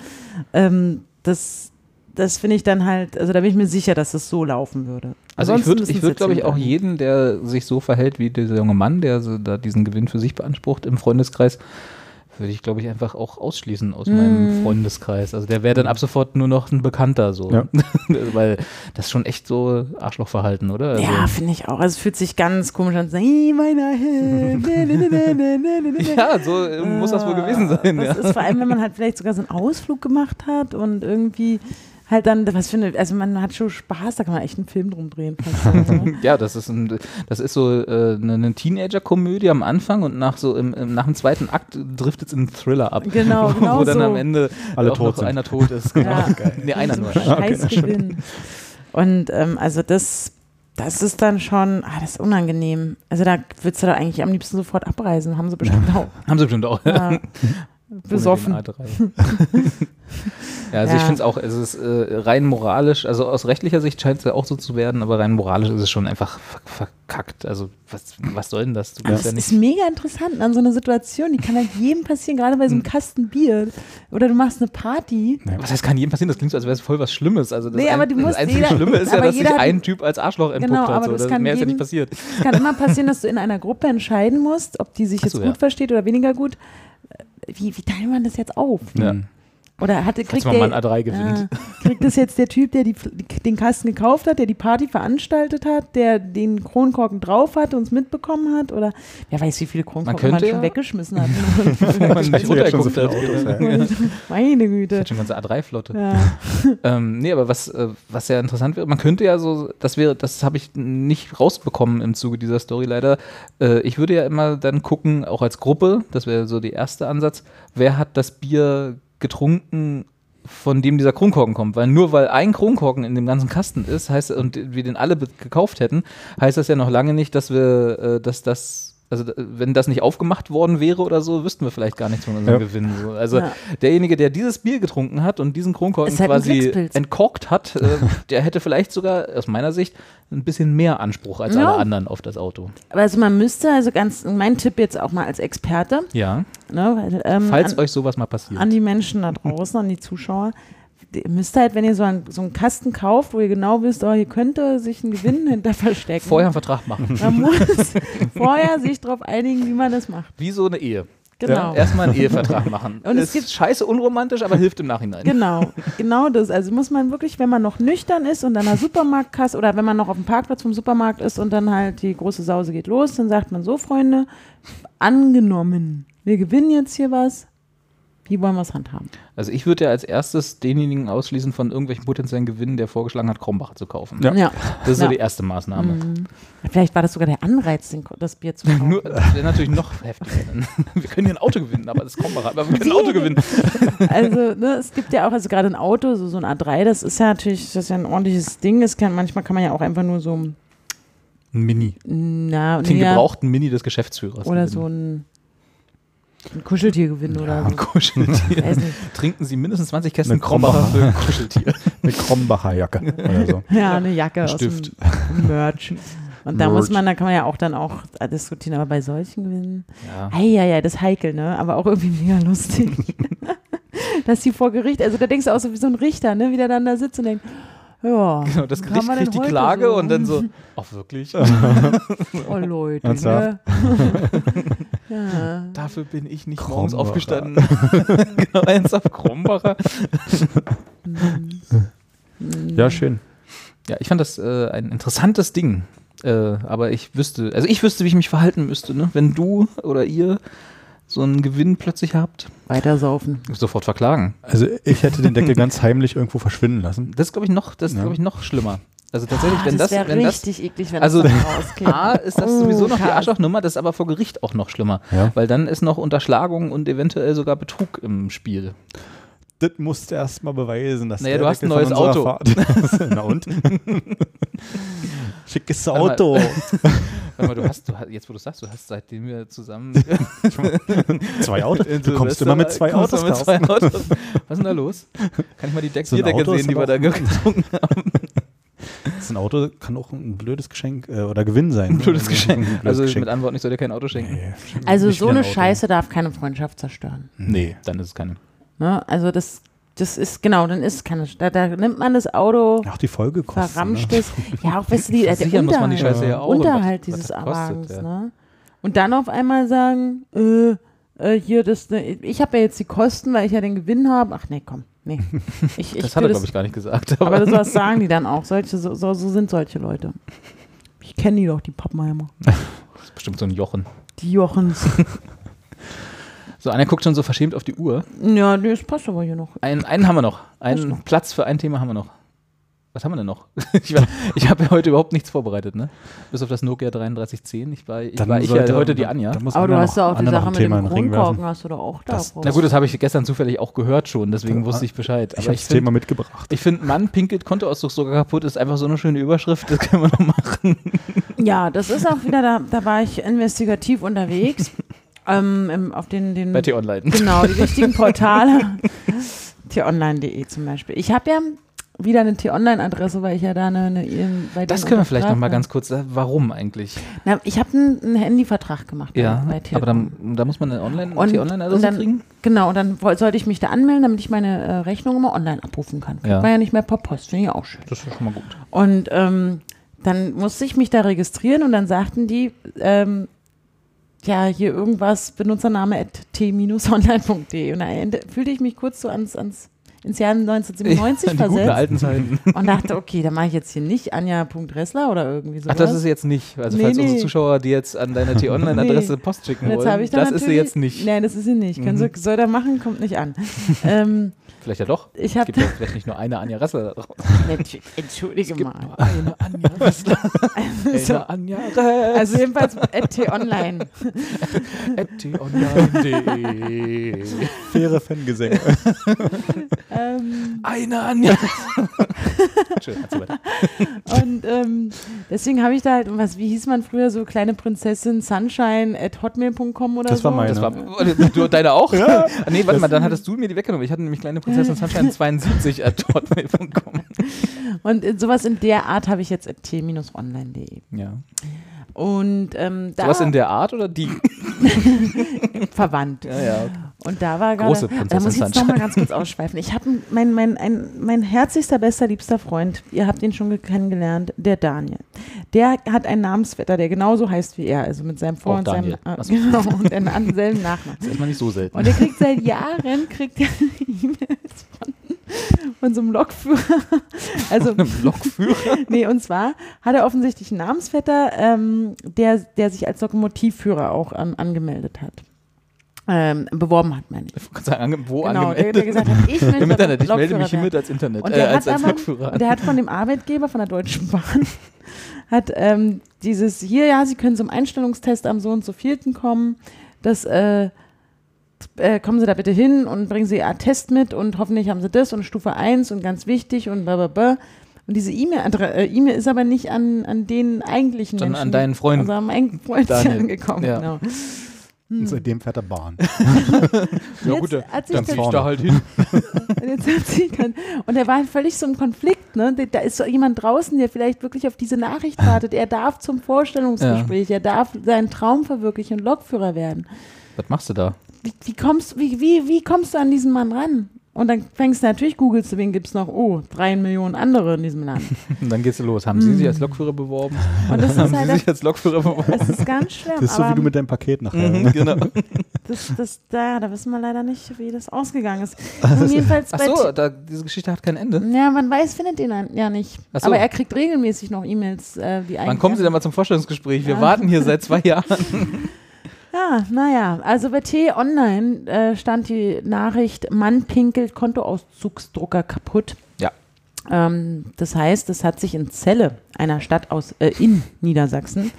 C: Ähm, das das finde ich dann halt, also da bin ich mir sicher, dass es so laufen würde.
B: Also ich
C: Ansonsten
B: würde,
C: ist es
B: ich würd,
C: jetzt
B: glaube ich,
C: jemand
B: auch
C: anderes.
B: jeden, der sich so verhält wie dieser junge Mann, der so da diesen Gewinn für sich beansprucht im Freundeskreis, würde ich, glaube ich, einfach auch ausschließen aus
C: Mm.
B: meinem Freundeskreis. Also der wäre dann ab sofort nur noch ein Bekannter so.
D: Ja.
B: Weil das ist schon echt so Arschlochverhalten, oder? Also,
C: Ja, finde ich auch. Also es fühlt sich ganz komisch an. Hey, meiner Held. Ne, ne, ne, ne, ne, ne, ne, ne.
B: ja, so äh, muss das wohl gewesen sein.
C: Das
B: Ja.
C: ist vor allem, wenn man halt vielleicht sogar so einen Ausflug gemacht hat und irgendwie halt dann, was finde also man hat schon Spaß, da kann man echt einen Film drum drehen. Fast, ne?
B: Ja, das ist, ein, das ist so äh, eine eine Teenager-Komödie am Anfang und nach, so im, im, nach dem zweiten Akt driftet es in einen Thriller ab.
C: Genau,
B: wo,
C: genau
B: Wo dann
C: so.
B: am Ende
D: Alle
B: auch
D: tot
B: noch
D: sind.
B: einer tot ist. Genau.
C: Ja.
B: Nee, einer
C: so
B: nur.
C: Scheißgewinn. Und ähm, also das, das ist dann schon, ah, das ist unangenehm. Also da würdest du da eigentlich am liebsten sofort abreisen, haben sie bestimmt auch.
B: Haben sie bestimmt auch.
C: Ja.
B: Ohne
C: Besoffen.
B: den A3. ja, also ich
C: Ja.
B: finde es auch, es ist äh, rein moralisch, also aus rechtlicher Sicht scheint es ja auch so zu werden, aber rein moralisch ist es schon einfach ver- verkackt. Also was, was soll denn das? Du
C: Aber
B: kannst
C: das
B: ja
C: ist
B: nicht.
C: mega interessant an so einer Situation. Die kann halt jedem passieren, gerade bei so einem
B: Hm.
C: Kasten Bier. Oder du machst eine Party.
B: Was heißt, kann jedem passieren? Das klingt so, als wäre es voll was Schlimmes. Also das,
C: Nee,
B: ein-
C: aber du
B: das
C: musst-
B: einzige
C: jeder-
B: Schlimme ist ja,
C: aber
B: dass sich
C: jeder-
B: ein Typ als Arschloch entpuppt
C: Genau,
B: hat.
C: aber
B: So.
C: das
B: Das
C: kann
B: mehr ist ja nicht
C: jedem-
B: passiert.
C: Es kann immer passieren, dass du in einer Gruppe entscheiden musst, ob die sich jetzt
B: so,
C: gut
B: ja.
C: versteht oder weniger gut. Wie, wie teilt man das jetzt auf?
B: Ja.
C: Oder hatte, kriegt,
B: man
C: der,
B: mal ein A3 gewinnt.
C: Ah, kriegt das jetzt der Typ, der die, den Kasten gekauft hat, der die Party veranstaltet hat, der den Kronkorken drauf hat und es mitbekommen hat? Oder wer weiß, wie viele Kronkorken man,
B: könnte
C: schon
B: ja-
C: weggeschmissen hat.
B: Man nicht also genau.
D: Ja, schon so
B: runterguckt.
D: viele
B: als-
D: Autos,
B: Ja.
C: Meine Güte.
B: Schon ganze A3-Flotte.
C: Ja.
B: Ähm, nee, aber was, äh, was ja interessant wäre, man könnte ja so, das wäre, das habe ich nicht rausbekommen im Zuge dieser Story leider. Äh, ich würde ja immer dann gucken, auch als Gruppe, das wäre so der erste Ansatz, wer hat das Bier getrunken, von dem dieser Kronkorken kommt. Weil nur weil ein Kronkorken in dem ganzen Kasten ist, heißt und wir den alle be- gekauft hätten, heißt das ja noch lange nicht, dass wir, äh, dass das. Also d- wenn das nicht aufgemacht worden wäre oder so, wüssten wir vielleicht gar nichts von unserem
D: Ja.
B: Gewinn. So. Also
C: Ja.
B: derjenige, der dieses Bier getrunken hat und diesen Kronkorken
C: Ist halt ein
B: quasi
C: Glückspilz.
B: entkorkt hat, äh, der hätte vielleicht sogar aus meiner Sicht ein bisschen mehr Anspruch als
C: Ja.
B: alle anderen auf das Auto.
C: Aber also man müsste, also ganz, mein Tipp jetzt auch mal als Experte,
B: Ja.
C: ne, weil, ähm,
B: Falls
C: an,
B: euch sowas mal passiert.
C: an die Menschen da draußen, an die Zuschauer, ihr müsst halt, wenn ihr so einen, so einen Kasten kauft, wo ihr genau wisst, oh, hier könnte sich ein Gewinn hinter verstecken.
B: Vorher einen Vertrag machen.
C: Man muss vorher sich darauf einigen, wie man das macht.
B: Wie so eine Ehe.
C: Genau.
B: Erstmal einen Ehevertrag machen.
C: Und es
B: ist
C: gibt-
B: scheiße unromantisch, aber hilft im Nachhinein.
C: Genau, genau das. Also muss man wirklich, wenn man noch nüchtern ist und an einer Supermarktkasse oder wenn man noch auf dem Parkplatz vom Supermarkt ist und dann halt die große Sause geht los, dann sagt man so, Freunde, angenommen, wir gewinnen jetzt hier was, wie wollen wir es handhaben?
B: Also ich würde ja als erstes denjenigen ausschließen von irgendwelchen potenziellen Gewinnen, der vorgeschlagen hat, Krombach zu kaufen.
D: Ja.
B: Das ist so
C: Ja. Mhm.
B: die erste Maßnahme.
C: Vielleicht war das sogar der Anreiz, den, das Bier zu kaufen.
B: Nur, das wäre natürlich noch heftiger. dann. Wir können hier ein Auto gewinnen, aber das Krombach, aber wir können ein Auto gewinnen.
C: Also, ne, es gibt ja auch, also gerade ein Auto, so, so ein A3, das ist ja natürlich, das ist ja ein ordentliches Ding. Es kann, manchmal kann man ja auch einfach nur so, ein-
B: Ein Mini.
C: na,
B: Den
C: ja,
B: gebrauchten Mini des Geschäftsführers.
C: oder
B: gewinnen.
C: so ein, ein Kuscheltier gewinnen oder so.
B: Kuscheltier.
C: Weiß nicht.
B: Trinken Sie mindestens 20 Kästen
D: Eine
B: Krombacher
D: Krombacher.
B: für ein Kuscheltier.
D: Eine Krombacher Jacke oder so.
C: Ja, eine Jacke aus
D: Stift.
C: dem Merch. Und da muss
D: Merch.
C: man, da kann man ja auch dann auch äh, diskutieren, aber bei solchen Gewinnen.
B: Ja.
C: Eieiei, das ist heikel, ne? Aber auch irgendwie mega lustig. Dass die vor Gericht, also da denkst du auch so wie so ein Richter, ne? Wie der dann da sitzt und denkt, Ja.
B: Genau, das
C: haben
B: Gericht
C: wir denn
B: kriegt die
C: heute
B: Klage
C: so?
B: und dann so, ach wirklich?
C: Oh Leute, ne?
A: Ernsthaft?
C: ja.
B: Dafür bin ich nicht morgens
A: Krombacher.
B: aufgestanden. genau, ernsthaft Krombacher.
D: Ja, schön.
B: Ja, ich fand das äh, ein interessantes Ding. Äh, aber ich wüsste, also ich wüsste, wie ich mich verhalten müsste, ne? wenn du oder ihr so einen Gewinn plötzlich habt.
C: Weitersaufen.
B: Sofort verklagen.
D: Also ich hätte den Deckel ganz heimlich irgendwo verschwinden lassen.
B: Das ist, glaube ich, noch, das ist,
D: Ja.
B: glaube ich, noch schlimmer. Also
C: Ah,
B: tatsächlich, wenn das,
C: wäre
B: wenn das,
C: richtig eklig, wenn
B: also
C: das dann rauskäme.
B: A, ist das
C: Oh,
B: sowieso noch die
C: Karl.
B: Arschlochnummer, das ist aber vor Gericht auch noch schlimmer.
D: Ja.
B: Weil dann ist noch Unterschlagung und eventuell sogar Betrug im Spiel.
D: Das musst du erst mal beweisen, dass
B: Naja,
D: der
B: du hast ein
D: Deckel von
B: neues
D: unserer Fahrt- Na und? Schickes
B: mal.
D: Auto.
B: Warte mal, du hast, du hast, jetzt wo du sagst, du hast seitdem wir zusammen.
D: Zwei Autos.
B: in
D: Du kommst
B: Silvester-
D: immer mit zwei
B: kommst
D: Autos
B: immer mit
D: raus.
B: zwei Autos. Was ist denn da los? Kann ich mal die Deck
D: So ein
B: Bierdecke
D: Auto ist
B: sehen, die wir
D: aber
B: da
D: auch-
B: getrunken haben?
D: Das ist ein Auto kann auch ein blödes Geschenk äh, oder Gewinn sein. Ein
B: Blödes Geschenk.
D: Also
B: Also
D: blödes
B: mit
D: Geschenk.
B: Antworten, ich soll dir kein Auto schenken.
D: Nee,
C: Also
D: nicht
C: so
D: wieder ein
C: eine
D: Auto.
C: Scheiße darf keine Freundschaft zerstören.
D: Nee.
B: Dann ist es keine.
C: Ne? Also das, das ist, genau, dann ist keine, da, da nimmt man das Auto,
D: Auch die Folge kostet. ne?
C: verramscht es. Ja, auch weißt du, die, äh, der
B: Sichern ne? muss man die
C: Unterhalt,
B: Scheiße ja auch.
C: Unterhalt
B: was- was
C: dieses
B: das kostet,
C: Wagens.
B: ja.
C: Ne? Und dann auf einmal sagen, äh, äh, hier, das, ne, ich habe ja jetzt die Kosten, weil ich ja den Gewinn habe. Ach nee, komm, nee. Ich, ich
B: Das
C: tu
B: hat er, glaube ich, gar nicht gesagt.
C: Aber das, was sagen die dann auch? Solche, so, so, so sind solche Leute. Ich kenne die doch, die Pappenheimer.
B: das ist bestimmt so ein Jochen.
C: Die Jochens.
B: So, einer guckt schon so verschämt auf die Uhr.
C: ja, nee, das passt aber hier noch.
B: Einen, einen haben wir noch. Einen Platz für ein Thema haben wir noch. Was haben wir denn noch? Ich, war- ich habe ja heute überhaupt nichts vorbereitet, ne? Bis auf das Nokia 3310. Ich war, ich war ich ja heute die Anja.
C: Aber du hast ja auch die Sache mit dem Kronkorken,
D: werfen.
C: hast du doch auch da.
D: Das-
C: drauf.
B: Na gut, das habe ich gestern zufällig auch gehört schon, deswegen wusste ich Bescheid.
D: Ich
B: Aber
D: habe
B: ich
D: das
B: find-
D: Thema mitgebracht.
B: Ich finde, Mann pinkelt Kontoausdruck sogar kaputt, ist einfach so eine schöne Überschrift, das können wir noch machen.
C: ja, das ist auch wieder, da, da war ich investigativ unterwegs. ähm, im, auf den, den
B: Bei T-Online.
C: Genau, die wichtigen Portale. t-online.de E zum Beispiel. Ich habe ja wieder eine t-online-Adresse, E weil ich ja da eine, eine bei
B: Das
C: denen
B: können Genau, wir
C: unter
B: vielleicht
C: Vertrag
B: nochmal
C: war.
B: ganz kurz, äh, warum eigentlich?
C: Na, ich habe einen, einen Handyvertrag gemacht bei
B: Ja,
C: Telekom.
B: aber dann, da muss man eine Online-
C: Und- und
B: T-Online-Adresse
C: dann-
B: kriegen?
C: E. Genau, und dann woll- sollte ich mich da anmelden, damit ich meine äh, Rechnung immer online abrufen kann.
B: Ja.
C: War ja nicht mehr per Post, finde ich auch schön.
B: Das ist schon mal gut.
C: Und ähm, dann musste ich mich da registrieren und dann sagten die, ähm, ja, hier irgendwas, Benutzername at t-online.de. Und da ent- fühlte ich mich kurz so ans, ans ins Jahr 1997
B: die guten
C: versetzt
B: alten Zeiten.
C: und dachte, okay, da mache ich jetzt hier nicht Anja.Ressler oder irgendwie sowas.
B: Ach, das ist jetzt nicht. Also,
C: Nee,
B: falls
C: nee.
B: unsere Zuschauer die jetzt an deine T-Online-Adresse
C: Nee.
B: Post schicken
C: Und jetzt habe
B: wollen,
C: ich da
B: das ist sie
C: natürlich- Ne.
B: jetzt nicht. Mhm.
C: Nein, das ist sie nicht. Können sie, soll er machen, kommt nicht an. ähm,
B: Vielleicht ja doch.
C: ich
B: Es
C: habe
B: gibt ja vielleicht nicht nur eine Anja Ressler da draußen.
C: Mensch, Entschuldige mal.
B: Eine Anja Ressler.
C: So,
B: Eine Anja Ressler.
C: also jedenfalls at t-online. Also, äh,
B: T-Online.de.
D: Faire Fangesänge.
C: Ähm,
B: Eine Anja. Schön,
D: also,
B: erzähl weiter.
C: und ähm, deswegen habe ich da halt, was, wie hieß man früher, so kleine Prinzessin Sunshine at hotmail.com oder
D: Das
C: so.
D: war meine.
B: Das war, du, deine auch? Ah, nee, warte mal, dann hattest du mir die weggenommen. Ich hatte nämlich kleine Prinzessin Sunshine äh, 72 at hotmail.com.
C: Und äh, sowas in der Art habe ich jetzt at t-online.de.
B: Ja.
C: Und ähm, da
B: Was in der Art oder die?
C: verwandt.
B: Ja, ja.
C: Und da war gerade,
B: Große
C: da
B: Prinzessin
C: muss ich jetzt
B: Sunshine.
C: nochmal ganz kurz ausschweifen. Ich habe mein, mein, ein, mein herzlichster, bester, liebster Freund, ihr habt ihn schon ge- kennengelernt, der Daniel. Der hat einen Namensvetter, der genauso heißt wie er, also mit seinem Vor-
B: Auch
C: und
B: Daniel.
C: seinem, äh,
B: Ach so.
C: genau, und den an- selben Nachnamen.
B: Ist erstmal nicht so selten.
C: Und er kriegt seit Jahren, kriegt er E-Mails von, von so einem Lokführer. Also,
B: Lokführer.
C: nee, und zwar hat er offensichtlich einen Namensvetter, ähm, der, der sich als Lokomotivführer auch an, angemeldet hat. Ähm, beworben hat, meine ich.
B: Ich wollte gerade sagen, ange- wo
C: Genau, der,
B: angemeldet?
C: der gesagt hat, ich will
B: Im Internet. Ich melde
C: Lokführer
B: mich hiermit
C: werden.
B: als Internet,
C: Und
B: äh,
C: der,
B: als,
C: hat
B: als
C: aber,
B: Lokführer.
C: und der hat von dem Arbeitgeber, von der Deutschen Bahn, hat ähm, dieses, hier, ja, Sie können zum Einstellungstest am so und so vierten kommen, das, äh, äh, kommen Sie da bitte hin und bringen Sie Ihr Attest mit und hoffentlich haben Sie das und Stufe 1 und ganz wichtig und blablabla. Und diese E-Mail äh, E-Mail ist aber nicht an, an den eigentlichen
B: Sondern
C: Menschen,
B: an deinen Freund.
C: also an meinen Freund
B: Daniel.
C: angekommen.
B: Ja.
C: Genau.
D: Und seitdem fährt er Bahn.
B: ja,
C: jetzt
B: gut,
C: hat
B: dann
C: sich
B: dann
C: das-
B: zieh ich da halt hin.
C: Und jetzt hat sie dann, und er war völlig so im Konflikt, ne? Da ist so jemand draußen, der vielleicht wirklich auf diese Nachricht wartet. Er darf zum Vorstellungsgespräch, er darf seinen Traum verwirklichen und Lokführer werden.
B: Was machst du da?
C: Wie, wie kommst wie, wie, wie kommst du an diesen Mann ran? Und dann fängst du natürlich, googelst du, wen gibt es noch? Oh, drei Millionen andere in diesem Land.
B: Und dann geht's los. Haben Sie
C: Hm.
B: sich als Lokführer beworben?
C: Und das ist
B: Haben
C: halt,
B: Sie sich als Lokführer beworben?
C: das ist ganz schlimm.
D: Das ist so
C: aber
D: wie du mit deinem Paket nachher.
B: Mhm,
D: ne?
B: genau.
C: das, das, da, da wissen wir leider nicht, wie das ausgegangen ist. Und jedenfalls
B: Ach
C: bei
B: so, da, diese Geschichte hat kein Ende.
C: Ja, man weiß, findet ihn ein- ja nicht.
B: Ach so.
C: Aber er kriegt regelmäßig noch E-Mails, äh, die
B: Wann kommen Sie denn mal zum Vorstellungsgespräch? Wir
C: Ja.
B: warten hier seit zwei Jahren.
C: Ja, naja, also bei T Online äh, stand die Nachricht, Mann pinkelt Kontoauszugsdrucker kaputt.
B: Ja.
C: Ähm, das heißt, es hat sich in Celle, einer Stadt aus, äh, in Niedersachsen,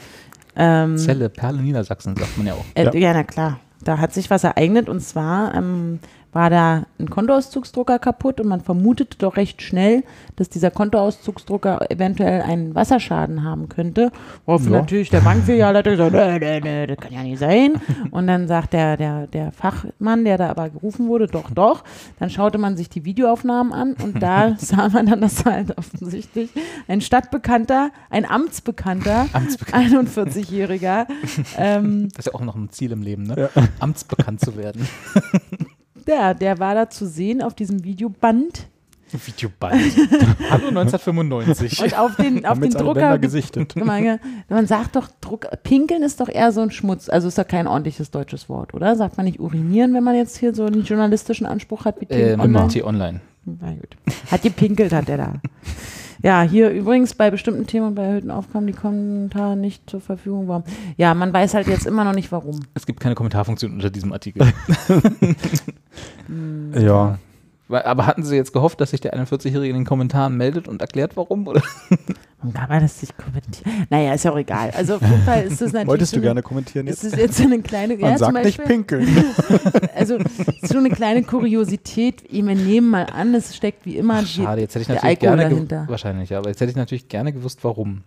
C: ähm,
B: Zelle, Perle Niedersachsen, sagt man ja auch.
C: Äh,
D: Ja.
C: ja. na klar. Da hat sich was ereignet und zwar ähm, war da ein Kontoauszugsdrucker kaputt und man vermutete doch recht schnell, dass dieser Kontoauszugsdrucker eventuell einen Wasserschaden haben könnte. Worauf
D: Ja.
C: natürlich der Bankfilialleiter gesagt hat, nö, nö, nö, das kann ja nicht sein. Und dann sagt der, der, der Fachmann, der da aber gerufen wurde, doch, doch. Dann schaute man sich die Videoaufnahmen an und da sah man dann, dass halt offensichtlich ein Stadtbekannter, ein Amtsbekannter, 41-Jähriger, ähm,
B: Das ist ja auch noch ein Ziel im Leben, ne? Amtsbekannt zu werden.
C: Ja, der war da zu sehen auf diesem Videoband
B: Videoband. Hallo 1995.
C: und auf den, auf den
D: Haben's alle
C: Drucker.
D: Bänder gesichtet.
C: Ich meine, Man sagt doch, Druck, pinkeln ist doch eher so ein Schmutz. Also ist doch kein ordentliches deutsches Wort, oder? Sagt man nicht urinieren, wenn man jetzt hier so einen journalistischen Anspruch hat wie
B: Ähm,
C: Tim Online?
B: T-Online.
C: Na gut. Hat gepinkelt, hat er da. Ja, hier übrigens bei bestimmten Themen und bei erhöhten Aufgaben die Kommentare nicht zur Verfügung waren. Ja, man weiß halt jetzt immer noch nicht warum.
B: Es gibt keine Kommentarfunktion unter diesem Artikel.
D: Ja.
B: Weil- Aber hatten Sie jetzt gehofft, dass sich der 41-Jährige in den Kommentaren meldet und erklärt, warum? Oder?
C: Warum kann man das nicht kommentieren? Naja, ist ja auch egal. Also auf jeden Fall ist das natürlich.
D: Wolltest
C: so
D: du
C: eine-
D: gerne kommentieren
C: Ist
D: jetzt?
C: es jetzt so eine kleine,
D: Man
C: ja, zum
D: sagt nicht
C: Beispiel,
D: pinkeln.
C: also es ist so eine kleine Kuriosität. Wir nehmen mal an, es steckt wie immer die,
B: Schade, jetzt hätte ich
C: der
B: natürlich
C: Alkohol
B: gerne gew-
C: dahinter.
B: wahrscheinlich, ja, aber jetzt hätte ich natürlich gerne gewusst, warum.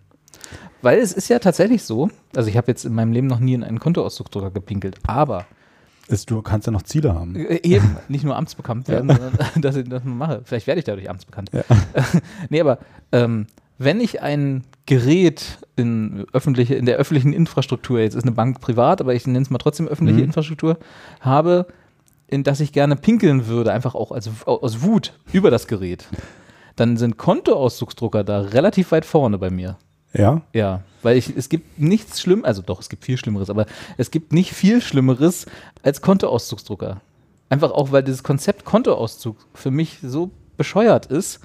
B: Weil es ist ja tatsächlich so, also ich habe jetzt in meinem Leben noch nie in einen Kontoausdruckdrucker gepinkelt, aber
D: Ist, du kannst ja noch Ziele haben.
B: äh, eben nicht nur amtsbekannt werden, sondern dass ich das mal mache. Vielleicht werde ich dadurch amtsbekannt. nee, aber ähm, wenn ich ein Gerät in, öffentliche, in der öffentlichen Infrastruktur, jetzt ist eine Bank privat, aber ich nenne es mal trotzdem öffentliche Infrastruktur, habe, in das ich gerne pinkeln würde, einfach auch als, aus Wut über das Gerät, dann sind Kontoauszugsdrucker da relativ weit vorne bei mir.
D: Ja.
B: Ja, weil ich, es gibt nichts Schlimmes, also doch, es gibt viel Schlimmeres, aber es gibt nicht viel Schlimmeres als Kontoauszugsdrucker. Einfach auch, weil dieses Konzept Kontoauszug für mich so bescheuert ist,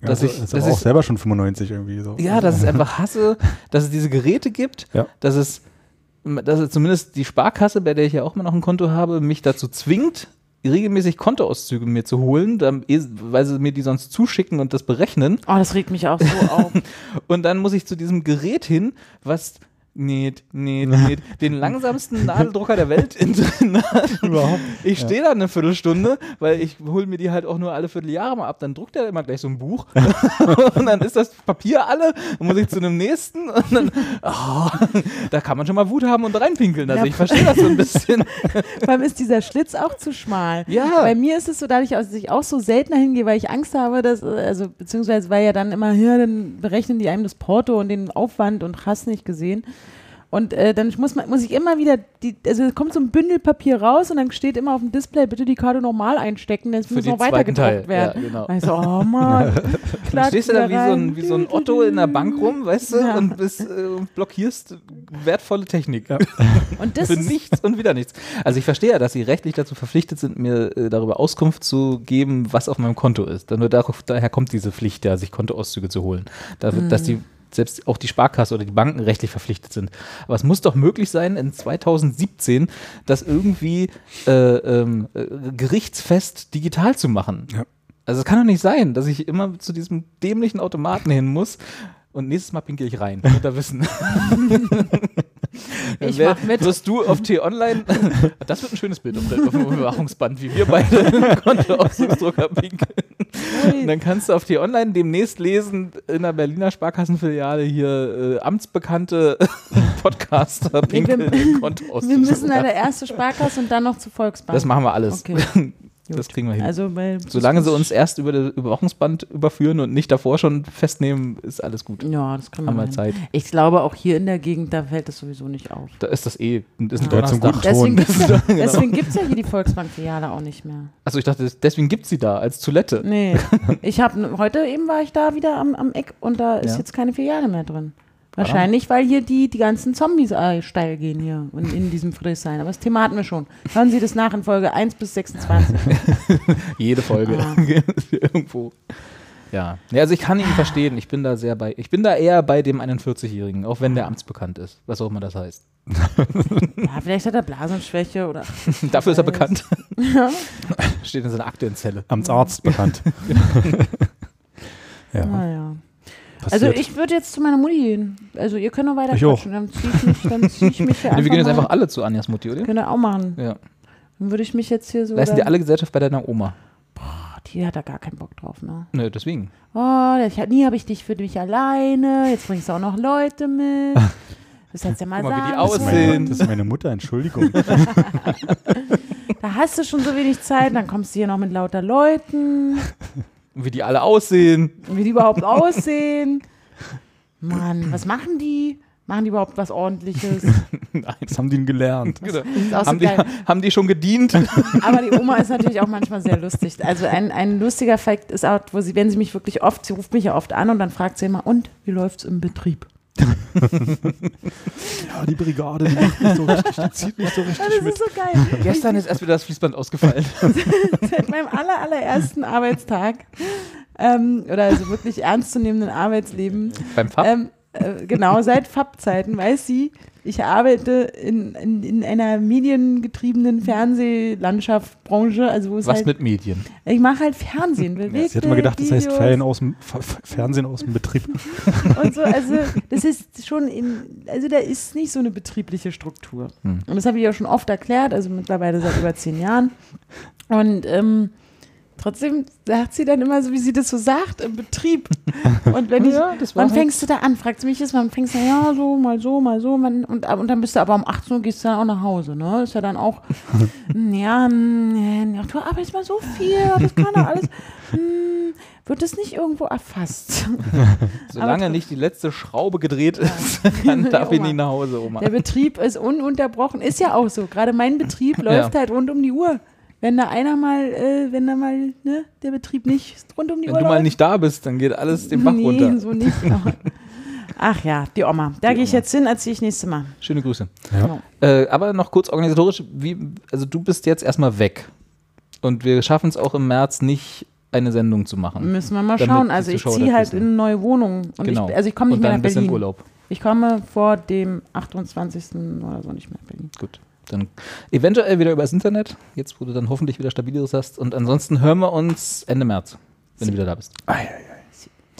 B: dass
D: Also,
B: ich,
D: ist
B: dass
D: aber auch
B: ich
D: selber schon 95 irgendwie so.
B: ja, dass es einfach hasse, dass es diese Geräte gibt,
D: Ja.
B: dass es, dass es zumindest die Sparkasse, bei der ich ja auch immer noch ein Konto habe, mich dazu zwingt, regelmäßig Kontoauszüge mir zu holen, dann- weil sie mir die sonst zuschicken und das berechnen.
C: Oh, das regt mich auch so auf.
B: Und dann muss ich zu diesem Gerät hin, was nicht, nicht, nicht, den langsamsten Nadeldrucker der Welt in drin hat.
D: überhaupt.
B: Ich stehe da eine Viertelstunde, weil ich hole mir die halt auch nur alle Vierteljahre mal ab. Dann druckt er immer gleich so ein Buch und dann ist das Papier alle. Dann muss ich zu einem nächsten und dann, oh, da kann man schon mal Wut haben und reinpinkeln. Also
C: Ja.
B: ich verstehe das so ein bisschen.
C: Beim ist dieser Schlitz auch zu schmal.
B: Ja.
C: Bei mir ist es so, dadurch, dass ich auch so seltener hingehe, weil ich Angst habe, dass, äh, also beziehungsweise weil ja dann immer, ja, dann berechnen die einem das Porto und den Aufwand und hast nicht gesehen. Und äh, dann muss, man, muss ich immer wieder, die, also es kommt so ein Bündel Papier raus und dann steht immer auf dem Display, bitte die Karte normal einstecken, jetzt
B: Für
C: muss
B: den
C: noch weiter
B: zweiten Teil.
C: gedruckt werden.
B: Ja, genau.
C: Und ich so, oh Mann.
B: Dann
C: Klatsch
B: stehst du da wie
C: wieder
B: so, ein,
C: rein.
B: wie so ein Otto in der Bank rum, weißt du,
C: Ja.
B: und bist, äh, und blockierst wertvolle Technik.
C: Und das
B: für
C: ist,
B: nichts und wieder nichts. Also ich verstehe ja, dass sie rechtlich dazu verpflichtet sind, mir äh, darüber Auskunft zu geben, was auf meinem Konto ist. Dann nur darauf, daher kommt diese Pflicht, ja, sich Kontoauszüge zu holen. Da, wird- Dass die
C: Hm.
B: selbst auch die Sparkasse oder die Banken rechtlich verpflichtet sind. Aber es muss doch möglich sein, in 2017 das irgendwie äh, ähm, äh, gerichtsfest digital zu machen.
D: Ja.
B: Also es kann doch nicht sein, dass ich immer zu diesem dämlichen Automaten hin muss und nächstes Mal pinkel ich rein. Könnt ihr wissen. Dann
C: Ich
B: wär-
C: mach mit.
B: Wirst du auf T-Online, das wird ein schönes Bild auf dem auf dem Überwachungsband, wie wir beide Kontoausdrucker pinkeln. Und dann kannst du auf T-Online demnächst lesen, in der Berliner Sparkassenfiliale hier äh, amtsbekannte Podcaster
C: Nee, wir- halt
B: pinkeln nee,
C: wir müssen an der erste Sparkasse und dann noch zur Volksbank.
B: Das machen wir alles.
C: Okay.
B: Das kriegen wir hin.
C: Also bei
B: Solange sie uns erst über das Überwachungsband überführen und nicht davor schon festnehmen, ist alles gut.
C: Ja, das kann
B: Haben
C: man.
B: wir
C: hin.
B: Zeit.
C: Ich glaube, auch hier in der Gegend, da fällt das sowieso nicht auf.
B: Da ist das eh. Das ist ein
A: Ja, zum
B: Donnerstag.
A: Guten. Ton.
C: Deswegen gibt es ja,
B: Genau.
C: deswegen gibt's ja hier die Volksbankfiliale auch nicht mehr.
B: Achso, Also ich dachte, deswegen gibt sie da als Toilette.
C: Nee. Ich habe heute eben war ich da wieder am, am Eck und da ist
B: Ja. Ah.
C: jetzt keine Filiale mehr drin. Wahrscheinlich, weil hier die, die ganzen Zombies äh, steil gehen hier und in diesem Fresssein. Aber das Thema hatten wir schon. Hören Sie das nach in Folge 1 bis 26.
B: Jede Folge.
C: Ah.
B: Irgendwo. Ja. ja, also ich kann ihn verstehen. Ich bin da sehr bei, ich bin da eher bei dem 41-Jährigen, auch wenn der amtsbekannt ist, was auch immer das heißt.
C: ja, vielleicht hat er Blasenschwäche oder.
B: Dafür ist er bekannt. Steht in seiner Akte in Zelle.
D: Amtsarzt bekannt. ja,
C: Naja.
D: passiert.
C: Also ich würde jetzt zu meiner Mutti gehen. Also ihr könnt noch weiter
D: Ich auch.
C: quatschen. Dann ziehe ich mich, dann zieh ich mich hier
B: Nee, wir gehen jetzt
C: mal- Genau,
B: einfach alle zu Anjas Mutti, oder?
C: Könnt ihr auch machen.
B: Ja.
C: Dann würde ich mich jetzt hier so.
B: Leisten
C: dann-
B: dir alle Gesellschaft bei deiner Oma.
C: Ach, die hat da gar keinen Bock drauf, ne?
B: Nö, deswegen.
C: Oh, ich, hab- nie habe ich dich für mich alleine. Jetzt bringst du auch noch Leute mit. Das hättest du ja mal
B: Guck mal, wie die
C: sagen
B: aussehen.
C: sollen.
D: meine, das ist meine Mutter, Entschuldigung.
C: Da hast du schon so wenig Zeit, dann kommst du hier noch mit lauter Leuten,
B: Und wie die alle aussehen.
C: wie die überhaupt aussehen. Mann, was machen die? Machen die überhaupt was ordentliches?
D: Das haben die denn gelernt.
B: Genau.
C: Ist auch so
B: Haben, die,
C: geil.
B: haben die schon gedient?
C: Aber die Oma ist natürlich auch manchmal sehr lustig. Also ein, ein lustiger Fakt ist auch, wo sie, wenn sie mich wirklich oft, sie ruft mich ja oft an und dann fragt sie immer, und wie läuft's im Betrieb?
D: Ja, die Brigade, die macht nicht so richtig, die zieht nicht so richtig
C: Das
D: mit.
C: ist so geil.
B: Gestern ist erst wieder das Fließband ausgefallen.
C: seit meinem aller, allerersten Arbeitstag ähm, oder also wirklich ernstzunehmenden Arbeitsleben.
B: Beim Pfaff?
C: Ähm, äh, genau, seit Fab-Zeiten weiß sie, ich arbeite in, in, in einer mediengetriebenen Fernsehlandschaft, Branche, also wo es
B: was
C: halt,
B: mit Medien?
C: ich mache halt Fernsehen, Bewegtbild,
D: Sie hätte mal gedacht, das heißt
C: Videos
D: Ferien aus dem, F- F- Fernsehen aus dem Betrieb.
C: und so, also das ist schon in, also da ist nicht so eine betriebliche Struktur.
B: Hm.
C: Und das habe ich ja schon oft erklärt, also mittlerweile seit über zehn Jahren. Und ähm, trotzdem sagt sie dann immer so, wie sie das so sagt, im Betrieb. Und wenn ich,
B: Ja, das war
C: wann
B: halt-
C: fängst du da an? Fragt sie mich jetzt, wann fängst du an? Ja, so, mal so, mal so. Man, und, ab- und dann bist du aber um 18 Uhr gehst du dann auch nach Hause, ne? Ist ja dann auch, hm, ja, hm, ja, du arbeitest mal so viel, das kann doch alles. Hm, wird das nicht irgendwo erfasst?
B: Solange nicht die letzte Schraube gedreht ist, dann
C: Die
B: darf ich
C: Oma.
B: nicht nach Hause, Oma.
C: Der Betrieb ist ununterbrochen. Ist ja auch so. Gerade mein Betrieb läuft halt rund um die Uhr. Wenn da einer mal, äh, wenn da mal, ne, der Betrieb nicht rund um die
B: Wenn
C: Uhr
B: du mal
C: läuft.
B: nicht da bist, dann geht alles den Bach
C: nee,
B: runter.
C: so nicht. Aber- Ach ja, die Oma. Da gehe ich jetzt hin, erzähle ich nächstes Mal.
B: Schöne Grüße.
C: Ja.
B: Äh, aber noch kurz organisatorisch, wie, also du bist jetzt erstmal weg. Und wir schaffen es auch im März nicht, eine Sendung zu machen.
C: Müssen wir mal
B: Damit
C: schauen.
B: die
C: Also ich
B: Zuschauer
C: ziehe
B: das
C: halt
B: wissen.
C: in eine neue Wohnung. Mm, Und
B: genau.
C: ich, also ich komme nicht
B: Und
C: mehr nach
B: dann ein bisschen
C: Berlin.
B: Urlaub.
C: Ich komme vor dem 28. oder so nicht mehr nach Berlin.
B: Gut. Dann eventuell wieder übers Internet, jetzt wo du dann hoffentlich wieder stabileres hast. Und ansonsten hören wir uns Ende März, wenn du wieder da bist.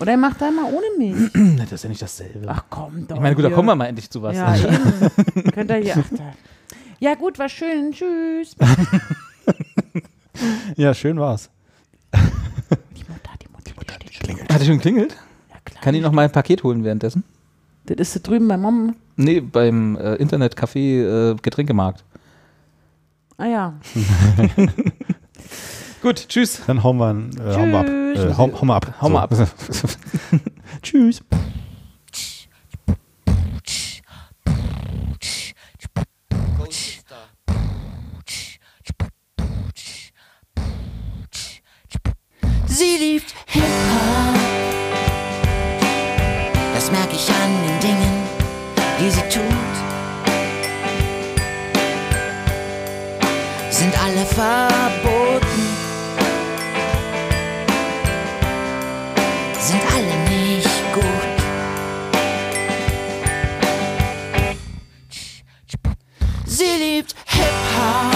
C: Oder ihr macht da mal ohne mich.
B: Das ist ja nicht dasselbe.
C: Ach komm doch.
B: ich meine, gut, da
C: hier.
B: kommen wir mal endlich zu was.
C: Oh, Ja, eben. Könnt ihr hier. Ach, da. Ja, gut, war schön. Tschüss.
D: Ja, schön war's.
C: Die Mutter, die Mutter, die Mutter steht schon.
B: Hat die schon geklingelt?
C: Ja, klar.
B: Kann ich noch mal ein Paket holen währenddessen?
C: Das ist da drüben bei Mom.
B: Nee, beim äh, Internetcafé äh, Getränkemarkt.
C: Ah ja.
B: Gut, tschüss.
D: Dann hauen wir, einen, äh, hauen wir ab. Äh, hau, hauen wir ab.
B: Hau mal ab.
D: Tschüss.
E: Sie liebt Hip-Hop. Das merke ich an den Dingen, die sie tut. Sind alle verboten. Sind alle nicht gut. Sie liebt Hip-Hop.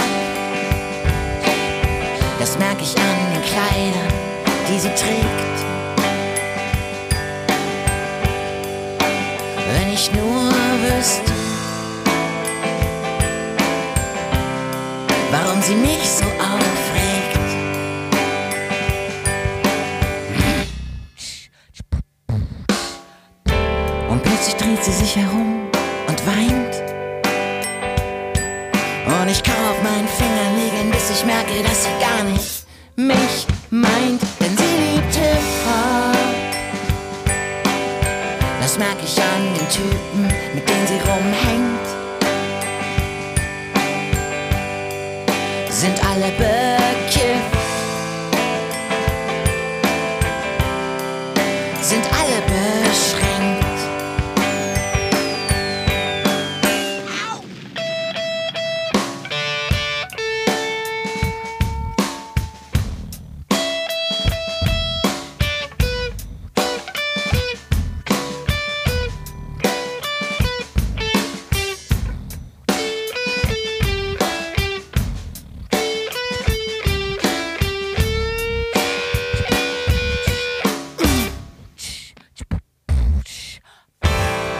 E: Das merke ich an den Kleidern, die sie trägt. Wenn ich nur wüsste, warum sie mich so aufregt. Und plötzlich dreht sie sich herum und weint. Und ich kau auf meinen Fingernägeln, bis ich merke, dass sie gar nicht mich meint, denn sie liebt Hip-Hop. Das merk ich an den Typen, mit denen sie rumhängt. Sind alle bekifft. Sind alle beschränkt.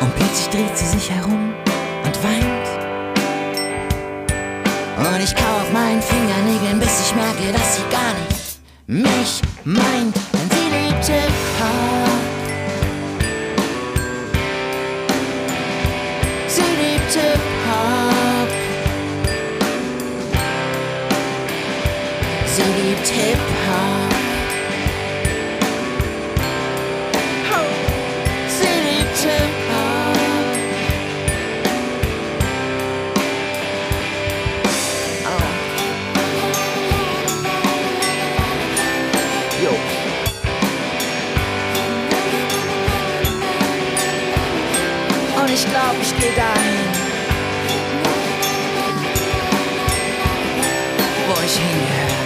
E: Und plötzlich dreht sie sich herum und weint. Und ich kau auf meinen Fingernägeln, bis ich merke, dass sie gar nicht mich meint, denn sie liebt Hip-Hop. Sie liebt Hip-Hop. Sie liebt Hip-Hop. Sie liebt Hip-Hop. Oh. Yo. Und ich glaub, ich geh dahin, wo ich hingehöre.